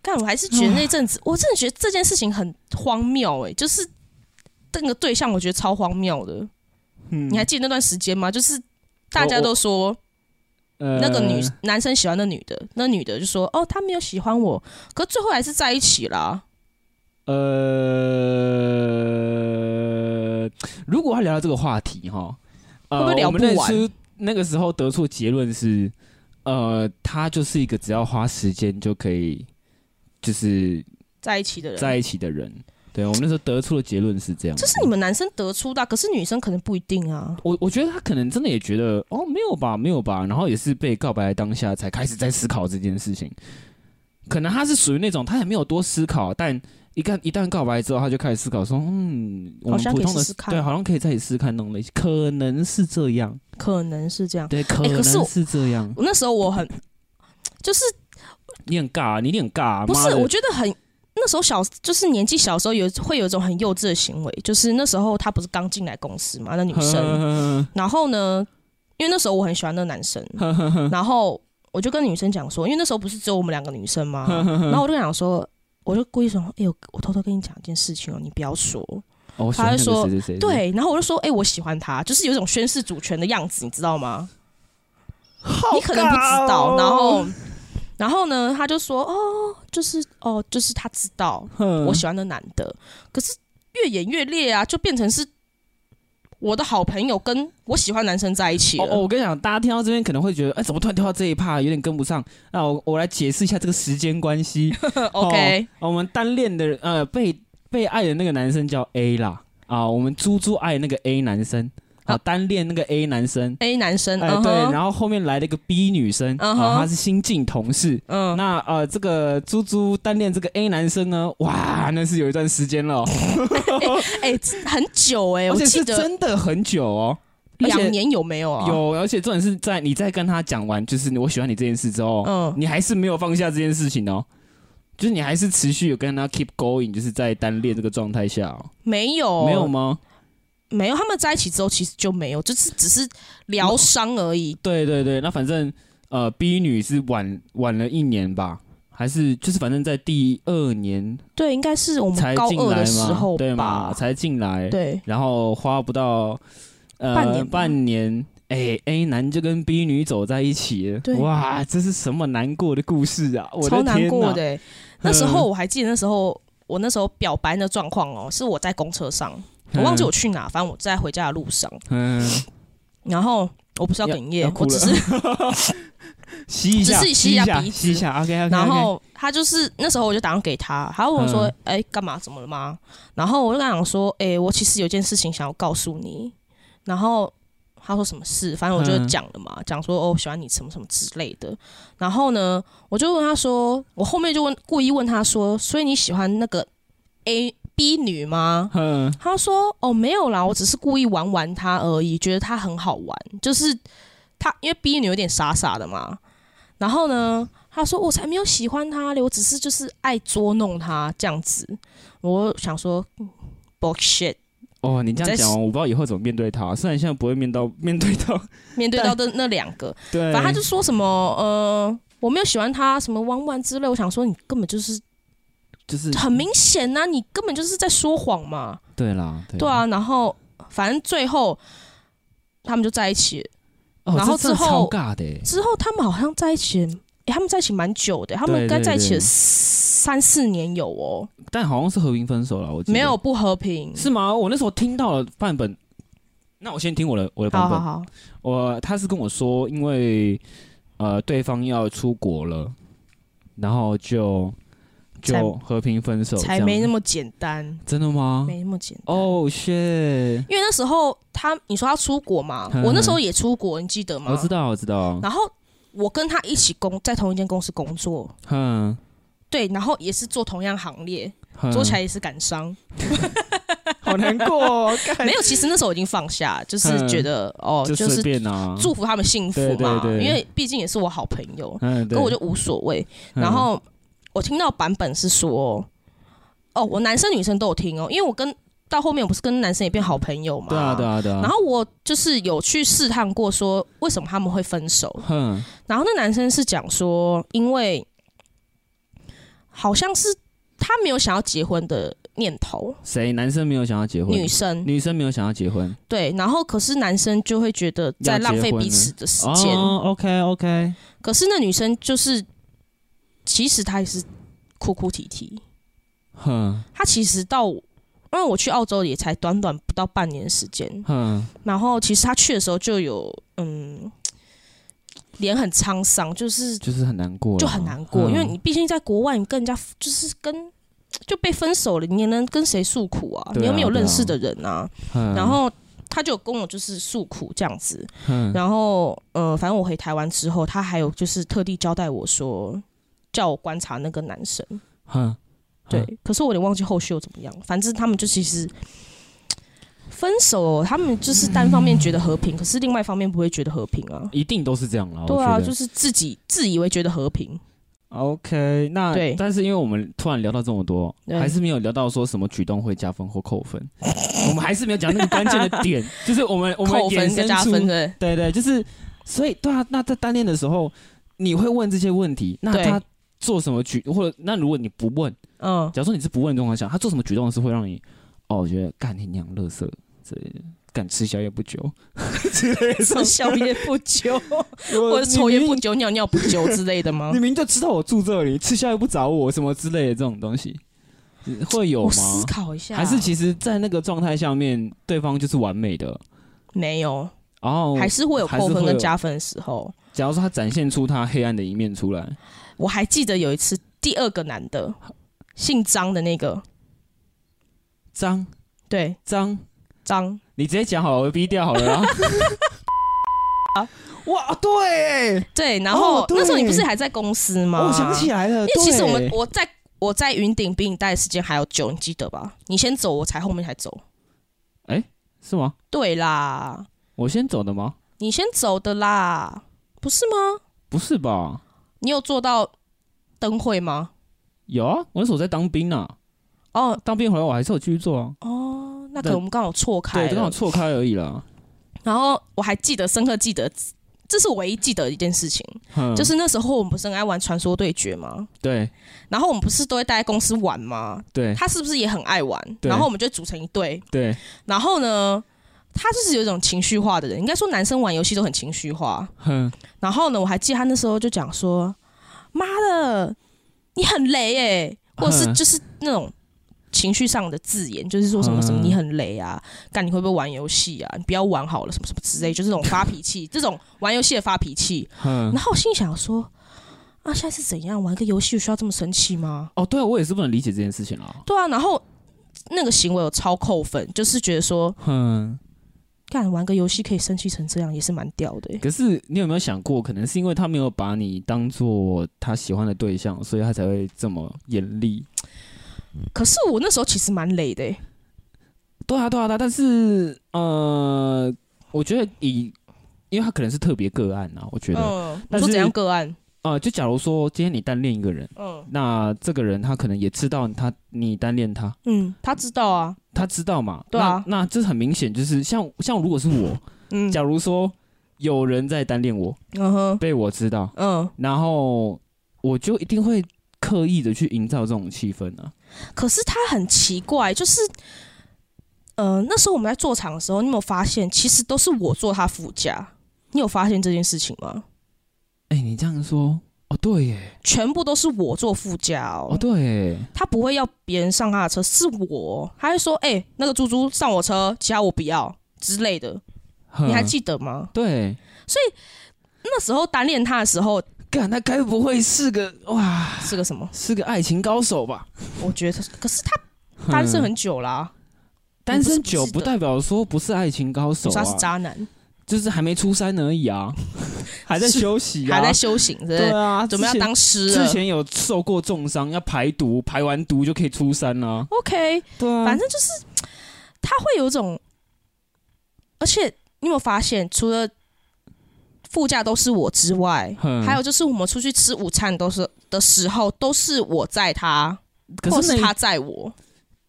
[SPEAKER 3] 干，我还是觉得那阵子，我真的觉得这件事情很荒谬哎、就是那个对象，我觉得超荒谬的。
[SPEAKER 2] 嗯
[SPEAKER 3] 你
[SPEAKER 2] 你
[SPEAKER 3] 还记得那段时间吗？就是大家都说。”
[SPEAKER 2] 那
[SPEAKER 3] 那个
[SPEAKER 2] 呃
[SPEAKER 3] 女男生喜欢那女的，那女的就说：“哦，他没有喜欢我，可最后还是在一起啦。
[SPEAKER 2] 呃，如果要聊到这个话题哈，呃
[SPEAKER 3] 会不会聊不完
[SPEAKER 2] 我们那时那个时候得出的结论是，呃，他就是一个只要花时间就可以，就是”
[SPEAKER 3] 在一起的人，
[SPEAKER 2] 在一起的人。对我们那时候得出的结论是这样，
[SPEAKER 3] 这是你们男生得出的啊，可是女生可能不一定啊。
[SPEAKER 2] 我我觉得他可能真的也觉得哦没有吧没有吧，然后也是被告白的当下才开始在思考这件事情。可能他是属于那种他也没有多思考，但一旦一旦告白之后，他就开始思考说，嗯，我
[SPEAKER 3] 好
[SPEAKER 2] 们
[SPEAKER 3] 像
[SPEAKER 2] 普
[SPEAKER 3] 可以
[SPEAKER 2] 通的
[SPEAKER 3] 试试看
[SPEAKER 2] 对，好像可以再试试看那种类型，可能是这样，
[SPEAKER 3] 可能是这样。
[SPEAKER 2] 对，可
[SPEAKER 3] 哎可
[SPEAKER 2] 能
[SPEAKER 3] 是我
[SPEAKER 2] 是这样。
[SPEAKER 3] 我那时候我很，就是
[SPEAKER 2] 你很尬啊、你有点尬啊、
[SPEAKER 3] 不
[SPEAKER 2] 妈
[SPEAKER 3] 是，
[SPEAKER 2] 的
[SPEAKER 3] 我觉得很那时候小，就是年纪小时候有会有一种很幼稚的行为，就是那时候她不是刚进来公司嘛，那女生，然后呢，因为那时候我很喜欢那 男生，然后我就跟女生讲说，因为那时候不是只有我们两个女生吗？然后我就跟她讲说，我就故意说，哎、呦，我偷偷跟你讲一件事情哦，你不要说。
[SPEAKER 2] 哦，我喜
[SPEAKER 3] 他
[SPEAKER 2] 欢
[SPEAKER 3] 会
[SPEAKER 2] 那个
[SPEAKER 3] 说
[SPEAKER 2] 谁谁谁，
[SPEAKER 3] 对，然后我就说，哎、我喜欢他，就是有一种宣誓主权的样子，你知道吗？你可能不知道。
[SPEAKER 2] 哦
[SPEAKER 3] 然后，然后呢，他就说，哦，就是哦，就是他知道
[SPEAKER 2] 哼
[SPEAKER 3] 我喜欢的男的，可是越演越烈啊，就变成是。我的好朋友跟我喜欢的男生在一起
[SPEAKER 2] 哦
[SPEAKER 3] 了，
[SPEAKER 2] 哦，我跟你讲，大家听到这边可能会觉得，哎，怎么突然跳到这一趴，有点跟不上。那我我来解释一下这个时间关系。
[SPEAKER 3] OK，、
[SPEAKER 2] 哦我们单恋的呃被被爱的那个男生叫 A 啦，啊，我们猪猪爱的那个 A 男生，啊，
[SPEAKER 3] 啊
[SPEAKER 2] 单恋那个 A 男生，
[SPEAKER 3] A 男生，
[SPEAKER 2] 哎、
[SPEAKER 3] 嗯
[SPEAKER 2] 对，
[SPEAKER 3] 哼
[SPEAKER 2] 然后后面来了一个 B 女生，啊、
[SPEAKER 3] 嗯哼
[SPEAKER 2] 她是新晋同事。
[SPEAKER 3] 嗯，
[SPEAKER 2] 那呃，这个猪猪单恋这个 A 男生呢，哇，那是有一段时间了哦，
[SPEAKER 3] 哎、这很 久哎、
[SPEAKER 2] 而
[SPEAKER 3] 我
[SPEAKER 2] 且
[SPEAKER 3] 记
[SPEAKER 2] 是
[SPEAKER 3] 得
[SPEAKER 2] 真的很久哦，而且
[SPEAKER 3] 两年有没有啊？，
[SPEAKER 2] 有，而且重点是在你在跟他讲完就是我喜欢你这件事之后，
[SPEAKER 3] 嗯，
[SPEAKER 2] 你还是没有放下这件事情哦，就是你还是持续有跟他 keep going，就是在单恋这个状态下、哦，
[SPEAKER 3] 没有，
[SPEAKER 2] 没有，吗？
[SPEAKER 3] 没有。他们在一起之后，其实就没有，就是只是
[SPEAKER 2] 哦
[SPEAKER 3] 疗伤而已。
[SPEAKER 2] 对对对，那反正呃，B 女是晚晚了一年吧，还是就是反正在第二年
[SPEAKER 3] 对，应该是我们
[SPEAKER 2] 才
[SPEAKER 3] 嗯高
[SPEAKER 2] 进
[SPEAKER 3] 二
[SPEAKER 2] 来
[SPEAKER 3] 的时
[SPEAKER 2] 嘛，
[SPEAKER 3] 候
[SPEAKER 2] 对嘛，
[SPEAKER 3] 吧？
[SPEAKER 2] 才进来，
[SPEAKER 3] 对，
[SPEAKER 2] 然后花不到呃
[SPEAKER 3] 半年吧
[SPEAKER 2] 半年哎 A 男就跟 B 女走在一起了
[SPEAKER 3] 对，
[SPEAKER 2] 哇，这是什么难过的故事啊！我的
[SPEAKER 3] 超难
[SPEAKER 2] 天嗯
[SPEAKER 3] 过
[SPEAKER 2] 呐
[SPEAKER 3] 的、欸。那时候我还记得，那时候我那时候表白的状况哦，是我在公车上，我忘记我去哪，反正我在回家的路上，
[SPEAKER 2] 嗯，
[SPEAKER 3] 然后我不是要
[SPEAKER 2] 要
[SPEAKER 3] 哽咽
[SPEAKER 2] 要，哭
[SPEAKER 3] 我只是，
[SPEAKER 2] 吸一下，
[SPEAKER 3] 只是吸
[SPEAKER 2] 吸
[SPEAKER 3] 一
[SPEAKER 2] 一
[SPEAKER 3] 下
[SPEAKER 2] 下，
[SPEAKER 3] 鼻子
[SPEAKER 2] 吸一下，OK OK，
[SPEAKER 3] 然后他就是那时候我就打算给他，他问我说
[SPEAKER 2] 嗯：“
[SPEAKER 3] 哎、干嘛？怎么了吗？”然后我就跟他讲说：“哎、我其实有件事情想要告诉你。”然后他说什么事，反正我就
[SPEAKER 2] 嗯
[SPEAKER 3] 讲了嘛，讲、说哦，我喜欢你什么什么之类的。然后呢，我就问他说，我后面就问故意问他说：“所以你喜欢那个 A B 女吗？”
[SPEAKER 2] 嗯，
[SPEAKER 3] 他说：“哦，没有啦，我只是故意玩玩她而已，觉得她很好玩。就是她，因为 B 女有点傻傻的嘛。然后呢，他说我才没有喜欢她嘞，我只是就是爱捉弄她这样子。我想说嗯，bullshit，
[SPEAKER 2] 哦，你这样
[SPEAKER 3] 你在
[SPEAKER 2] 讲，我不知道以后怎么面对他，虽然现在不会面到面对到，
[SPEAKER 3] 面对到的那两个，
[SPEAKER 2] 对，
[SPEAKER 3] 反正他就说什么呃，我没有喜欢她，什么玩玩之类。我想说，你根本就是
[SPEAKER 2] 就是
[SPEAKER 3] 很明显呐、你根本就是在说谎嘛。
[SPEAKER 2] 对啦，
[SPEAKER 3] 对，啊，然后反正最后他们就在一起了。
[SPEAKER 2] 哦
[SPEAKER 3] 然后
[SPEAKER 2] 这真的
[SPEAKER 3] 之后
[SPEAKER 2] 超尬的欸，
[SPEAKER 3] 之后他们好像在一起，诶他们在一起蛮久的，他们
[SPEAKER 2] 对
[SPEAKER 3] 该
[SPEAKER 2] 对
[SPEAKER 3] 在一起
[SPEAKER 2] 对
[SPEAKER 3] 了三四年有哦，
[SPEAKER 2] 但好像是和平分手了，我记得
[SPEAKER 3] 没有不和平。
[SPEAKER 2] 是吗？我那时候听到了范本，那我先听我的我的版
[SPEAKER 3] 好
[SPEAKER 2] 本，
[SPEAKER 3] 好好，
[SPEAKER 2] 我他是跟我说，因为呃对方要出国了，然后就
[SPEAKER 3] 才
[SPEAKER 2] 就和平分手，
[SPEAKER 3] 才
[SPEAKER 2] 这样嗯
[SPEAKER 3] 没那么简单，
[SPEAKER 2] 真的吗？
[SPEAKER 3] 没那么简单。
[SPEAKER 2] 哦，谢，
[SPEAKER 3] 因为那时候他，你说他出国嘛，
[SPEAKER 2] 嗯
[SPEAKER 3] 我那时候也出国，你记得吗？
[SPEAKER 2] 我知。道，我知道，
[SPEAKER 3] 然后我跟他一起工，在同一间公司工作，
[SPEAKER 2] 哼，
[SPEAKER 3] 对，然后也是做同样行列，
[SPEAKER 2] 哼
[SPEAKER 3] 嗯做起来也是感伤。
[SPEAKER 2] 好难过哦，干
[SPEAKER 3] 没有，其实那时候已经放下，就是
[SPEAKER 2] 嗯
[SPEAKER 3] 觉得哦，
[SPEAKER 2] 就
[SPEAKER 3] 就是
[SPEAKER 2] 随便啊，
[SPEAKER 3] 祝福他们幸福
[SPEAKER 2] 对对
[SPEAKER 3] 嘛，
[SPEAKER 2] 对
[SPEAKER 3] 因为毕竟也是我好朋友，
[SPEAKER 2] 嗯，对，
[SPEAKER 3] 可我就无所谓。
[SPEAKER 2] 嗯
[SPEAKER 3] 然后我听到版本是说，哦，我男生女生都有听哦，因为我跟到后面我不是跟男生也变好朋友嘛，
[SPEAKER 2] 对啊，对啊，对啊，
[SPEAKER 3] 然后我就是有去试探过，说为什么他们会分手。
[SPEAKER 2] 哼，
[SPEAKER 3] 然后那男生是讲说，因为好像是他没有想要结婚的念头，
[SPEAKER 2] 谁男生没有想要结婚？
[SPEAKER 3] 女生
[SPEAKER 2] 女生没有想要结婚，
[SPEAKER 3] 对，然后可是男生就会觉得在
[SPEAKER 2] 要
[SPEAKER 3] 浪
[SPEAKER 2] 结
[SPEAKER 3] 费
[SPEAKER 2] 婚
[SPEAKER 3] 彼
[SPEAKER 2] 了
[SPEAKER 3] 此的时间，
[SPEAKER 2] 哦，OK OK，
[SPEAKER 3] 可是那女生就是其实她也是哭哭啼啼，
[SPEAKER 2] 哼
[SPEAKER 3] 他其实到，因为我去澳洲也才短短不到半年时间，
[SPEAKER 2] 哼，
[SPEAKER 3] 然后其实他去的时候就有，嗯，脸很沧桑，就是
[SPEAKER 2] 就是很难过啦，
[SPEAKER 3] 就很难过，
[SPEAKER 2] 啊嗯
[SPEAKER 3] 因为你毕竟在国外，你跟人家就是跟就被分手了，你能跟谁诉苦啊？
[SPEAKER 2] 对啊嗯
[SPEAKER 3] 你又没有认识的人啊。
[SPEAKER 2] 哼
[SPEAKER 3] 然后他就有跟我就是诉苦这样子，
[SPEAKER 2] 哼
[SPEAKER 3] 然后呃，反正我回台湾之后，他还有就是特地交代我说，叫我观察那个男生。
[SPEAKER 2] 哼，
[SPEAKER 3] 对，
[SPEAKER 2] 嗯
[SPEAKER 3] 可是我有点忘记后续又怎么样。反正他们就其实分手，哦他们就是单方面觉得和平，可是另外一方面不会觉得和平啊。
[SPEAKER 2] 一定都是这样啦，
[SPEAKER 3] 对啊，就是是自己自以为觉得和平，
[SPEAKER 2] OK。那
[SPEAKER 3] 对嗯
[SPEAKER 2] 但是因为我们突然聊到这么多，
[SPEAKER 3] 对
[SPEAKER 2] 还是没有聊到说什么举动会加分或扣分， 我们还是没有讲那个关键的 点，就是我们我们
[SPEAKER 3] 扣
[SPEAKER 2] 衍
[SPEAKER 3] 分
[SPEAKER 2] 生
[SPEAKER 3] 跟加
[SPEAKER 2] 出
[SPEAKER 3] 分对。
[SPEAKER 2] 对对，就是所以对啊，那在单恋的时候，你会问这些问题，那
[SPEAKER 3] 对
[SPEAKER 2] 他做什么举，或者那如果你不问，
[SPEAKER 3] 嗯，
[SPEAKER 2] 假如说你是不问的状况下，他做什么举动是会让你哦，我觉得干你娘乐色之类的，干吃宵夜不 久之类的
[SPEAKER 3] 吃宵夜不久，
[SPEAKER 2] 我
[SPEAKER 3] 或者抽烟不
[SPEAKER 2] 你明
[SPEAKER 3] 久、尿尿不久之类的吗
[SPEAKER 2] 你？明明就知道我住这里，吃宵夜不找我什么之类的这种东西，会有
[SPEAKER 3] 我
[SPEAKER 2] 吗？
[SPEAKER 3] 思考一下，
[SPEAKER 2] 还是其实，在那个状态下面，对方就是完美的，
[SPEAKER 3] 没有，
[SPEAKER 2] 然后
[SPEAKER 3] 还是会有
[SPEAKER 2] 哦还是
[SPEAKER 3] 扣分
[SPEAKER 2] 会
[SPEAKER 3] 跟
[SPEAKER 2] 有
[SPEAKER 3] 加分的时候。
[SPEAKER 2] 假如说他展现出他黑暗的一面出来，
[SPEAKER 3] 我还记得有一次，第二个男的，姓张的那个，
[SPEAKER 2] 脏
[SPEAKER 3] 对，
[SPEAKER 2] 脏，
[SPEAKER 3] 张，
[SPEAKER 2] 你直接讲好了，我逼掉好了 啦。 哇，对，
[SPEAKER 3] 对，然后、
[SPEAKER 2] 哦对哦
[SPEAKER 3] 那时候你不是还在公司吗？
[SPEAKER 2] 我想起来了，
[SPEAKER 3] 因为其实
[SPEAKER 2] 对
[SPEAKER 3] 我们我在我在云顶比你待的时间还要久，你记得吧？你先走，我才后面才走。
[SPEAKER 2] 是吗？
[SPEAKER 3] 对啦，
[SPEAKER 2] 我先走的吗？
[SPEAKER 3] 你先走的啦，不是吗？
[SPEAKER 2] 不是吧？
[SPEAKER 3] 你有做到灯会吗？
[SPEAKER 2] 有啊，我那时候在当兵啊，
[SPEAKER 3] 哦
[SPEAKER 2] 当兵回来我还是有继续做啊，
[SPEAKER 3] 哦，那
[SPEAKER 2] 对
[SPEAKER 3] 可能我们刚好错开
[SPEAKER 2] 对，刚好
[SPEAKER 3] 了。
[SPEAKER 2] 错开而已啦。
[SPEAKER 3] 然后我还记得深刻记得，这是我唯一记得的一件事情，
[SPEAKER 2] 哼
[SPEAKER 3] 就是那时候我们不是很爱玩传说对决吗？
[SPEAKER 2] 对
[SPEAKER 3] 然后我们不是都会待在公司玩吗？
[SPEAKER 2] 对
[SPEAKER 3] 他是不是也很爱玩？
[SPEAKER 2] 对
[SPEAKER 3] 然后我们就组成一队，
[SPEAKER 2] 对，
[SPEAKER 3] 然后呢，他就是有一种情绪化的人，应该说男生玩游戏都很情绪化。
[SPEAKER 2] 哼，
[SPEAKER 3] 然后呢，我还记得他那时候就讲说：“妈的，你很雷哎、或者是
[SPEAKER 2] 嗯
[SPEAKER 3] 就是那种情绪上的字眼，就是说什么什么
[SPEAKER 2] 嗯
[SPEAKER 3] 你很雷啊，干你会不会玩游戏啊？你不要玩好了，什么什么之类，就是这种发脾气，这种玩游戏的发脾气。
[SPEAKER 2] 哼
[SPEAKER 3] 然，后我心里想说：啊，现在是怎样玩个游戏需要这么生气吗？
[SPEAKER 2] 哦，对啊，我也是不能理解这件事情啦。
[SPEAKER 3] 对啊，然后那个行为有超扣分，就是觉得说
[SPEAKER 2] 哼，
[SPEAKER 3] 干玩个游戏可以生气成这样，也是蛮屌的、欸。
[SPEAKER 2] 可是你有没有想过，可能是因为他没有把你当做他喜欢的对象，所以他才会这么严厉？
[SPEAKER 3] 可是我那时候其实蛮累的、欸，
[SPEAKER 2] 对啊，对啊，对啊。但是呃，我觉得以，因为他可能是特别个案啊，我觉得，
[SPEAKER 3] 嗯，你
[SPEAKER 2] 但
[SPEAKER 3] 说
[SPEAKER 2] 是
[SPEAKER 3] 怎样个案？
[SPEAKER 2] 呃，就假如说今天你单恋一个人，
[SPEAKER 3] 嗯
[SPEAKER 2] 那这个人他可能也知道他你单恋他，
[SPEAKER 3] 嗯，他知道啊，
[SPEAKER 2] 他知道嘛？
[SPEAKER 3] 对啊
[SPEAKER 2] 那那这很明显就是像像如果是我，
[SPEAKER 3] 嗯，
[SPEAKER 2] 假如说有人在单恋我，
[SPEAKER 3] 嗯哼，
[SPEAKER 2] 被我知道，
[SPEAKER 3] 嗯。
[SPEAKER 2] 然后我就一定会刻意的去营造这种气氛啊。
[SPEAKER 3] 可是他很奇怪，就是，呃，那时候我们在做场的时候，你有没有发现，其实都是我坐他副驾？你有发现这件事情吗？
[SPEAKER 2] 哎、你这样说，哦对耶，
[SPEAKER 3] 全部都是我坐副驾哦，
[SPEAKER 2] 哦对耶，
[SPEAKER 3] 他不会要别人上他的车，是我，他会说，哎、那个猪猪上我车，其他我不要之类的，
[SPEAKER 2] 哼
[SPEAKER 3] 你还？记得吗？
[SPEAKER 2] 对，
[SPEAKER 3] 那时候单恋他的时候
[SPEAKER 2] 干他该不会是个哇，
[SPEAKER 3] 是个什么？
[SPEAKER 2] 是个爱情高手吧？
[SPEAKER 3] 我觉得，可是他单身
[SPEAKER 2] 哼
[SPEAKER 3] 很久啦、
[SPEAKER 2] 嗯单身久
[SPEAKER 3] 不
[SPEAKER 2] 不
[SPEAKER 3] 是不是的
[SPEAKER 2] 代表说不是爱情高手
[SPEAKER 3] 我说
[SPEAKER 2] 啊，
[SPEAKER 3] 他是渣男，
[SPEAKER 2] 就是还没出山而已啊， 还在休息啊，
[SPEAKER 3] 还在修行，是不
[SPEAKER 2] 对
[SPEAKER 3] 是？
[SPEAKER 2] 啊，
[SPEAKER 3] 准备要
[SPEAKER 2] 之前
[SPEAKER 3] 当师
[SPEAKER 2] 之
[SPEAKER 3] 了。
[SPEAKER 2] 前有受过重伤，要排毒，排完毒就可以出山啦、
[SPEAKER 3] OK，
[SPEAKER 2] 对啊
[SPEAKER 3] 反正就是他会有一种，而且你有没有发现，除了副驾都是我之外，
[SPEAKER 2] 哼
[SPEAKER 3] 还有就是我们出去吃午餐都是的时候，都是我载他，或
[SPEAKER 2] 可是
[SPEAKER 3] 是
[SPEAKER 2] 那
[SPEAKER 3] 他载我，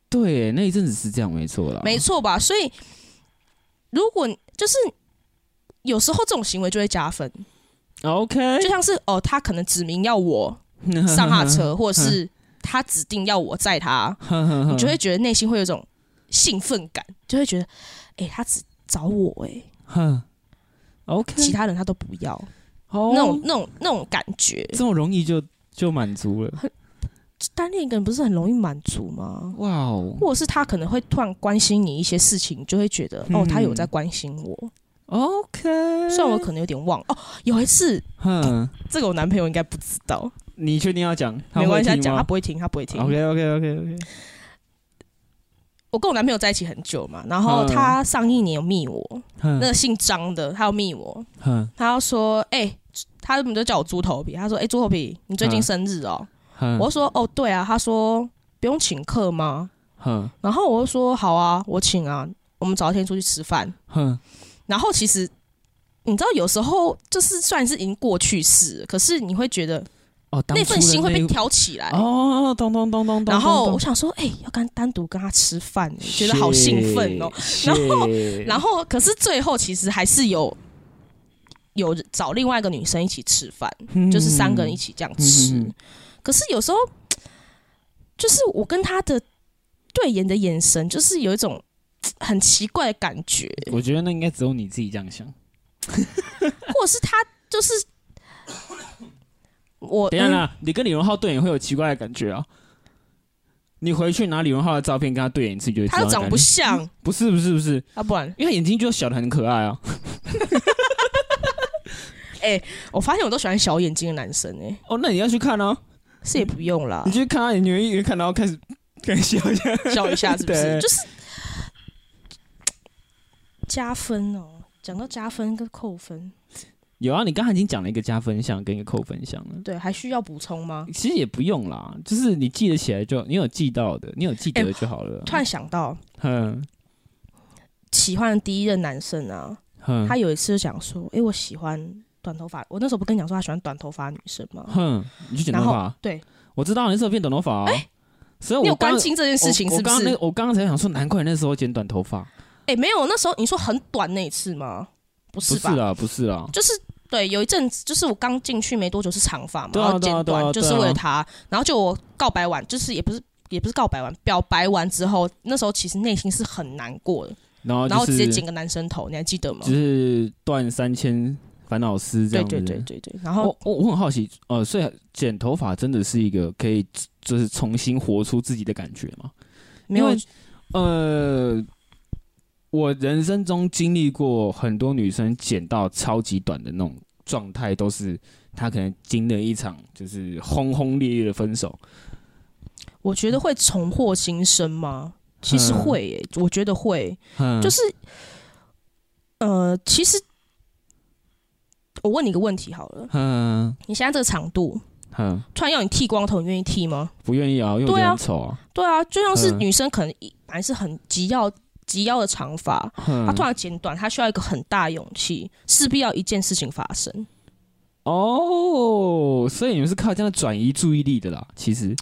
[SPEAKER 2] 对那一阵子是这样，没错啦，
[SPEAKER 3] 没错吧？所以如果就是有时候这种行为就会加分，
[SPEAKER 2] OK
[SPEAKER 3] 就像是哦，他可能指明要我
[SPEAKER 2] 嗯
[SPEAKER 3] 上他 的，车，或者是他指定要我载他，
[SPEAKER 2] 嗯
[SPEAKER 3] 你就会觉得内心会有一种兴奋感，就会觉得，哎、他只找我、诶，
[SPEAKER 2] 哼 OK
[SPEAKER 3] 哎，其他人他都不要，
[SPEAKER 2] 哦
[SPEAKER 3] 那种那种那种感觉。
[SPEAKER 2] 这么容易就就满足了，
[SPEAKER 3] 单恋一个人不是很容易满足吗？
[SPEAKER 2] 哇哦
[SPEAKER 3] 或者是他可能会突然关心你一些事情，你就会觉得哦，
[SPEAKER 2] 嗯
[SPEAKER 3] 他有在关心我。
[SPEAKER 2] OK，
[SPEAKER 3] 虽然我可能有点忘哦，有一次
[SPEAKER 2] 哼，
[SPEAKER 3] 这个我男朋友应该不知道，
[SPEAKER 2] 你确定要讲？
[SPEAKER 3] 没关系，他讲他不会听，他不会听。
[SPEAKER 2] OK OK OK OK，
[SPEAKER 3] 我跟我男朋友在一起很久嘛，然后他上一年有密我，
[SPEAKER 2] 哼
[SPEAKER 3] 那个姓张的他有密我，
[SPEAKER 2] 哼
[SPEAKER 3] 他要说，哎、他们就叫我猪头皮，他说，哎、猪头皮，你最近
[SPEAKER 2] 嗯
[SPEAKER 3] 生日哦、
[SPEAKER 2] 哼，
[SPEAKER 3] 我就说，哦，对啊，他说不用请客吗？
[SPEAKER 2] 哼
[SPEAKER 3] 然后我就说，好啊，我请啊，我们找一天出去吃饭。
[SPEAKER 2] 哼
[SPEAKER 3] 然后其实啊你知道，有时候就是虽然是已经过去式了，可是你会觉得
[SPEAKER 2] 哦，当
[SPEAKER 3] 那
[SPEAKER 2] 初
[SPEAKER 3] 份
[SPEAKER 2] 的
[SPEAKER 3] 心会
[SPEAKER 2] 那
[SPEAKER 3] 被
[SPEAKER 2] 一
[SPEAKER 3] 挑起来。
[SPEAKER 2] 哦，咚咚咚咚咚，
[SPEAKER 3] 然后我想说，哎、要跟他单独跟他吃饭、觉得好兴奋哦、
[SPEAKER 2] Shit，
[SPEAKER 3] 然后
[SPEAKER 2] shit
[SPEAKER 3] 然后可是最后其实还是有有找另外一个女生一起吃饭。就是三个人一起这样吃。
[SPEAKER 2] 嗯嗯嗯
[SPEAKER 3] 可是有时候，就是我跟他的对眼的眼神，就是有一种很奇怪的感觉，
[SPEAKER 2] 嗯我觉得那应该只有你自己这样想。
[SPEAKER 3] 或者是他就是我
[SPEAKER 2] 等一下
[SPEAKER 3] 嗯
[SPEAKER 2] 啦，你跟李荣浩对眼会有奇怪的感觉啊。你回去拿李荣浩的照片跟他对眼一次，就会知道
[SPEAKER 3] 他又长
[SPEAKER 2] 那
[SPEAKER 3] 不
[SPEAKER 2] 感觉
[SPEAKER 3] 像，啊
[SPEAKER 2] 不是不是不是，
[SPEAKER 3] 要、不然
[SPEAKER 2] 因为他眼睛就小的很可爱啊。
[SPEAKER 3] 我发现我都喜欢小眼睛的男生哎、
[SPEAKER 2] 哦，那你要去看啊，
[SPEAKER 3] 是也不用啦
[SPEAKER 2] 你，去看啊，你会越看到开始 开始笑一下。
[SPEAKER 3] 笑一下是不是？
[SPEAKER 2] 对
[SPEAKER 3] 就是加分哦。讲到加分跟扣分，
[SPEAKER 2] 有啊，你刚才已经讲了一个加分项跟一个扣分项了。
[SPEAKER 3] 对，还需要补充吗？
[SPEAKER 2] 其实也不用啦，就是你记得起来就，你有记到的，你有记得就好了。
[SPEAKER 3] 哎突然想到，
[SPEAKER 2] 哼
[SPEAKER 3] 喜欢的第一任男生啊，
[SPEAKER 2] 哼
[SPEAKER 3] 他有一次就讲说：“诶，我喜欢短头发。”我那时候不跟你讲说他喜欢短头发女生吗？
[SPEAKER 2] 哼，你去剪头
[SPEAKER 3] 然后
[SPEAKER 2] 发，
[SPEAKER 3] 对，哎
[SPEAKER 2] 我知道你是有变短头发哦。所以
[SPEAKER 3] 你有
[SPEAKER 2] 我刚
[SPEAKER 3] 关心这件事情
[SPEAKER 2] 我
[SPEAKER 3] 是
[SPEAKER 2] 我
[SPEAKER 3] 不
[SPEAKER 2] 刚刚
[SPEAKER 3] 是？
[SPEAKER 2] 那
[SPEAKER 3] 诶，
[SPEAKER 2] 个我刚刚才想说，难怪你那时候剪短头发。
[SPEAKER 3] 没有，那时候你说很短那一次吗？不
[SPEAKER 2] 不
[SPEAKER 3] 是
[SPEAKER 2] 是
[SPEAKER 3] 吧？
[SPEAKER 2] 啊，不是啊，
[SPEAKER 3] 就是对，有一阵子就是我刚进去没多久是长发嘛，
[SPEAKER 2] 对啊
[SPEAKER 3] 然后
[SPEAKER 2] 对啊
[SPEAKER 3] 剪短、
[SPEAKER 2] 对啊
[SPEAKER 3] 就是
[SPEAKER 2] 对啊
[SPEAKER 3] 为了他，然后就我告白完，就是也不是也不是告白完，表白完之后，那时候其实内心是很难过的，
[SPEAKER 2] 然后
[SPEAKER 3] 然后
[SPEAKER 2] 哦就
[SPEAKER 3] 直接
[SPEAKER 2] 是
[SPEAKER 3] 剪个男生头，你还记得吗？
[SPEAKER 2] 就是断三千烦恼丝这
[SPEAKER 3] 对
[SPEAKER 2] 样子。哦
[SPEAKER 3] 对对对对，然后
[SPEAKER 2] 我我我很好奇，呃，所以剪头发真的是一个可以就是重新活出自己的感觉吗？
[SPEAKER 3] 没有
[SPEAKER 2] 因为呃，我人生中经历过很多女生剪到超级短的那种状态，都是她可能经了一场就是轰轰烈烈的分手。
[SPEAKER 3] 我觉得会重获新生吗？其实
[SPEAKER 2] 嗯
[SPEAKER 3] 会、耶，我觉得会，
[SPEAKER 2] 嗯
[SPEAKER 3] 就是呃，其实我问你一个问题好了，
[SPEAKER 2] 嗯
[SPEAKER 3] 你现在这个长度，
[SPEAKER 2] 嗯，
[SPEAKER 3] 突然要你剃光头，你愿意剃吗？
[SPEAKER 2] 不愿意啊，因为我觉
[SPEAKER 3] 对
[SPEAKER 2] 得
[SPEAKER 3] 啊
[SPEAKER 2] 很丑啊。
[SPEAKER 3] 对啊，就像是
[SPEAKER 2] 嗯
[SPEAKER 3] 女生可能一本来是很及腰及腰的长发，
[SPEAKER 2] 嗯
[SPEAKER 3] 她突然剪短，她需要一个很大的勇气，势必要一件事情发生。
[SPEAKER 2] 哦，所以你们是靠这样转移注意力的啦。其实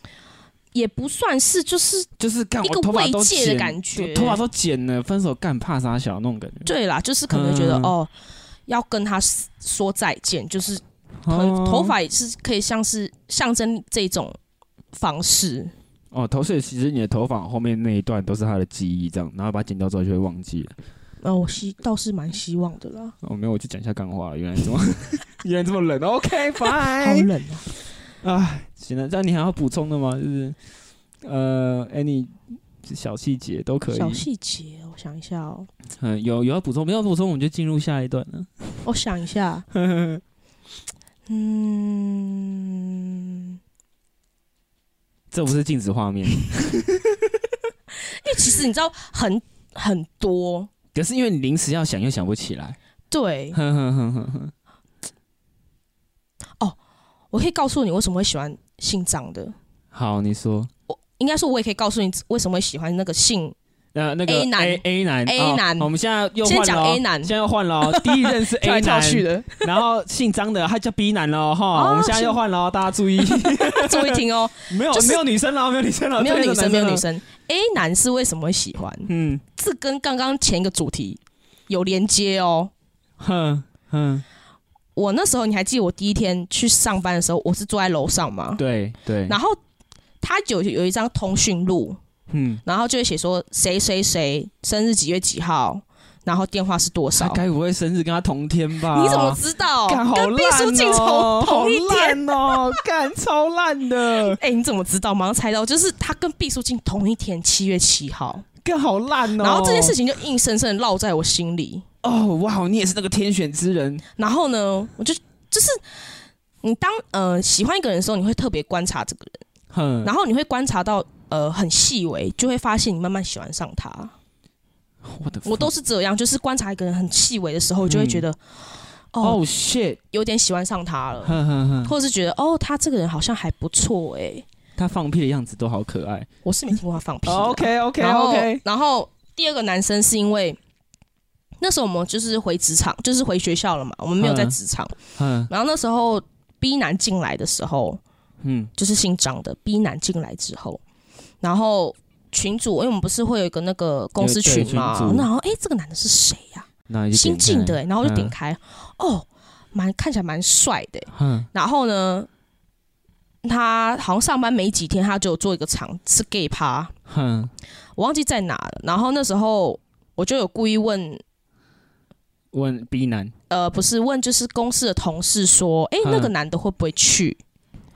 [SPEAKER 3] 也不算是，就是
[SPEAKER 2] 就是干
[SPEAKER 3] 一个
[SPEAKER 2] 我头发都
[SPEAKER 3] 慰藉的
[SPEAKER 2] 剪
[SPEAKER 3] 感觉
[SPEAKER 2] 头发都剪了，分手干怕啥小那种感觉。
[SPEAKER 3] 对啦，就是可能觉得、
[SPEAKER 2] 嗯
[SPEAKER 3] 哦，要跟她说再见，就是
[SPEAKER 2] 哦
[SPEAKER 3] 头头发也是可以像是象征这种方式。
[SPEAKER 2] 哦，头所以其实你的头发后面那一段都是他的记忆，这样，然后把它剪掉之后就会忘记了。
[SPEAKER 3] 呃，我希倒是蛮希望的啦，
[SPEAKER 2] 哦，没有，我去讲一下干话了，原来 这么，原来这么冷。
[SPEAKER 3] 好
[SPEAKER 2] OK，bye。
[SPEAKER 3] 冷哦、
[SPEAKER 2] 哎，行了，那你还要补充的吗？就是呃，any 小细节都可以。
[SPEAKER 3] 小细节，我想一下哦、
[SPEAKER 2] 嗯，有有要补充，没有补充我们就进入下一段了。
[SPEAKER 3] 我想 一下，嗯，
[SPEAKER 2] 这不是静止画面，
[SPEAKER 3] 因为其实你知道很很多，
[SPEAKER 2] 可是因为你临时要想又想不起来。
[SPEAKER 3] 对
[SPEAKER 2] 哼哼哼哼哼，
[SPEAKER 3] 我可以告诉你为什么会喜欢姓张的，
[SPEAKER 2] 好，你说。
[SPEAKER 3] 应该说我也可以告诉你为什么会喜欢那个姓，
[SPEAKER 2] 那那个
[SPEAKER 3] A 男
[SPEAKER 2] A A 男
[SPEAKER 3] A
[SPEAKER 2] 哦
[SPEAKER 3] 男
[SPEAKER 2] 我们现在又换
[SPEAKER 3] 先
[SPEAKER 2] 了
[SPEAKER 3] 讲
[SPEAKER 2] 哦
[SPEAKER 3] A 男
[SPEAKER 2] 现在又换了哦，第一任是
[SPEAKER 3] 跳
[SPEAKER 2] A
[SPEAKER 3] 来跳
[SPEAKER 2] 男，
[SPEAKER 3] 去的，
[SPEAKER 2] 然后姓张的他叫 B 男了哈，
[SPEAKER 3] 哦
[SPEAKER 2] 我们现在又换了哦，大家注 意，
[SPEAKER 3] 注意听哦、
[SPEAKER 2] 没有
[SPEAKER 3] 就是
[SPEAKER 2] 没有女生了，没有女生啊了，
[SPEAKER 3] 没有
[SPEAKER 2] 这
[SPEAKER 3] 女
[SPEAKER 2] 个
[SPEAKER 3] 生，
[SPEAKER 2] 男
[SPEAKER 3] 没有女
[SPEAKER 2] 了，
[SPEAKER 3] 生，A 男是为什么会喜欢？
[SPEAKER 2] 嗯
[SPEAKER 3] 这跟刚刚前一个主题有连接哦、
[SPEAKER 2] 哼哼，
[SPEAKER 3] 我那时候你还记得我第一天去上班的时候，我是坐在楼上嘛，
[SPEAKER 2] 对对，
[SPEAKER 3] 然后他有有一张通讯录，
[SPEAKER 2] 嗯，
[SPEAKER 3] 然后就会写说谁谁谁生日几月几号，然后电话是多
[SPEAKER 2] 他
[SPEAKER 3] 少。
[SPEAKER 2] 该不会生日跟他同天吧？
[SPEAKER 3] 你怎么知道？
[SPEAKER 2] 啊干好
[SPEAKER 3] 跟
[SPEAKER 2] 烂
[SPEAKER 3] 毕书尽
[SPEAKER 2] 哦，
[SPEAKER 3] 同同一
[SPEAKER 2] 好
[SPEAKER 3] 天。
[SPEAKER 2] 烂哦，干超烂的，
[SPEAKER 3] 哎、你怎么知道？马上猜到，就是他跟毕书尽同一天，七月七号。
[SPEAKER 2] 干好烂哦。
[SPEAKER 3] 然后这件事情就硬生生的烙在我心里。
[SPEAKER 2] 哦，哇，你也是那个天选之人，
[SPEAKER 3] 然后呢，我就就是你当呃喜欢一个人的时候，你会特别观察这个人，
[SPEAKER 2] 哼，
[SPEAKER 3] 然后你会观察到呃很细微，就会发现你慢慢喜欢上他。
[SPEAKER 2] 我的
[SPEAKER 3] 我都是这样，就是观察一个人很细微的时候，就
[SPEAKER 2] 嗯
[SPEAKER 3] 会觉得、哦
[SPEAKER 2] 哦 shit，
[SPEAKER 3] 有点喜欢上他了，
[SPEAKER 2] 哼哼哼，
[SPEAKER 3] 或者是觉得哦他这个人好像还不错哎、
[SPEAKER 2] 他放屁的样子都好可爱。
[SPEAKER 3] 我是没听过他放屁的啦。
[SPEAKER 2] 哦 OK
[SPEAKER 3] 然后然后第二个男生是因为那时候我们就是回职场，就是回学校了嘛，我们没有在
[SPEAKER 2] 嗯
[SPEAKER 3] 职场。
[SPEAKER 2] 嗯
[SPEAKER 3] 然后那时候 B 男进来的时候，
[SPEAKER 2] 嗯
[SPEAKER 3] 就是姓张的 B 男进来之后，然后群主，因为我们不是会有一个那个公司
[SPEAKER 2] 有对
[SPEAKER 3] 群
[SPEAKER 2] 群
[SPEAKER 3] 嘛，
[SPEAKER 2] 组
[SPEAKER 3] 然后哎、这个男的是谁呀、
[SPEAKER 2] 那你就
[SPEAKER 3] 新
[SPEAKER 2] 点
[SPEAKER 3] 进
[SPEAKER 2] 开
[SPEAKER 3] 的、欸，然后我就点
[SPEAKER 2] 嗯
[SPEAKER 3] 开，哦，蛮看起来蛮帅的欸、
[SPEAKER 2] 嗯
[SPEAKER 3] 然后呢，他好像上班没几天，他就有做一个场是 gay 趴，
[SPEAKER 2] 哼，
[SPEAKER 3] 我忘记在哪了。然后那时候我就有故意问，
[SPEAKER 2] 问 B 男，
[SPEAKER 3] 呃，不是问，就是公司的同事说，哎、那个
[SPEAKER 2] 嗯
[SPEAKER 3] 男的会不会去？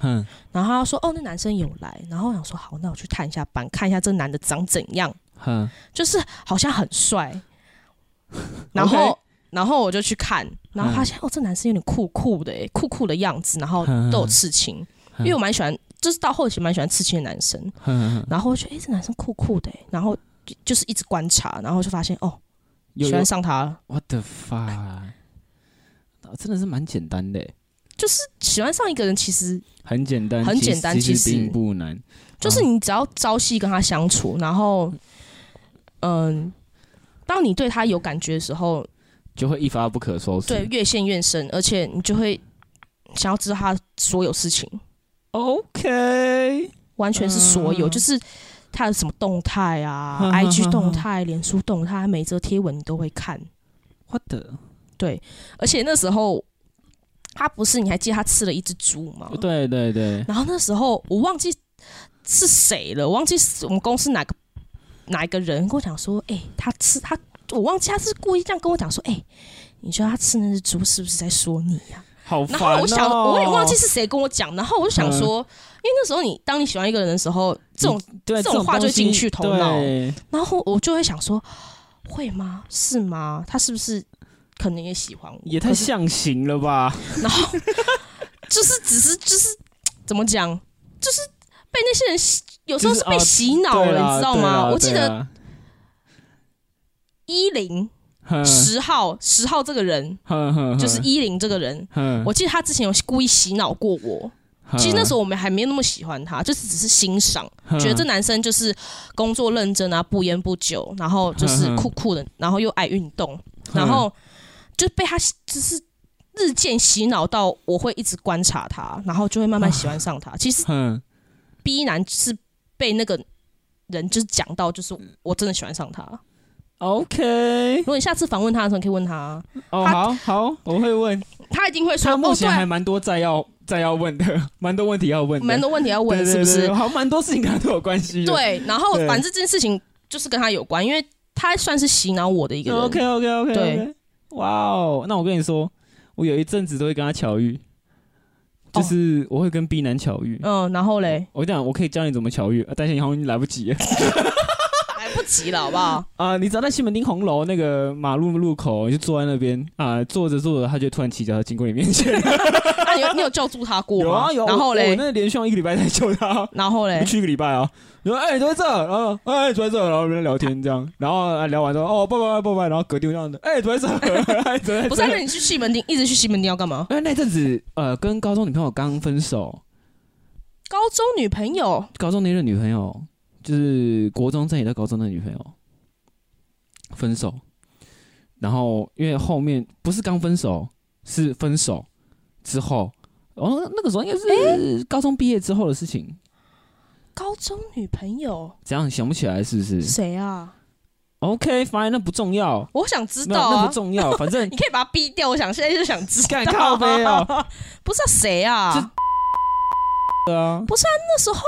[SPEAKER 2] 哼
[SPEAKER 3] 然后他说，哦，那男生有来。然后我想说，好，那我去探一下班，看一下这男的长怎样，
[SPEAKER 2] 哼，
[SPEAKER 3] 就是好像 很帅。然后然后我就去看，然后发现、哦，这男生有点酷酷的、诶，酷酷的样子，然后
[SPEAKER 2] 嗯
[SPEAKER 3] 都有刺青，
[SPEAKER 2] 嗯
[SPEAKER 3] 因为我蛮喜欢，就是到后期蛮喜欢刺青的男生。
[SPEAKER 2] 哼哼，
[SPEAKER 3] 然后我觉得，哎、这男生酷酷的、诶然后就就是一直观察，然后就发现，哦，
[SPEAKER 2] 有
[SPEAKER 3] 喜
[SPEAKER 2] 有
[SPEAKER 3] 欢上他了，
[SPEAKER 2] ，What the fuck，啊真的是蛮简单的欸，
[SPEAKER 3] 就是喜欢上一个人，其实
[SPEAKER 2] 很简单，
[SPEAKER 3] 很
[SPEAKER 2] 其
[SPEAKER 3] 简
[SPEAKER 2] 实
[SPEAKER 3] 单
[SPEAKER 2] 其
[SPEAKER 3] 其
[SPEAKER 2] 实
[SPEAKER 3] 实
[SPEAKER 2] 并不难。
[SPEAKER 3] 就是
[SPEAKER 2] 嗯
[SPEAKER 3] 你只要朝夕跟他相处，然后，嗯，当你对他有感觉的时候，
[SPEAKER 2] 就会一发不可收拾。
[SPEAKER 3] 对越陷越深，而且你就会想要知道他所有事情，
[SPEAKER 2] ，OK，
[SPEAKER 3] 完全是所有，
[SPEAKER 2] 嗯
[SPEAKER 3] 就是他有什么动态啊、
[SPEAKER 2] 哼哼
[SPEAKER 3] i g
[SPEAKER 2] 哼
[SPEAKER 3] 动
[SPEAKER 2] 哼
[SPEAKER 3] 态、脸书动态，每则贴文你都会看。
[SPEAKER 2] 我的，
[SPEAKER 3] 对，而且那时候他不是，你还记得他吃了一只猪吗？
[SPEAKER 2] 对对对，
[SPEAKER 3] 然后那时候我忘记是谁了，我忘记是我们公司哪个哪一个人跟我讲说，哎、他吃他我忘记他是故意这样跟我讲说，哎、你觉得他吃那只猪是不是在说你呀、
[SPEAKER 2] 好
[SPEAKER 3] 然
[SPEAKER 2] 烦、
[SPEAKER 3] 后
[SPEAKER 2] 哦。嗯
[SPEAKER 3] 我想，我也忘记是谁跟我讲，然后我就想说，因为那时候你当你喜欢一个人的时候，这种，
[SPEAKER 2] 对
[SPEAKER 3] 这种话就
[SPEAKER 2] 东西
[SPEAKER 3] 进去头脑
[SPEAKER 2] 对
[SPEAKER 3] 然后我就会想说，会吗？是吗？他是不是可能也喜欢我？
[SPEAKER 2] 也太
[SPEAKER 3] 可是
[SPEAKER 2] 象形了吧？
[SPEAKER 3] 然后就是只是就是怎么讲，就是被那些人洗有时候
[SPEAKER 2] 就是
[SPEAKER 3] 是被
[SPEAKER 2] 哦
[SPEAKER 3] 洗脑
[SPEAKER 2] 对
[SPEAKER 3] 了，
[SPEAKER 2] 啦
[SPEAKER 3] 你知道
[SPEAKER 2] 对
[SPEAKER 3] 吗？
[SPEAKER 2] 啦
[SPEAKER 3] 我记
[SPEAKER 2] 对
[SPEAKER 3] 得
[SPEAKER 2] 啦
[SPEAKER 3] 一零
[SPEAKER 2] 哼
[SPEAKER 3] 十号十号这个人，
[SPEAKER 2] 哼哼
[SPEAKER 3] 就是一零这个人，
[SPEAKER 2] 哼
[SPEAKER 3] 我记得他之前有故意洗脑过我。
[SPEAKER 2] 哼
[SPEAKER 3] 其实那时候我们还没那么喜欢他，就是只是欣赏，
[SPEAKER 2] 哼
[SPEAKER 3] 觉得这男生就是工作认真啊，不烟不酒，然后就是
[SPEAKER 2] 嗯嗯嗯
[SPEAKER 3] 酷酷的，然后又爱运动，
[SPEAKER 2] 哼
[SPEAKER 3] 然后就被他洗就是日渐洗脑到我会一直观察他，然后就会慢
[SPEAKER 2] 啊
[SPEAKER 3] 慢喜欢上他。其实
[SPEAKER 2] 哼
[SPEAKER 3] B 男是被那个人就是讲到，就是我真的喜欢上他。
[SPEAKER 2] OK
[SPEAKER 3] 如果你下次访问他的时候，你可以问他，
[SPEAKER 2] 哦，
[SPEAKER 3] 他
[SPEAKER 2] 好好，我会问。
[SPEAKER 3] 他一定会说
[SPEAKER 2] 他目
[SPEAKER 3] 哦，
[SPEAKER 2] 前还
[SPEAKER 3] 对，
[SPEAKER 2] 蛮多债要债要问的，蛮多问题要问的，
[SPEAKER 3] 蛮多问题要问，
[SPEAKER 2] 对对
[SPEAKER 3] 是不
[SPEAKER 2] 对
[SPEAKER 3] 是
[SPEAKER 2] 对？好像蛮多事情跟他都有关系的。
[SPEAKER 3] 对，然后
[SPEAKER 2] 对
[SPEAKER 3] 反正这件事情就是跟他有关，因为他算是洗脑我的一个人。
[SPEAKER 2] ，OK OK OK，
[SPEAKER 3] 对，
[SPEAKER 2] 哇哦，那我跟你说，我有一阵子都会跟他巧遇，
[SPEAKER 3] 哦
[SPEAKER 2] 就是我会跟 B 男巧遇。
[SPEAKER 3] 嗯，然后嘞，
[SPEAKER 2] 哦我讲，我可以教你怎么巧遇，呃 但是你好像已经来不及了
[SPEAKER 3] 来不及了，好不好？
[SPEAKER 2] 啊、你只要在西门町红楼那个马路路口，你就坐在那边啊、坐着坐着，他就突然骑脚踏经过你面前。
[SPEAKER 3] 啊，你有你有叫住他 过
[SPEAKER 2] 有
[SPEAKER 3] 吗
[SPEAKER 2] 啊？有啊，
[SPEAKER 3] 然后
[SPEAKER 2] 我我
[SPEAKER 3] 嘞，
[SPEAKER 2] 那连续上一个礼拜才救 他。
[SPEAKER 3] 然后嘞
[SPEAKER 2] 不，去一个礼拜啊。然后哎，你坐在这，然后哎，坐在这，然后人聊天这样，然后啊聊完之后哦，拜拜拜拜，然后隔天这样的，哎，坐在这， 哎，坐在这。
[SPEAKER 3] 不是啊，那你去西门町，一直去西门町要干嘛？
[SPEAKER 2] 因为那阵子呃，跟高中女朋友刚分手，
[SPEAKER 3] 高中女朋友，
[SPEAKER 2] 高中那任女朋友就是国中在你的高中的女朋友分手，然后因为后面不是刚分手，是分手之后。哦，那个时候应该是高中毕业之后的事情，
[SPEAKER 3] 高中女朋友
[SPEAKER 2] 这样想不起来是不是
[SPEAKER 3] 谁啊？
[SPEAKER 2] ？OK fine，那不重要，
[SPEAKER 3] 我想知
[SPEAKER 2] 没有
[SPEAKER 3] 道
[SPEAKER 2] 那不
[SPEAKER 3] 啊。
[SPEAKER 2] 重要，反正
[SPEAKER 3] 你可以把他逼掉，我想现在就想知道。
[SPEAKER 2] 干靠背哦
[SPEAKER 3] 不是啊，谁啊？
[SPEAKER 2] 对啊，
[SPEAKER 3] 不是啊，那时候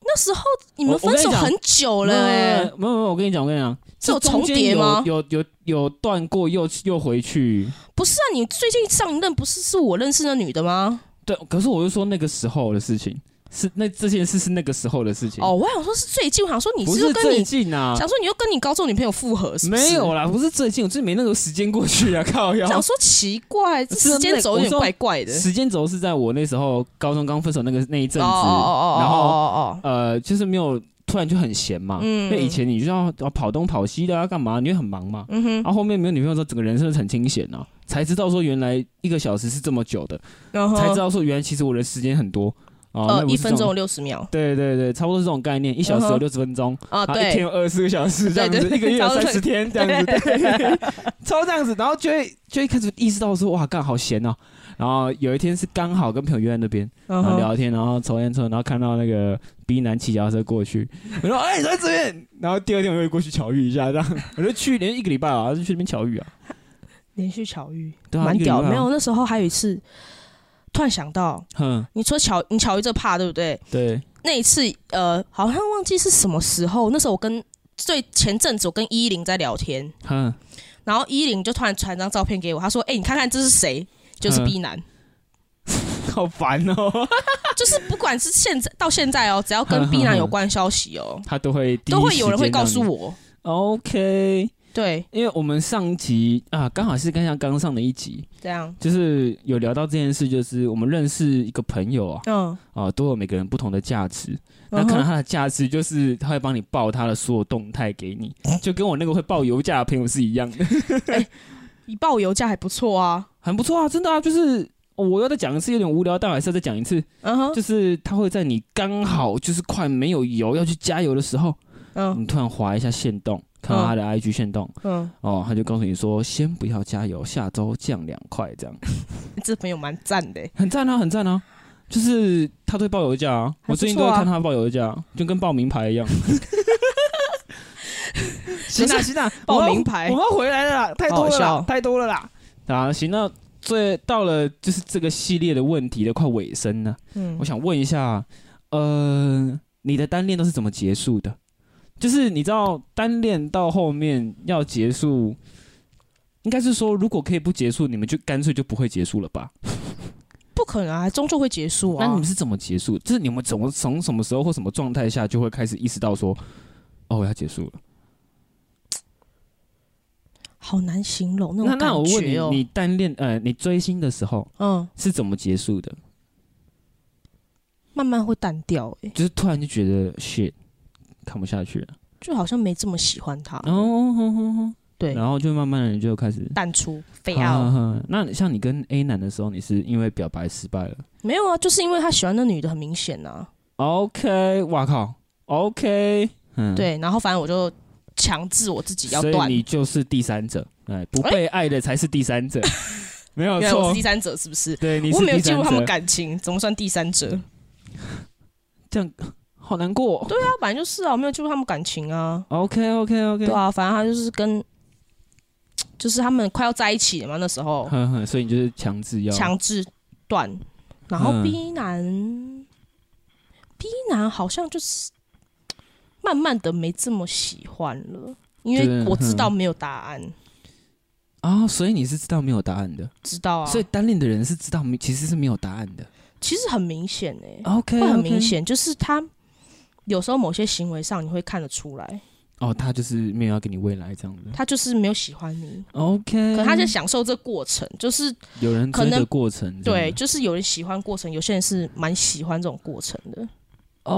[SPEAKER 3] 那时候你
[SPEAKER 2] 我
[SPEAKER 3] 们
[SPEAKER 2] 我跟
[SPEAKER 3] 分
[SPEAKER 2] 你
[SPEAKER 3] 手
[SPEAKER 2] 讲
[SPEAKER 3] 很久了、欸，
[SPEAKER 2] 没有没有，没有我跟你讲，我跟你讲，
[SPEAKER 3] 这有重叠
[SPEAKER 2] 中间
[SPEAKER 3] 吗
[SPEAKER 2] 有有有有断过，又又回去。
[SPEAKER 3] 不是啊？你最近上一任不是是我认识的女的吗？
[SPEAKER 2] 对，可是我就说那个时候的事情，是那这件事是那个时候的事情，
[SPEAKER 3] 哦，我还想说是最近，我想说你
[SPEAKER 2] 不
[SPEAKER 3] 是又跟
[SPEAKER 2] 最
[SPEAKER 3] 你
[SPEAKER 2] 近啊，
[SPEAKER 3] 想说你又跟你高中女朋友复合，是不是
[SPEAKER 2] 没有啦，不是最近，我就是没那个时间过去啊，靠腰。
[SPEAKER 3] 想说奇怪，这
[SPEAKER 2] 是
[SPEAKER 3] 时间
[SPEAKER 2] 那
[SPEAKER 3] 走有
[SPEAKER 2] 我
[SPEAKER 3] 点
[SPEAKER 2] 说
[SPEAKER 3] 怪怪的。
[SPEAKER 2] 时间轴是在我那时候高中刚分手那个那一阵子，
[SPEAKER 3] 哦哦哦哦，
[SPEAKER 2] 然后
[SPEAKER 3] 哦哦哦，
[SPEAKER 2] 呃，就是没有突然就很闲嘛，
[SPEAKER 3] 嗯
[SPEAKER 2] 因为以前你就要要跑东跑西的啊，干嘛，你会很忙嘛，
[SPEAKER 3] 嗯哼，
[SPEAKER 2] 然后后面没有女朋友之后，整个人生是很清闲啊，才知道说原来一个小时是这么久的，
[SPEAKER 3] 然后
[SPEAKER 2] 才知道说原来其实我的时间很多啊，那
[SPEAKER 3] 嗯呃，
[SPEAKER 2] 不
[SPEAKER 3] 一
[SPEAKER 2] 是
[SPEAKER 3] 分
[SPEAKER 2] 这
[SPEAKER 3] 钟
[SPEAKER 2] 种
[SPEAKER 3] 有。六十秒
[SPEAKER 2] 对对对，差不多是这种概念，一小时有六十分钟，
[SPEAKER 3] 啊，
[SPEAKER 2] 然后一天
[SPEAKER 3] 嗯对，
[SPEAKER 2] 有二十四个小时这样子，
[SPEAKER 3] 对对
[SPEAKER 2] 一个月有
[SPEAKER 3] 差不
[SPEAKER 2] 三
[SPEAKER 3] 多
[SPEAKER 2] 十天这样子， 对，超这样子，然后就会就会开始意识到说哇，干好闲哦。然后有一天是刚好跟朋友约在那边，
[SPEAKER 3] 然
[SPEAKER 2] 然后聊天，然后抽烟抽，然后看到那个 B 男骑脚踏车过去，我说哎、你在这边，然后第二天我又过去巧遇一下，这 样我就去连续一个礼拜啊，就去那边巧遇啊，
[SPEAKER 3] 连续巧遇，
[SPEAKER 2] 对啊，
[SPEAKER 3] 蛮
[SPEAKER 2] 一个礼
[SPEAKER 3] 屌。
[SPEAKER 2] 拜啊
[SPEAKER 3] 没有，那时候还有一次，突然想到，
[SPEAKER 2] 哼，
[SPEAKER 3] 你说巧你巧遇这怕对不对？
[SPEAKER 2] 对，
[SPEAKER 3] 那一次呃，好像忘记是什么时候，那时候我跟最前阵子我跟依林在聊天，
[SPEAKER 2] 哼，
[SPEAKER 3] 然后依林就突然传张照片给我，他说：“哎、你看看这是谁？”就是
[SPEAKER 2] 嗯
[SPEAKER 3] B 男，
[SPEAKER 2] 好烦哦，
[SPEAKER 3] 就是不管是现在到现在哦，只要 跟 B 男有关消息哦，
[SPEAKER 2] 他都会 第一
[SPEAKER 3] 都会有人会
[SPEAKER 2] 时间
[SPEAKER 3] 告
[SPEAKER 2] 让
[SPEAKER 3] 诉
[SPEAKER 2] 你
[SPEAKER 3] 我。
[SPEAKER 2] ，OK，
[SPEAKER 3] 对，
[SPEAKER 2] 因为我们上集啊，刚好是刚刚刚上的一集，
[SPEAKER 3] 这样，
[SPEAKER 2] 就是有聊到这件事，就是我们认识一个朋友啊，
[SPEAKER 3] 嗯，
[SPEAKER 2] 啊，都有每个人不同的价值，那
[SPEAKER 3] 嗯
[SPEAKER 2] 可能
[SPEAKER 3] 哼，
[SPEAKER 2] 它的价值就是它会帮你报它的所有动态给你，就跟我那个会报油价的朋友是一样的，
[SPEAKER 3] 你报油价还不错啊，
[SPEAKER 2] 很不错啊，真的啊，就是哦我要再讲一次有点无聊，但我还是要再讲一次，
[SPEAKER 3] 嗯哼，
[SPEAKER 2] 就是它会在你刚好就是快没有油要去加油的时候，
[SPEAKER 3] 嗯
[SPEAKER 2] 你突然滑一下线动，看到它的 IG 线动，
[SPEAKER 3] 嗯，
[SPEAKER 2] 哦，他就告诉你说先不要加油，下周降两块这样，
[SPEAKER 3] 这朋友蛮赞的欸，
[SPEAKER 2] 很赞啊，很赞啊。就是他对报油价啊，
[SPEAKER 3] 还不错啊
[SPEAKER 2] 我最近都会看他报油价，就跟报名牌 一样。行
[SPEAKER 3] 可
[SPEAKER 2] 啦
[SPEAKER 3] 是
[SPEAKER 2] 行啦，
[SPEAKER 3] 啊报
[SPEAKER 2] 我们要
[SPEAKER 3] 名牌
[SPEAKER 2] 我们要回来了啦，太多
[SPEAKER 3] 好
[SPEAKER 2] 了
[SPEAKER 3] 好笑
[SPEAKER 2] 啦，太多了啦。啊，行，那最到了就是这个系列的问题的快尾声了，
[SPEAKER 3] 嗯
[SPEAKER 2] 我想问一下，呃，你的单恋都是怎么结束的？就是你知道单恋到后面要结束，应该是说如果可以不结束，你们就干脆就不会结束了吧？
[SPEAKER 3] 不可能啊，终究会结束
[SPEAKER 2] 那你
[SPEAKER 3] 啊
[SPEAKER 2] 们。是怎么结束？就是你们怎么从什么时候或什么状态下就会开始意识到说，哦，我要结束了？
[SPEAKER 3] 好难形容那
[SPEAKER 2] 那
[SPEAKER 3] 种
[SPEAKER 2] 那我
[SPEAKER 3] 感
[SPEAKER 2] 问
[SPEAKER 3] 觉
[SPEAKER 2] 你，
[SPEAKER 3] 哦。
[SPEAKER 2] 你单恋呃，你追星的时候
[SPEAKER 3] 嗯，
[SPEAKER 2] 是怎么结束的？
[SPEAKER 3] 慢慢会淡掉、欸，
[SPEAKER 2] 就是突然就觉得 shit 看不下去了，
[SPEAKER 3] 就好像没这么喜欢他。
[SPEAKER 2] 然后哼哼哼哼
[SPEAKER 3] 对，
[SPEAKER 2] 然后就慢慢的就开始。
[SPEAKER 3] 淡出非
[SPEAKER 2] 哈哈
[SPEAKER 3] 要
[SPEAKER 2] 哈那像你跟 A 男的时候，你是因为表白失败了
[SPEAKER 3] 没有啊，就是因为他喜欢那女的很明显呐、啊。
[SPEAKER 2] ？OK，哇靠，OK，嗯，，
[SPEAKER 3] 对，然后反正我就强制我自己要
[SPEAKER 2] 所
[SPEAKER 3] 断
[SPEAKER 2] 以。你就是第三者，哎，不被爱的才是第三 者，没有
[SPEAKER 3] 原来我
[SPEAKER 2] 错
[SPEAKER 3] 是第，三者，是不是？
[SPEAKER 2] 对，你
[SPEAKER 3] 我
[SPEAKER 2] 是
[SPEAKER 3] 没有
[SPEAKER 2] 第
[SPEAKER 3] 介入
[SPEAKER 2] 三
[SPEAKER 3] 他们
[SPEAKER 2] 者，嗯
[SPEAKER 3] 感情，怎么算第三者？对
[SPEAKER 2] 这样好难过。对
[SPEAKER 3] 啊，本来就是啊，我没有介入他们感情啊。
[SPEAKER 2] ，OK OK OK，
[SPEAKER 3] 对啊，反正他就是跟，就是他们快要在一起了嘛，那时 候
[SPEAKER 2] 哼哼，所以你就是强制要
[SPEAKER 3] 强制断，然后
[SPEAKER 2] 嗯
[SPEAKER 3] B 男、b 男好像就是慢慢的没这么喜欢了，因
[SPEAKER 2] 就是
[SPEAKER 3] 为我知道没有答案，
[SPEAKER 2] 啊，所以你是知道没有答案的，
[SPEAKER 3] 知道啊，
[SPEAKER 2] 所以单恋的人是知道没其实是没有答案的。
[SPEAKER 3] 其实很明显哎、
[SPEAKER 2] OK，
[SPEAKER 3] 会很明显，就是他有时候某些行为上你会看得出来，
[SPEAKER 2] 哦，他就是没有要给你未来这样子。
[SPEAKER 3] 他就是没有喜欢你，
[SPEAKER 2] OK，
[SPEAKER 3] 可他在享受这过程，就是
[SPEAKER 2] 有人
[SPEAKER 3] 可
[SPEAKER 2] 追的
[SPEAKER 3] 能
[SPEAKER 2] 过程，
[SPEAKER 3] 对，。就是有人喜欢过程，有些人是蛮喜欢这种过程的，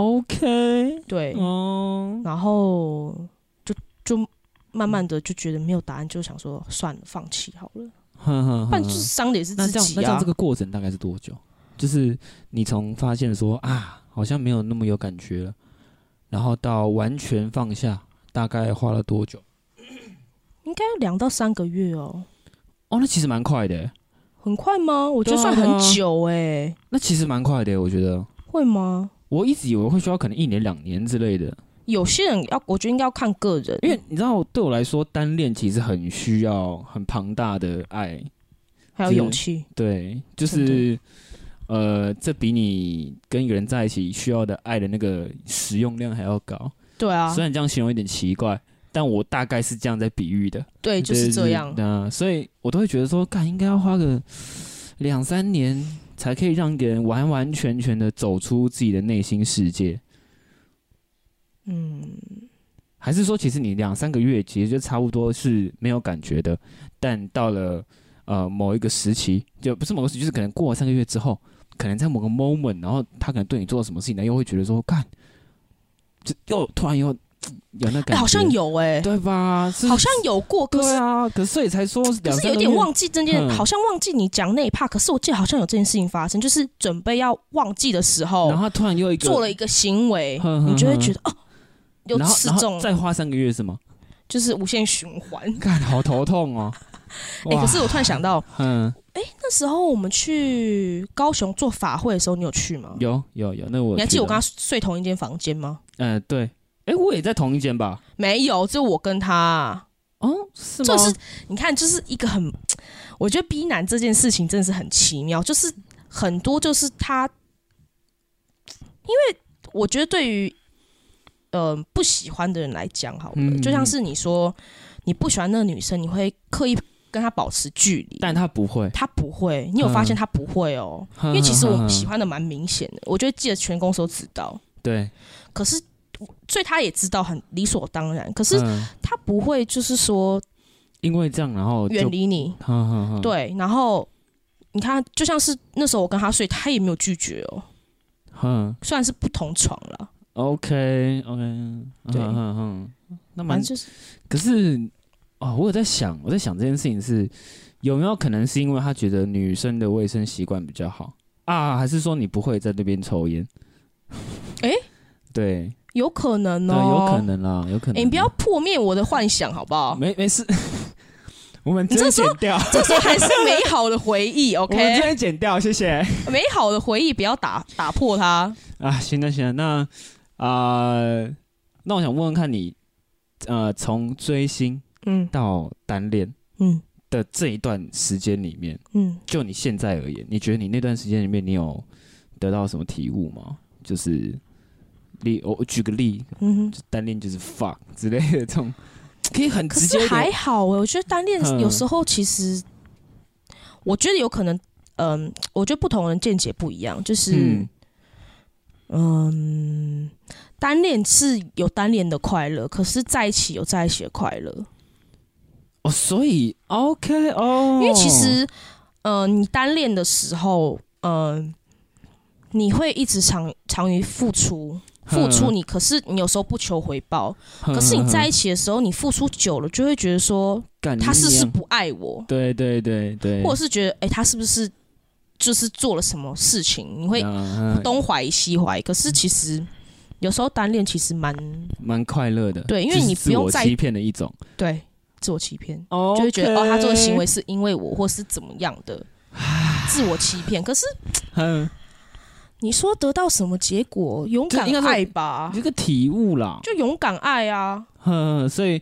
[SPEAKER 2] OK，
[SPEAKER 3] 对，
[SPEAKER 2] 哦，
[SPEAKER 3] 然后就就慢慢的就觉得没有答案，就想说算了，放弃好了，
[SPEAKER 2] 哼哼
[SPEAKER 3] 不然就是伤的也是
[SPEAKER 2] 嗯那
[SPEAKER 3] 自
[SPEAKER 2] 这样，那
[SPEAKER 3] 己
[SPEAKER 2] 这样
[SPEAKER 3] 啊
[SPEAKER 2] 这。个过程大概是多久？就是你从发现说啊，好像没有那么有感觉了，然后到完全放下，大概花了多久？
[SPEAKER 3] 应该两到三个月哦，
[SPEAKER 2] 哦，那其实蛮快的欸，
[SPEAKER 3] 很快吗？我觉得
[SPEAKER 2] 对啊
[SPEAKER 3] 算
[SPEAKER 2] 对啊
[SPEAKER 3] 很久哎、
[SPEAKER 2] 那其实蛮快的欸，我觉得。
[SPEAKER 3] 会吗？
[SPEAKER 2] 我一直以为会需要可能一年两年之类的，
[SPEAKER 3] 有些人要，我觉得应该要看个人，
[SPEAKER 2] 因为你知道，对我来说，单恋其实很需要很庞大的爱，
[SPEAKER 3] 还有
[SPEAKER 2] 就是
[SPEAKER 3] 勇气。
[SPEAKER 2] 对，就
[SPEAKER 3] 真的
[SPEAKER 2] 是呃，这比你跟一个人在一起需要的爱的那个使用量还要高。
[SPEAKER 3] 对啊
[SPEAKER 2] 虽，然这样形容有点奇怪，但我大概是这样在比喻的。
[SPEAKER 3] 对，就是这样。
[SPEAKER 2] 那所以我都会觉得说，干应该要花个两三年才可以让一个人完完全全的走出自己的内心世界。
[SPEAKER 3] 嗯，
[SPEAKER 2] 还是说，其实你两三个月其实就差不多是没有感觉的，但到了呃某一个时期，就不是某个时期，就是可能过了三个月之后，可能在某个 moment，然后他可能对你做了什么事情，然后又会觉得说，干，就又突然又嘖有那感觉，
[SPEAKER 3] 哎好像有哎、
[SPEAKER 2] 对吧？是
[SPEAKER 3] 好像有哎过，可
[SPEAKER 2] 对
[SPEAKER 3] 是、
[SPEAKER 2] 啊，可是所以才说
[SPEAKER 3] 可
[SPEAKER 2] 两
[SPEAKER 3] 是
[SPEAKER 2] 三
[SPEAKER 3] 有
[SPEAKER 2] 个
[SPEAKER 3] 点
[SPEAKER 2] 月
[SPEAKER 3] 忘记这件，
[SPEAKER 2] 嗯
[SPEAKER 3] 好像忘记你讲那一 part。可是我记得好像有这件事情发生，就是准备要忘记的时候
[SPEAKER 2] 然，后他突然又一个
[SPEAKER 3] 做了一个行为，
[SPEAKER 2] 哼哼
[SPEAKER 3] 你就会
[SPEAKER 2] 哼
[SPEAKER 3] 觉得哦，有
[SPEAKER 2] 然后
[SPEAKER 3] 此
[SPEAKER 2] 然后
[SPEAKER 3] 种
[SPEAKER 2] 再花三个月是吗？
[SPEAKER 3] 就是无限循环。
[SPEAKER 2] 干，好头痛哦。
[SPEAKER 3] 哎、可是我突然想到，
[SPEAKER 2] 哇嗯，
[SPEAKER 3] 那时候我们去高雄做法会的时候，你有去吗？
[SPEAKER 2] 有有有，那我
[SPEAKER 3] 你还
[SPEAKER 2] 去
[SPEAKER 3] 记得我
[SPEAKER 2] 的
[SPEAKER 3] 跟他睡同一间房间吗？
[SPEAKER 2] 嗯，对，哎，我也在同一间吧？
[SPEAKER 3] 没有，只有我跟他。啊
[SPEAKER 2] 哦，是吗？
[SPEAKER 3] 就是你看，就是一个很，我觉得 B 男这件事情真的是很奇妙，就是很多就是他，因为我觉得对于呃不喜欢的人来讲，好了，
[SPEAKER 2] 嗯
[SPEAKER 3] 就像是你说你不喜欢那个女生，你会刻意跟她保持距离，
[SPEAKER 2] 但他不会，
[SPEAKER 3] 他不会，你有发现他不会哦、
[SPEAKER 2] 嗯
[SPEAKER 3] 因为其实我喜欢的蛮明显的，我觉得记得全公司都知道，
[SPEAKER 2] 对，
[SPEAKER 3] 可是所以他也知道很理所当然，可是
[SPEAKER 2] 嗯
[SPEAKER 3] 他不会就是说
[SPEAKER 2] 因为这样，然后
[SPEAKER 3] 远
[SPEAKER 2] 就
[SPEAKER 3] 离你，
[SPEAKER 2] 哼哼哼
[SPEAKER 3] 对，然后你看，就像是那时候我跟他睡，他也没有拒绝哦，
[SPEAKER 2] 哼
[SPEAKER 3] 虽然是不同床了，
[SPEAKER 2] ，OK OK，
[SPEAKER 3] 对
[SPEAKER 2] 哼哼哼，嗯那
[SPEAKER 3] 反
[SPEAKER 2] 蛮
[SPEAKER 3] 正就是
[SPEAKER 2] 可是哦，我有在想，我在想这件事情是有没有可能是因为他觉得女生的卫生习惯比较好啊，还是说你不会在那边抽烟？
[SPEAKER 3] 诶
[SPEAKER 2] 对
[SPEAKER 3] 有可能
[SPEAKER 2] 对，
[SPEAKER 3] 哦，
[SPEAKER 2] 有可。能啦，有可能。
[SPEAKER 3] 哎、你不要破灭我的幻想好不好？
[SPEAKER 2] 没没事， 我们
[SPEAKER 3] 你
[SPEAKER 2] 直接
[SPEAKER 3] 这时候
[SPEAKER 2] 剪掉，
[SPEAKER 3] 这是还是美好的 回忆
[SPEAKER 2] 我们直
[SPEAKER 3] ，OK？
[SPEAKER 2] 接剪掉，谢谢。
[SPEAKER 3] 美好的回忆不要打打破它。
[SPEAKER 2] 啊，行了行了，那啊、呃那我想问问看你，呃，从追星
[SPEAKER 3] 嗯
[SPEAKER 2] 到单恋
[SPEAKER 3] 嗯
[SPEAKER 2] 的这一段时间里面，
[SPEAKER 3] 嗯，
[SPEAKER 2] 就你现在而言，你觉得你那段时间里面，你有得到什么体悟吗？就是例，我我举个例，
[SPEAKER 3] 嗯哼，
[SPEAKER 2] 单恋就是 fuck 之类的这种，可以很
[SPEAKER 3] 可
[SPEAKER 2] 直接
[SPEAKER 3] 是
[SPEAKER 2] 一
[SPEAKER 3] 还
[SPEAKER 2] 点。
[SPEAKER 3] 好欸我觉得单恋
[SPEAKER 2] 嗯
[SPEAKER 3] 有时候其实，我觉得有可能，嗯，我觉得不同人见解不一样，就是。
[SPEAKER 2] 嗯，
[SPEAKER 3] 嗯，单恋是有单恋的快乐，可是在一起有在一起的快乐，
[SPEAKER 2] 哦，所以 OK 哦，
[SPEAKER 3] 因为其实，呃，你单恋的时候，嗯、你会一直长长于付出，付出你，可是你有时候不求回报，
[SPEAKER 2] 哼，
[SPEAKER 3] 可是你在一
[SPEAKER 2] 起，
[SPEAKER 3] 起的时候，你付出久了，就会觉得说
[SPEAKER 2] 干
[SPEAKER 3] 他是不
[SPEAKER 2] 你
[SPEAKER 3] 是
[SPEAKER 2] 娘
[SPEAKER 3] 不爱我，
[SPEAKER 2] 对对对对，
[SPEAKER 3] 或者是觉得哎、诶他是不是就是做了什么事情，你会
[SPEAKER 2] 嗯嗯
[SPEAKER 3] 东怀疑西怀疑，可是其实有时候单恋其实蛮
[SPEAKER 2] 蛮快乐的，
[SPEAKER 3] 对因为
[SPEAKER 2] 就是
[SPEAKER 3] 你不用
[SPEAKER 2] 自我
[SPEAKER 3] 在
[SPEAKER 2] 欺骗的一种，
[SPEAKER 3] 对自我欺骗。
[SPEAKER 2] 哦
[SPEAKER 3] 就会觉得哦，他这个行为，是因为我或是怎么样的，自我欺骗。可是
[SPEAKER 2] 嗯，
[SPEAKER 3] 你说得到什么结果？勇
[SPEAKER 2] 就
[SPEAKER 3] 敢
[SPEAKER 2] 应该说
[SPEAKER 3] 爱吧，
[SPEAKER 2] 这个体悟啦，
[SPEAKER 3] 就勇敢爱啊。
[SPEAKER 2] 嗯，所以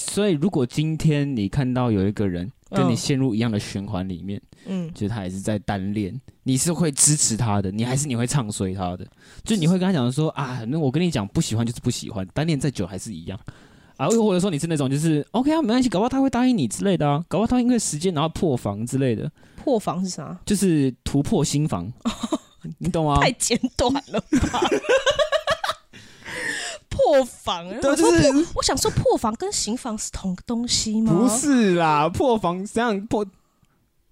[SPEAKER 2] 所以如果今天你看到有一个人跟你
[SPEAKER 3] 嗯
[SPEAKER 2] 陷入一样的循环里面，
[SPEAKER 3] 嗯，
[SPEAKER 2] 就是他也是在单恋，你是会支持他的，你还是你会唱衰他的？就你会跟他讲说啊，那我跟你讲，不喜欢就是不喜欢，单恋再久还是一样。啊，又或者说你是那种就是 OK 啊，没关系，搞不好他会答应你之类的啊，搞不好他因为时间然后破防之类的，
[SPEAKER 3] 破防是啥？
[SPEAKER 2] 啊就是突破心 防，你懂吗？
[SPEAKER 3] 太简短了 吧？破防？
[SPEAKER 2] 对，
[SPEAKER 3] 我
[SPEAKER 2] 就
[SPEAKER 3] 说
[SPEAKER 2] 是
[SPEAKER 3] 我想说，破防跟刑房是同个东西吗？
[SPEAKER 2] 不，是啦，破防这样破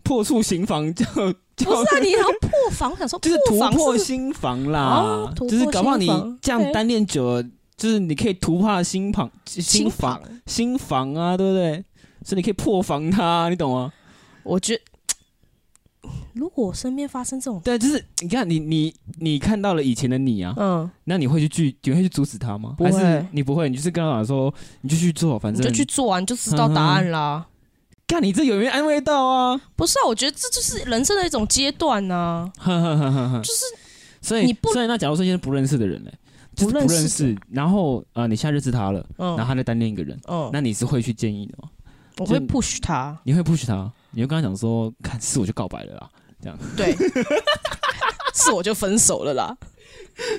[SPEAKER 2] 破处刑房叫
[SPEAKER 3] 不
[SPEAKER 2] 叫
[SPEAKER 3] 是啊！你要破防，我想说
[SPEAKER 2] 就是突
[SPEAKER 3] 防
[SPEAKER 2] 破
[SPEAKER 3] 是
[SPEAKER 2] 心防啦
[SPEAKER 3] 哦，突破
[SPEAKER 2] 就是搞不好你
[SPEAKER 3] 心防
[SPEAKER 2] 这样单恋久了，就是你可以突破心防心
[SPEAKER 3] 刑
[SPEAKER 2] 防。心防啊，对不对？所以你可以破防它、你懂吗？
[SPEAKER 3] 我觉得，如果我身边发生这种，
[SPEAKER 2] 对，就是你看你你你看到了以前的你啊，
[SPEAKER 3] 嗯，
[SPEAKER 2] 那你会去拒，你会去阻止他吗？
[SPEAKER 3] 不会
[SPEAKER 2] 还是你不会，你就是跟他讲说，你就去做，反
[SPEAKER 3] 你
[SPEAKER 2] 正嗯
[SPEAKER 3] 就去做啊，你就知道答案啦。
[SPEAKER 2] 干，你这有没有安慰到啊？
[SPEAKER 3] 不是啊，我觉得这就是人生的一种阶段啊 呐、
[SPEAKER 2] 就是，所以
[SPEAKER 3] 你不
[SPEAKER 2] 所以那假如说现在不认识的人嘞，就是
[SPEAKER 3] 不
[SPEAKER 2] 不
[SPEAKER 3] 认识的
[SPEAKER 2] 认识，然后呃，你现在认识他了，
[SPEAKER 3] 嗯
[SPEAKER 2] 然后他在单恋一个人，
[SPEAKER 3] 嗯，
[SPEAKER 2] 那你是会去建议的吗？
[SPEAKER 3] 我会
[SPEAKER 2] 就
[SPEAKER 3] push 他，
[SPEAKER 2] 你会 push 他？你会跟他讲说，看是我就告白了啊啦，
[SPEAKER 3] 对，是我就分手了啦。啊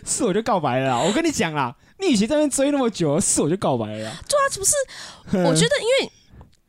[SPEAKER 2] 是我就告白了啦，我跟你讲啦，你以前在那边追那么久，是我就告白了啦。
[SPEAKER 3] 对啊，不是？
[SPEAKER 2] 嗯
[SPEAKER 3] 我觉得因为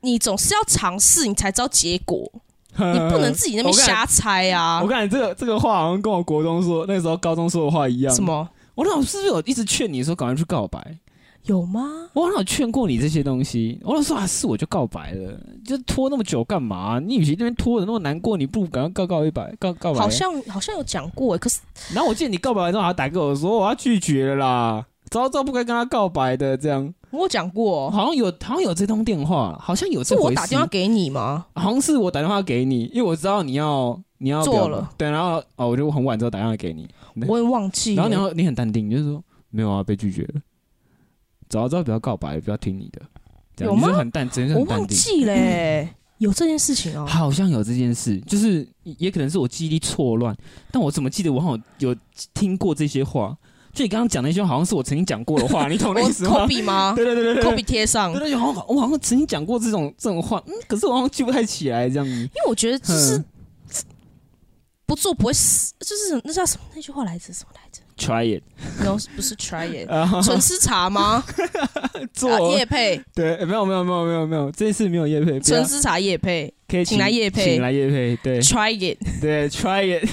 [SPEAKER 3] 你总是要尝试，你才知道结果，
[SPEAKER 2] 得
[SPEAKER 3] 你不 能自
[SPEAKER 2] 嗯
[SPEAKER 3] 己那边瞎猜啊
[SPEAKER 2] 我。感觉这个这个话好像跟我国中说那时候高中说的话一样。
[SPEAKER 3] 什？么
[SPEAKER 2] 我老师是不是有一直劝你说赶快去告白？
[SPEAKER 3] 有吗？
[SPEAKER 2] 我好像有劝过你这些东西。我老师说啊，是我就告白了，就拖那么久干嘛？你与其那边拖的那么难过，你不如赶快告告一百告告白。
[SPEAKER 3] 好。像好像有讲过、欸，可是
[SPEAKER 2] 然后我记得你告白完之后，啊还打给我说我要拒绝了啦，早知道不该跟他告白的这样。
[SPEAKER 3] 我有讲过、哦
[SPEAKER 2] 好像有好像有这通电话，好像有
[SPEAKER 3] 是
[SPEAKER 2] 这
[SPEAKER 3] 我
[SPEAKER 2] 哦回
[SPEAKER 3] 打
[SPEAKER 2] 事
[SPEAKER 3] 电话给你吗？
[SPEAKER 2] 好像是我打电话给你，因为我知道你要你要
[SPEAKER 3] 做
[SPEAKER 2] 表
[SPEAKER 3] 了，
[SPEAKER 2] 对，然后哦，我就很晚之后打电话给你，对
[SPEAKER 3] 我也忘记
[SPEAKER 2] 然
[SPEAKER 3] 了。
[SPEAKER 2] 后你要你很淡定，你就说没有啊，被拒绝了，早知道不要告白，不要听你的，这样
[SPEAKER 3] 有吗
[SPEAKER 2] 你就很淡，真的
[SPEAKER 3] 我
[SPEAKER 2] 很
[SPEAKER 3] 忘
[SPEAKER 2] 淡定。
[SPEAKER 3] 记 嘞、欸有这件事情哦、
[SPEAKER 2] 好像有这件事，就是也可能是我记忆力错乱，但我怎么记得我好像有听过这些话？就你刚刚讲那些，好像是我曾经讲过的 话，你懂那
[SPEAKER 3] 我
[SPEAKER 2] 意思吗
[SPEAKER 3] 科？比吗？
[SPEAKER 2] 对对对对对，
[SPEAKER 3] 科比贴上
[SPEAKER 2] 对，对，好像我好像曾经讲过这种这种话，嗯，可是我好像记不太起来这样子。
[SPEAKER 3] 因为我觉得就是
[SPEAKER 2] 嗯
[SPEAKER 3] 不做不会死，就是那叫什么那句话来着什么来着
[SPEAKER 2] Try it，
[SPEAKER 3] ？No，不是 try it，
[SPEAKER 2] 啊哈哈
[SPEAKER 3] 纯吃茶吗？
[SPEAKER 2] 做
[SPEAKER 3] 啊叶配，
[SPEAKER 2] 对，呃没有没有没有没有没有，这次没有叶配，不要
[SPEAKER 3] 纯吃茶叶配
[SPEAKER 2] 可以
[SPEAKER 3] 请来叶配
[SPEAKER 2] 请来叶配， 对
[SPEAKER 3] ，try it，
[SPEAKER 2] 对，try it，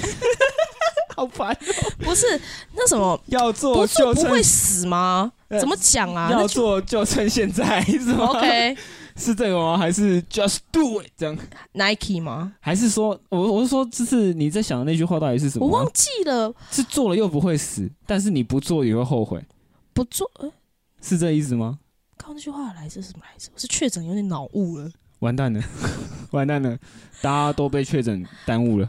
[SPEAKER 2] 好烦，
[SPEAKER 3] 不是那什么
[SPEAKER 2] 要做
[SPEAKER 3] 不
[SPEAKER 2] 就
[SPEAKER 3] 做不
[SPEAKER 2] 趁
[SPEAKER 3] 会死吗？
[SPEAKER 2] 呃
[SPEAKER 3] 怎么讲啊？
[SPEAKER 2] 要
[SPEAKER 3] 那句
[SPEAKER 2] 做就趁现在，是吗
[SPEAKER 3] OK
[SPEAKER 2] 是这个吗？还是 just do it 这样？
[SPEAKER 3] Nike 吗？
[SPEAKER 2] 还是说我我是说，就是你在想的那句话到底是什
[SPEAKER 3] 我
[SPEAKER 2] 么啊
[SPEAKER 3] 忘？记了，
[SPEAKER 2] 是做了又不会死，但是你不做也会后悔，
[SPEAKER 3] 不做，呃，
[SPEAKER 2] 是这意思吗？
[SPEAKER 3] 刚刚那句话来着什么来着？我是确诊有点脑雾了，
[SPEAKER 2] 完蛋了， 完蛋了，大家都被确诊耽误了。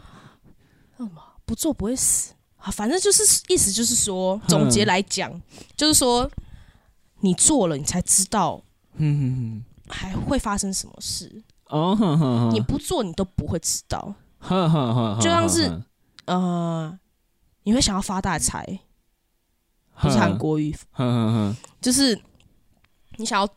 [SPEAKER 3] 那什么不做不会死啊？反正就是意思就是说，总
[SPEAKER 2] 嗯
[SPEAKER 3] 结来讲，就是说你做了，你才知道
[SPEAKER 2] 嗯哼哼，
[SPEAKER 3] 还会发生什么事，
[SPEAKER 2] 哦，哼哼
[SPEAKER 3] 你
[SPEAKER 2] 哼，
[SPEAKER 3] 不做你都不会知道。
[SPEAKER 2] 哼哼哼，
[SPEAKER 3] 就像是
[SPEAKER 2] 哼
[SPEAKER 3] 呃，你会想要发大财，
[SPEAKER 2] 嗯
[SPEAKER 3] 不是韩，国语，
[SPEAKER 2] 哼哼哼
[SPEAKER 3] 就是你想要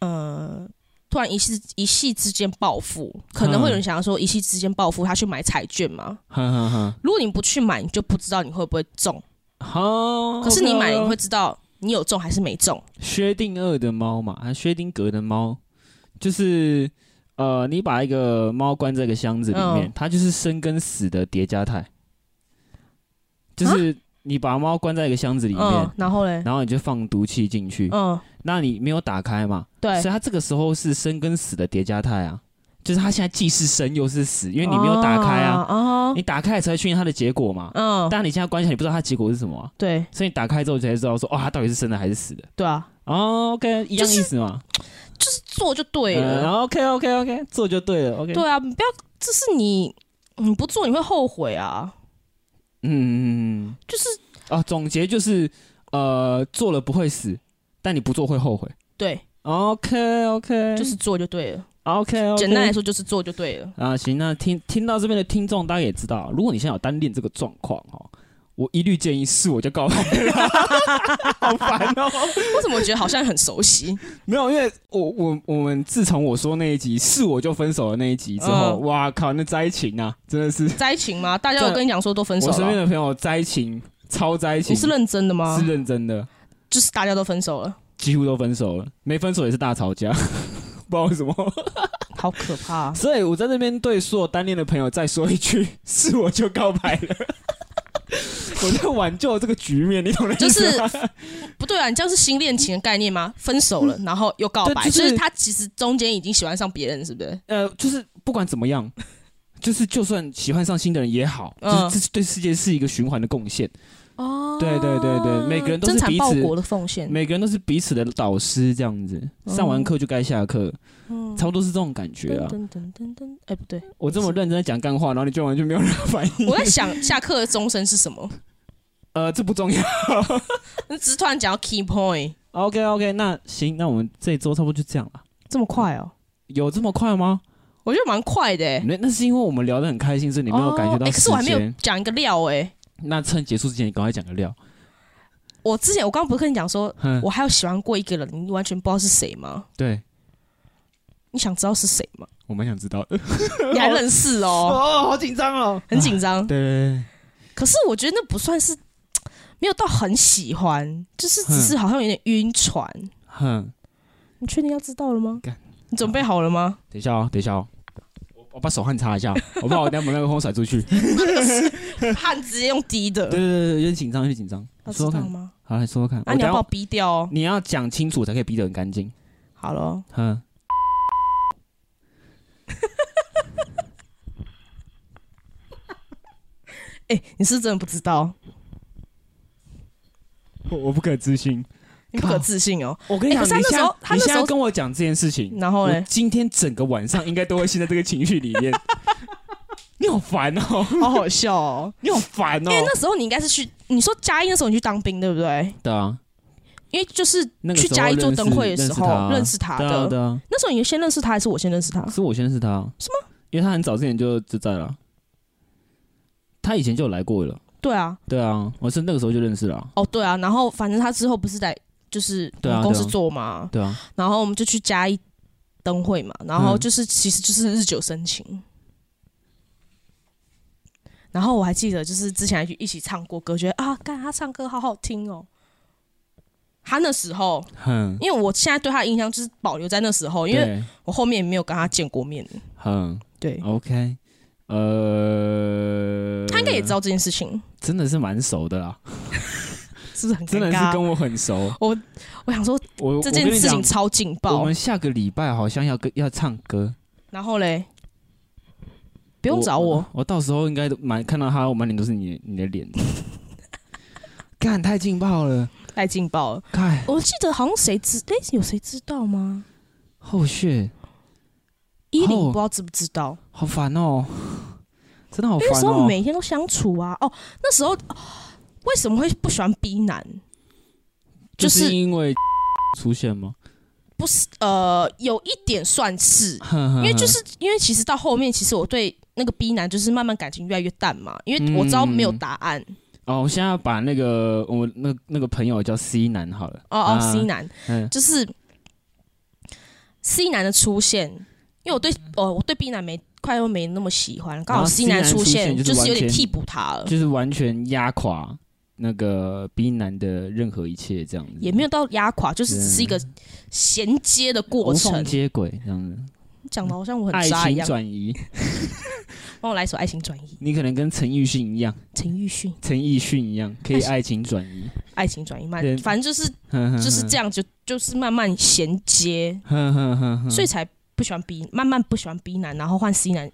[SPEAKER 3] 呃，突然一夕一夕之间暴富，可能会有人想要说一夕之间暴富，他去买彩券嘛。
[SPEAKER 2] 哼哼哼哼，
[SPEAKER 3] 如果你不去买，你就不知道你会不会中。
[SPEAKER 2] 好，
[SPEAKER 3] 可是你
[SPEAKER 2] OK
[SPEAKER 3] 买了，
[SPEAKER 2] 哦
[SPEAKER 3] 你会知道你有中还是没中。
[SPEAKER 2] 薛定谔的猫嘛，还薛丁格的猫，就是呃，你把一个猫关在一个箱子里面，
[SPEAKER 3] 嗯
[SPEAKER 2] 它就是生跟死的叠加态，就是你把猫关在一个箱子里面，
[SPEAKER 3] 嗯，然后嘞，
[SPEAKER 2] 然后你就放毒气进去，
[SPEAKER 3] 嗯，
[SPEAKER 2] 那你没有打开嘛，
[SPEAKER 3] 对
[SPEAKER 2] 所以它这个时候是啊生跟死的叠加态啊，就是它现在既是生又是死，因为你没有打开啊，
[SPEAKER 3] 哦，
[SPEAKER 2] 你打开了才会确定它的结果嘛，
[SPEAKER 3] 哦嗯，
[SPEAKER 2] 但你现在关起来，你不知道它结果是什么啊、
[SPEAKER 3] 对
[SPEAKER 2] 所以你打开之后才知道说，哦，它到底是生的还是死的。
[SPEAKER 3] 对啊，
[SPEAKER 2] 哦，OK，一样意思嘛。
[SPEAKER 3] 做就对了。
[SPEAKER 2] 嗯，OK，OK，OK，、做就对了，OK。
[SPEAKER 3] 对啊，你不要，这是你你不做你会后悔啊。
[SPEAKER 2] 嗯嗯嗯
[SPEAKER 3] 就是
[SPEAKER 2] 嗯。啊，总结就是，呃，做了不会死，但你不做会后悔。
[SPEAKER 3] 对，
[SPEAKER 2] OK，OK，
[SPEAKER 3] 就是做就对了。
[SPEAKER 2] 嗯 OK，, o k
[SPEAKER 3] 简单来说就是做就对了。
[SPEAKER 2] 啊，行，那听听到这边的听众，大家也知道，如果你现在有单恋这个状况哦，我一律建议是我就告白了， 好烦哦。
[SPEAKER 3] 为什么我觉得好像很熟悉？
[SPEAKER 2] 没有，因为我我我们自从我说那一集是我就分手的那一集之后，
[SPEAKER 3] 嗯
[SPEAKER 2] 哇靠，那灾情啊，真的是
[SPEAKER 3] 灾情吗？大家有跟你讲说都分手
[SPEAKER 2] 我身边
[SPEAKER 3] 了？
[SPEAKER 2] 的朋友灾情超灾情，
[SPEAKER 3] 你是认真的吗
[SPEAKER 2] 是？认真的，
[SPEAKER 3] 就是大家都分手了，
[SPEAKER 2] 几乎都分手了，没分手也是大吵架， 不知道为什么。
[SPEAKER 3] 好可怕、
[SPEAKER 2] 所以我在这边对所有单恋的朋友再说一句，是我就告白了。我在挽救这个局面，你懂的意
[SPEAKER 3] 就
[SPEAKER 2] 思
[SPEAKER 3] 是
[SPEAKER 2] 吗？
[SPEAKER 3] 不对啊，你这样是新恋情的概念吗？分手了，然后又告白，
[SPEAKER 2] 嗯对就
[SPEAKER 3] 就是是、他其实中间已经喜欢上别人，是不是？
[SPEAKER 2] 呃，就是不管怎么样，就是就算喜欢上新的人也好，
[SPEAKER 3] 嗯
[SPEAKER 2] 就是这对世界是一个循环的贡献。
[SPEAKER 3] 哦
[SPEAKER 2] 对对对对每个人都是
[SPEAKER 3] 增产
[SPEAKER 2] 彼此
[SPEAKER 3] 报国的奉献。
[SPEAKER 2] 每个人都是彼此的导师，这样子，上完课就该下课，
[SPEAKER 3] 嗯
[SPEAKER 2] 差不多是这种感觉啊。
[SPEAKER 3] 噔噔噔噔，哎、不对，
[SPEAKER 2] 我这么认真地讲干话，然后你居然完全没有任何 反应，
[SPEAKER 3] 我在想下课的钟声是什么？
[SPEAKER 2] 呃，这不重要。
[SPEAKER 3] 你只是突然讲到 key point，
[SPEAKER 2] OK OK，那行，那我们这一周差不多就这样了。
[SPEAKER 3] 这么快哦？
[SPEAKER 2] 有这么快吗？
[SPEAKER 3] 我觉得蛮快的、欸。
[SPEAKER 2] 那那是因为我们聊得很开心，所以你没有感觉
[SPEAKER 3] 哦
[SPEAKER 2] 到
[SPEAKER 3] 哎、可
[SPEAKER 2] 时
[SPEAKER 3] 是我还没有
[SPEAKER 2] 间。
[SPEAKER 3] 讲一个料哎、
[SPEAKER 2] 那趁结束之前，你赶快讲个料。
[SPEAKER 3] 我之前我刚刚不是跟你讲说，
[SPEAKER 2] 哼，
[SPEAKER 3] 我还有喜欢过一个人，你完全不知道是谁吗？
[SPEAKER 2] 对，
[SPEAKER 3] 你想知道是谁吗？
[SPEAKER 2] 我蛮想知道的。
[SPEAKER 3] 你还认识哦，
[SPEAKER 2] 哦，好紧张哦。
[SPEAKER 3] 很紧张。
[SPEAKER 2] 对对对，
[SPEAKER 3] 可是我觉得那不算是没有到很喜欢，就是只是好像有点晕船。
[SPEAKER 2] 哼，
[SPEAKER 3] 你确定要知道了吗
[SPEAKER 2] 干？
[SPEAKER 3] 你准备好了吗？
[SPEAKER 2] 等一下哦，等一下哦，我我把手汗擦一下，哦我怕我等下把麦克风甩出 去。对
[SPEAKER 3] 汗直接用滴的，
[SPEAKER 2] 对对对，有点紧张，有点紧张。
[SPEAKER 3] 要
[SPEAKER 2] 你
[SPEAKER 3] 知
[SPEAKER 2] 说说
[SPEAKER 3] 道
[SPEAKER 2] 看，
[SPEAKER 3] 吗？
[SPEAKER 2] 好，来说说看。
[SPEAKER 3] 啊，
[SPEAKER 2] 我
[SPEAKER 3] 你
[SPEAKER 2] 等
[SPEAKER 3] 要
[SPEAKER 2] 下
[SPEAKER 3] 把我逼掉哦。
[SPEAKER 2] 你要讲清楚才可以逼得很干净。
[SPEAKER 3] 好了，
[SPEAKER 2] 哼，
[SPEAKER 3] 哎，你是不是真的不知道，
[SPEAKER 2] 我我不可置信。
[SPEAKER 3] 你不可置信哦。
[SPEAKER 2] 我跟你讲，
[SPEAKER 3] 欸可是他
[SPEAKER 2] 你
[SPEAKER 3] 那
[SPEAKER 2] 现
[SPEAKER 3] 时候
[SPEAKER 2] 在
[SPEAKER 3] 他
[SPEAKER 2] 你
[SPEAKER 3] 那
[SPEAKER 2] 现
[SPEAKER 3] 时
[SPEAKER 2] 在
[SPEAKER 3] 候
[SPEAKER 2] 跟我讲这件事情，
[SPEAKER 3] 然后
[SPEAKER 2] 我
[SPEAKER 3] 嘞，
[SPEAKER 2] 今天整个晚上应该都会陷在这个情绪里 面。你好烦哦，
[SPEAKER 3] 好好笑哦。
[SPEAKER 2] 你好烦哦
[SPEAKER 3] 因为。那时候你应该是去，你说嘉义那时候你去当兵对不对？
[SPEAKER 2] 对啊，
[SPEAKER 3] 因为就是
[SPEAKER 2] 那个
[SPEAKER 3] 去
[SPEAKER 2] 时候
[SPEAKER 3] 嘉义做灯会的
[SPEAKER 2] 认识
[SPEAKER 3] 时候认
[SPEAKER 2] 认
[SPEAKER 3] 识
[SPEAKER 2] 识
[SPEAKER 3] 他
[SPEAKER 2] 对啊
[SPEAKER 3] 的。
[SPEAKER 2] 对啊，
[SPEAKER 3] 那时候你先认识他还是我先认识他？
[SPEAKER 2] 是我先认识他，是吗？因为他很早之前就就在了，他以前就有来过了。
[SPEAKER 3] 对啊，
[SPEAKER 2] 对啊，我是那个时候就认识了啊。
[SPEAKER 3] 哦，对啊，然后反正他之后不是在就是我
[SPEAKER 2] 对啊
[SPEAKER 3] 们公司
[SPEAKER 2] 对啊
[SPEAKER 3] 做嘛，
[SPEAKER 2] 对啊，
[SPEAKER 3] 然后我们就去嘉义灯会嘛，然后
[SPEAKER 2] 嗯
[SPEAKER 3] 就是、其实就是日久生情。然后我还记得，就是之前还去一起唱过歌，觉得啊，干他唱歌好好听哦。他那时候，
[SPEAKER 2] 哼，
[SPEAKER 3] 因为我现在对他的印象就是保留在那时候，因为
[SPEAKER 2] 对
[SPEAKER 3] 我后面也没有跟他见过面。
[SPEAKER 2] 哼
[SPEAKER 3] 对，
[SPEAKER 2] ，OK，呃，
[SPEAKER 3] 他应该也知道这件事情，
[SPEAKER 2] 真的是蛮熟的啦，
[SPEAKER 3] 是不是很
[SPEAKER 2] 真
[SPEAKER 3] 尴
[SPEAKER 2] 的是
[SPEAKER 3] 尬？
[SPEAKER 2] 跟我很熟。
[SPEAKER 3] 我想说
[SPEAKER 2] 我
[SPEAKER 3] 这
[SPEAKER 2] 我
[SPEAKER 3] 件
[SPEAKER 2] 跟你
[SPEAKER 3] 事
[SPEAKER 2] 讲
[SPEAKER 3] 情超劲
[SPEAKER 2] 我
[SPEAKER 3] 爆
[SPEAKER 2] 们。下个礼拜好像要跟要唱歌，
[SPEAKER 3] 然后嘞，
[SPEAKER 2] 不
[SPEAKER 3] 不用找我，
[SPEAKER 2] 我到时候应该都满看到他，我满脸都是你你的 脸。干太劲爆了！
[SPEAKER 3] 太劲爆了。
[SPEAKER 2] 看
[SPEAKER 3] 我记得好像谁知，哎、有谁知道吗？
[SPEAKER 2] 后续
[SPEAKER 3] 依林
[SPEAKER 2] 哦
[SPEAKER 3] 不知道知不知道，
[SPEAKER 2] 好烦哦，真的好
[SPEAKER 3] 因为那
[SPEAKER 2] 烦
[SPEAKER 3] 时候我们
[SPEAKER 2] 哦。
[SPEAKER 3] 每天都相处啊。哦，那时候哦为什么会不喜欢 B 男？
[SPEAKER 2] 就
[SPEAKER 3] 就是
[SPEAKER 2] 是因为 出现吗？
[SPEAKER 3] 不是呃，有一点算是，
[SPEAKER 2] 因
[SPEAKER 3] 因 为就是因为其实到后面，其实我对那个 B 男就是慢慢感情越来越淡嘛，因
[SPEAKER 2] 嗯
[SPEAKER 3] 为我知道没有答案。
[SPEAKER 2] 哦，我现在要把那个我那那个朋友叫 C 男好了。
[SPEAKER 3] 哦哦
[SPEAKER 2] 啊
[SPEAKER 3] ，C 男
[SPEAKER 2] 嗯
[SPEAKER 3] 就是 C 男的出现，因为我对哦我对 B 男没快又没那么喜欢，刚
[SPEAKER 2] 然
[SPEAKER 3] 好
[SPEAKER 2] 后
[SPEAKER 3] C
[SPEAKER 2] 哦 C
[SPEAKER 3] 男
[SPEAKER 2] 男出
[SPEAKER 3] 现
[SPEAKER 2] 现就是
[SPEAKER 3] 就是有
[SPEAKER 2] 完全
[SPEAKER 3] 点替补他了。
[SPEAKER 2] 就是完全压垮那个 B 男的任何一切这样子，
[SPEAKER 3] 也没有到压垮，就是
[SPEAKER 2] 嗯
[SPEAKER 3] 只是一个衔接的过
[SPEAKER 2] 无缝
[SPEAKER 3] 程。
[SPEAKER 2] 接轨这样子，
[SPEAKER 3] 讲的好像我
[SPEAKER 2] 爱
[SPEAKER 3] 很渣一
[SPEAKER 2] 情
[SPEAKER 3] 样，
[SPEAKER 2] 转移，
[SPEAKER 3] 帮我来一首《爱情转移》，
[SPEAKER 2] 你可能跟陈奕迅一样，
[SPEAKER 3] 陈奕迅《
[SPEAKER 2] 陈奕迅一样可以
[SPEAKER 3] 爱情
[SPEAKER 2] 爱情转移，
[SPEAKER 3] 爱情转移》慢
[SPEAKER 2] 对，嗯
[SPEAKER 3] 反正就是
[SPEAKER 2] 就
[SPEAKER 3] 就是这 样，就就是慢慢衔接，
[SPEAKER 2] 嗯样
[SPEAKER 3] 所以才不喜欢 B，慢慢不喜欢 B 男，然后换 C 男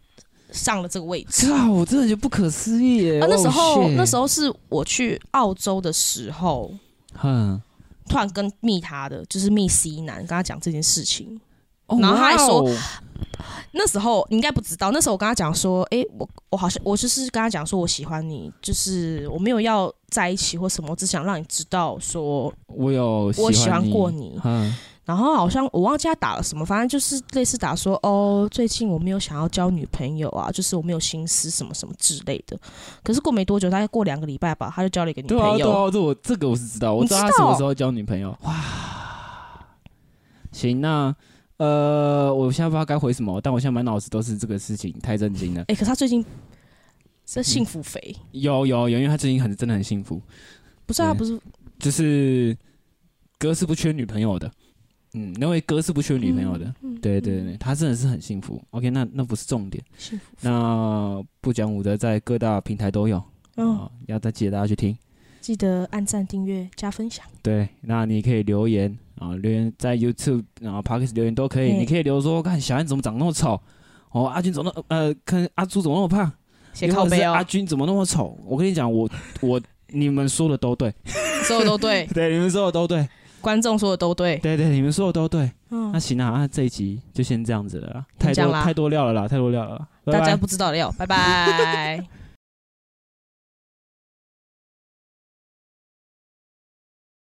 [SPEAKER 3] 上了这个位置。
[SPEAKER 2] 靠，啊我真的觉得不可思议耶！Oh,
[SPEAKER 3] 啊，那时候那时
[SPEAKER 2] 候，
[SPEAKER 3] 候是我去澳洲的时候，
[SPEAKER 2] 哼，
[SPEAKER 3] 突然跟密他的，就是密 C 男，跟他讲这件事情。
[SPEAKER 2] 哦
[SPEAKER 3] 然后他还说
[SPEAKER 2] 哇哦
[SPEAKER 3] 那时候你应该不知道，那时候我跟他讲说，诶，我我好像我就是跟他讲说我喜欢你，就是我没有要在一起或什么，我只想让你知道说，
[SPEAKER 2] 我有
[SPEAKER 3] 我喜
[SPEAKER 2] 欢
[SPEAKER 3] 欢过你
[SPEAKER 2] 嗯，
[SPEAKER 3] 然后好像我忘记他打了什么，反正就是类似打说，哦，最近我没有想要交女朋友啊，就是我没有心思什么什么之类的。可是过没多久，大概过两个礼拜吧，他就交了一个女
[SPEAKER 2] 对啊
[SPEAKER 3] 朋
[SPEAKER 2] 对
[SPEAKER 3] 友。
[SPEAKER 2] 啊，这我这个我是知道，我
[SPEAKER 3] 你
[SPEAKER 2] 知道他
[SPEAKER 3] 知
[SPEAKER 2] 什么
[SPEAKER 3] 道
[SPEAKER 2] 时候交女朋友。哇，行，那呃，我现在不知道该回什么，但我现在满脑子都是这个事情，太震惊了。
[SPEAKER 3] 哎诶，可是他最近这幸福肥，
[SPEAKER 2] 有有有，因为他最近很真的很幸福，
[SPEAKER 3] 不是啊，
[SPEAKER 2] 对
[SPEAKER 3] 不是
[SPEAKER 2] 就是哥是不缺女朋友的，嗯，那位哥是不缺女朋友的，
[SPEAKER 3] 嗯
[SPEAKER 2] 对对对，他真的是很幸福。OK，那那不是重点，
[SPEAKER 3] 幸福肥。
[SPEAKER 2] 那不讲武德在各大平台都有啊、
[SPEAKER 3] 嗯，
[SPEAKER 2] 要再记得大家去听。
[SPEAKER 3] 记得按赞、订阅、加分享。
[SPEAKER 2] 对，那你可以留言啊，留言在 YouTube 然后 Podcast 留言都可以。
[SPEAKER 3] 嗯
[SPEAKER 2] 你可以留说，看小安怎么长那么丑，哦，阿军怎么那呃，看阿朱怎么那么胖，
[SPEAKER 3] 写
[SPEAKER 2] 又或
[SPEAKER 3] 靠
[SPEAKER 2] 者是啊
[SPEAKER 3] 背
[SPEAKER 2] 阿
[SPEAKER 3] 哦，
[SPEAKER 2] 军怎么那么丑？我跟你讲，我我你们说的都对，
[SPEAKER 3] 所有 都对，
[SPEAKER 2] 对，你们说的都对，
[SPEAKER 3] 观众说的都对。
[SPEAKER 2] 对对，你们说的都对。那
[SPEAKER 3] 嗯，
[SPEAKER 2] 行啊，那这一集就先这样子了啦，太
[SPEAKER 3] 这
[SPEAKER 2] 多
[SPEAKER 3] 样啦
[SPEAKER 2] 太多料了啦，太多料了啦，拜
[SPEAKER 3] 大
[SPEAKER 2] 拜
[SPEAKER 3] 家不知道的要，拜拜。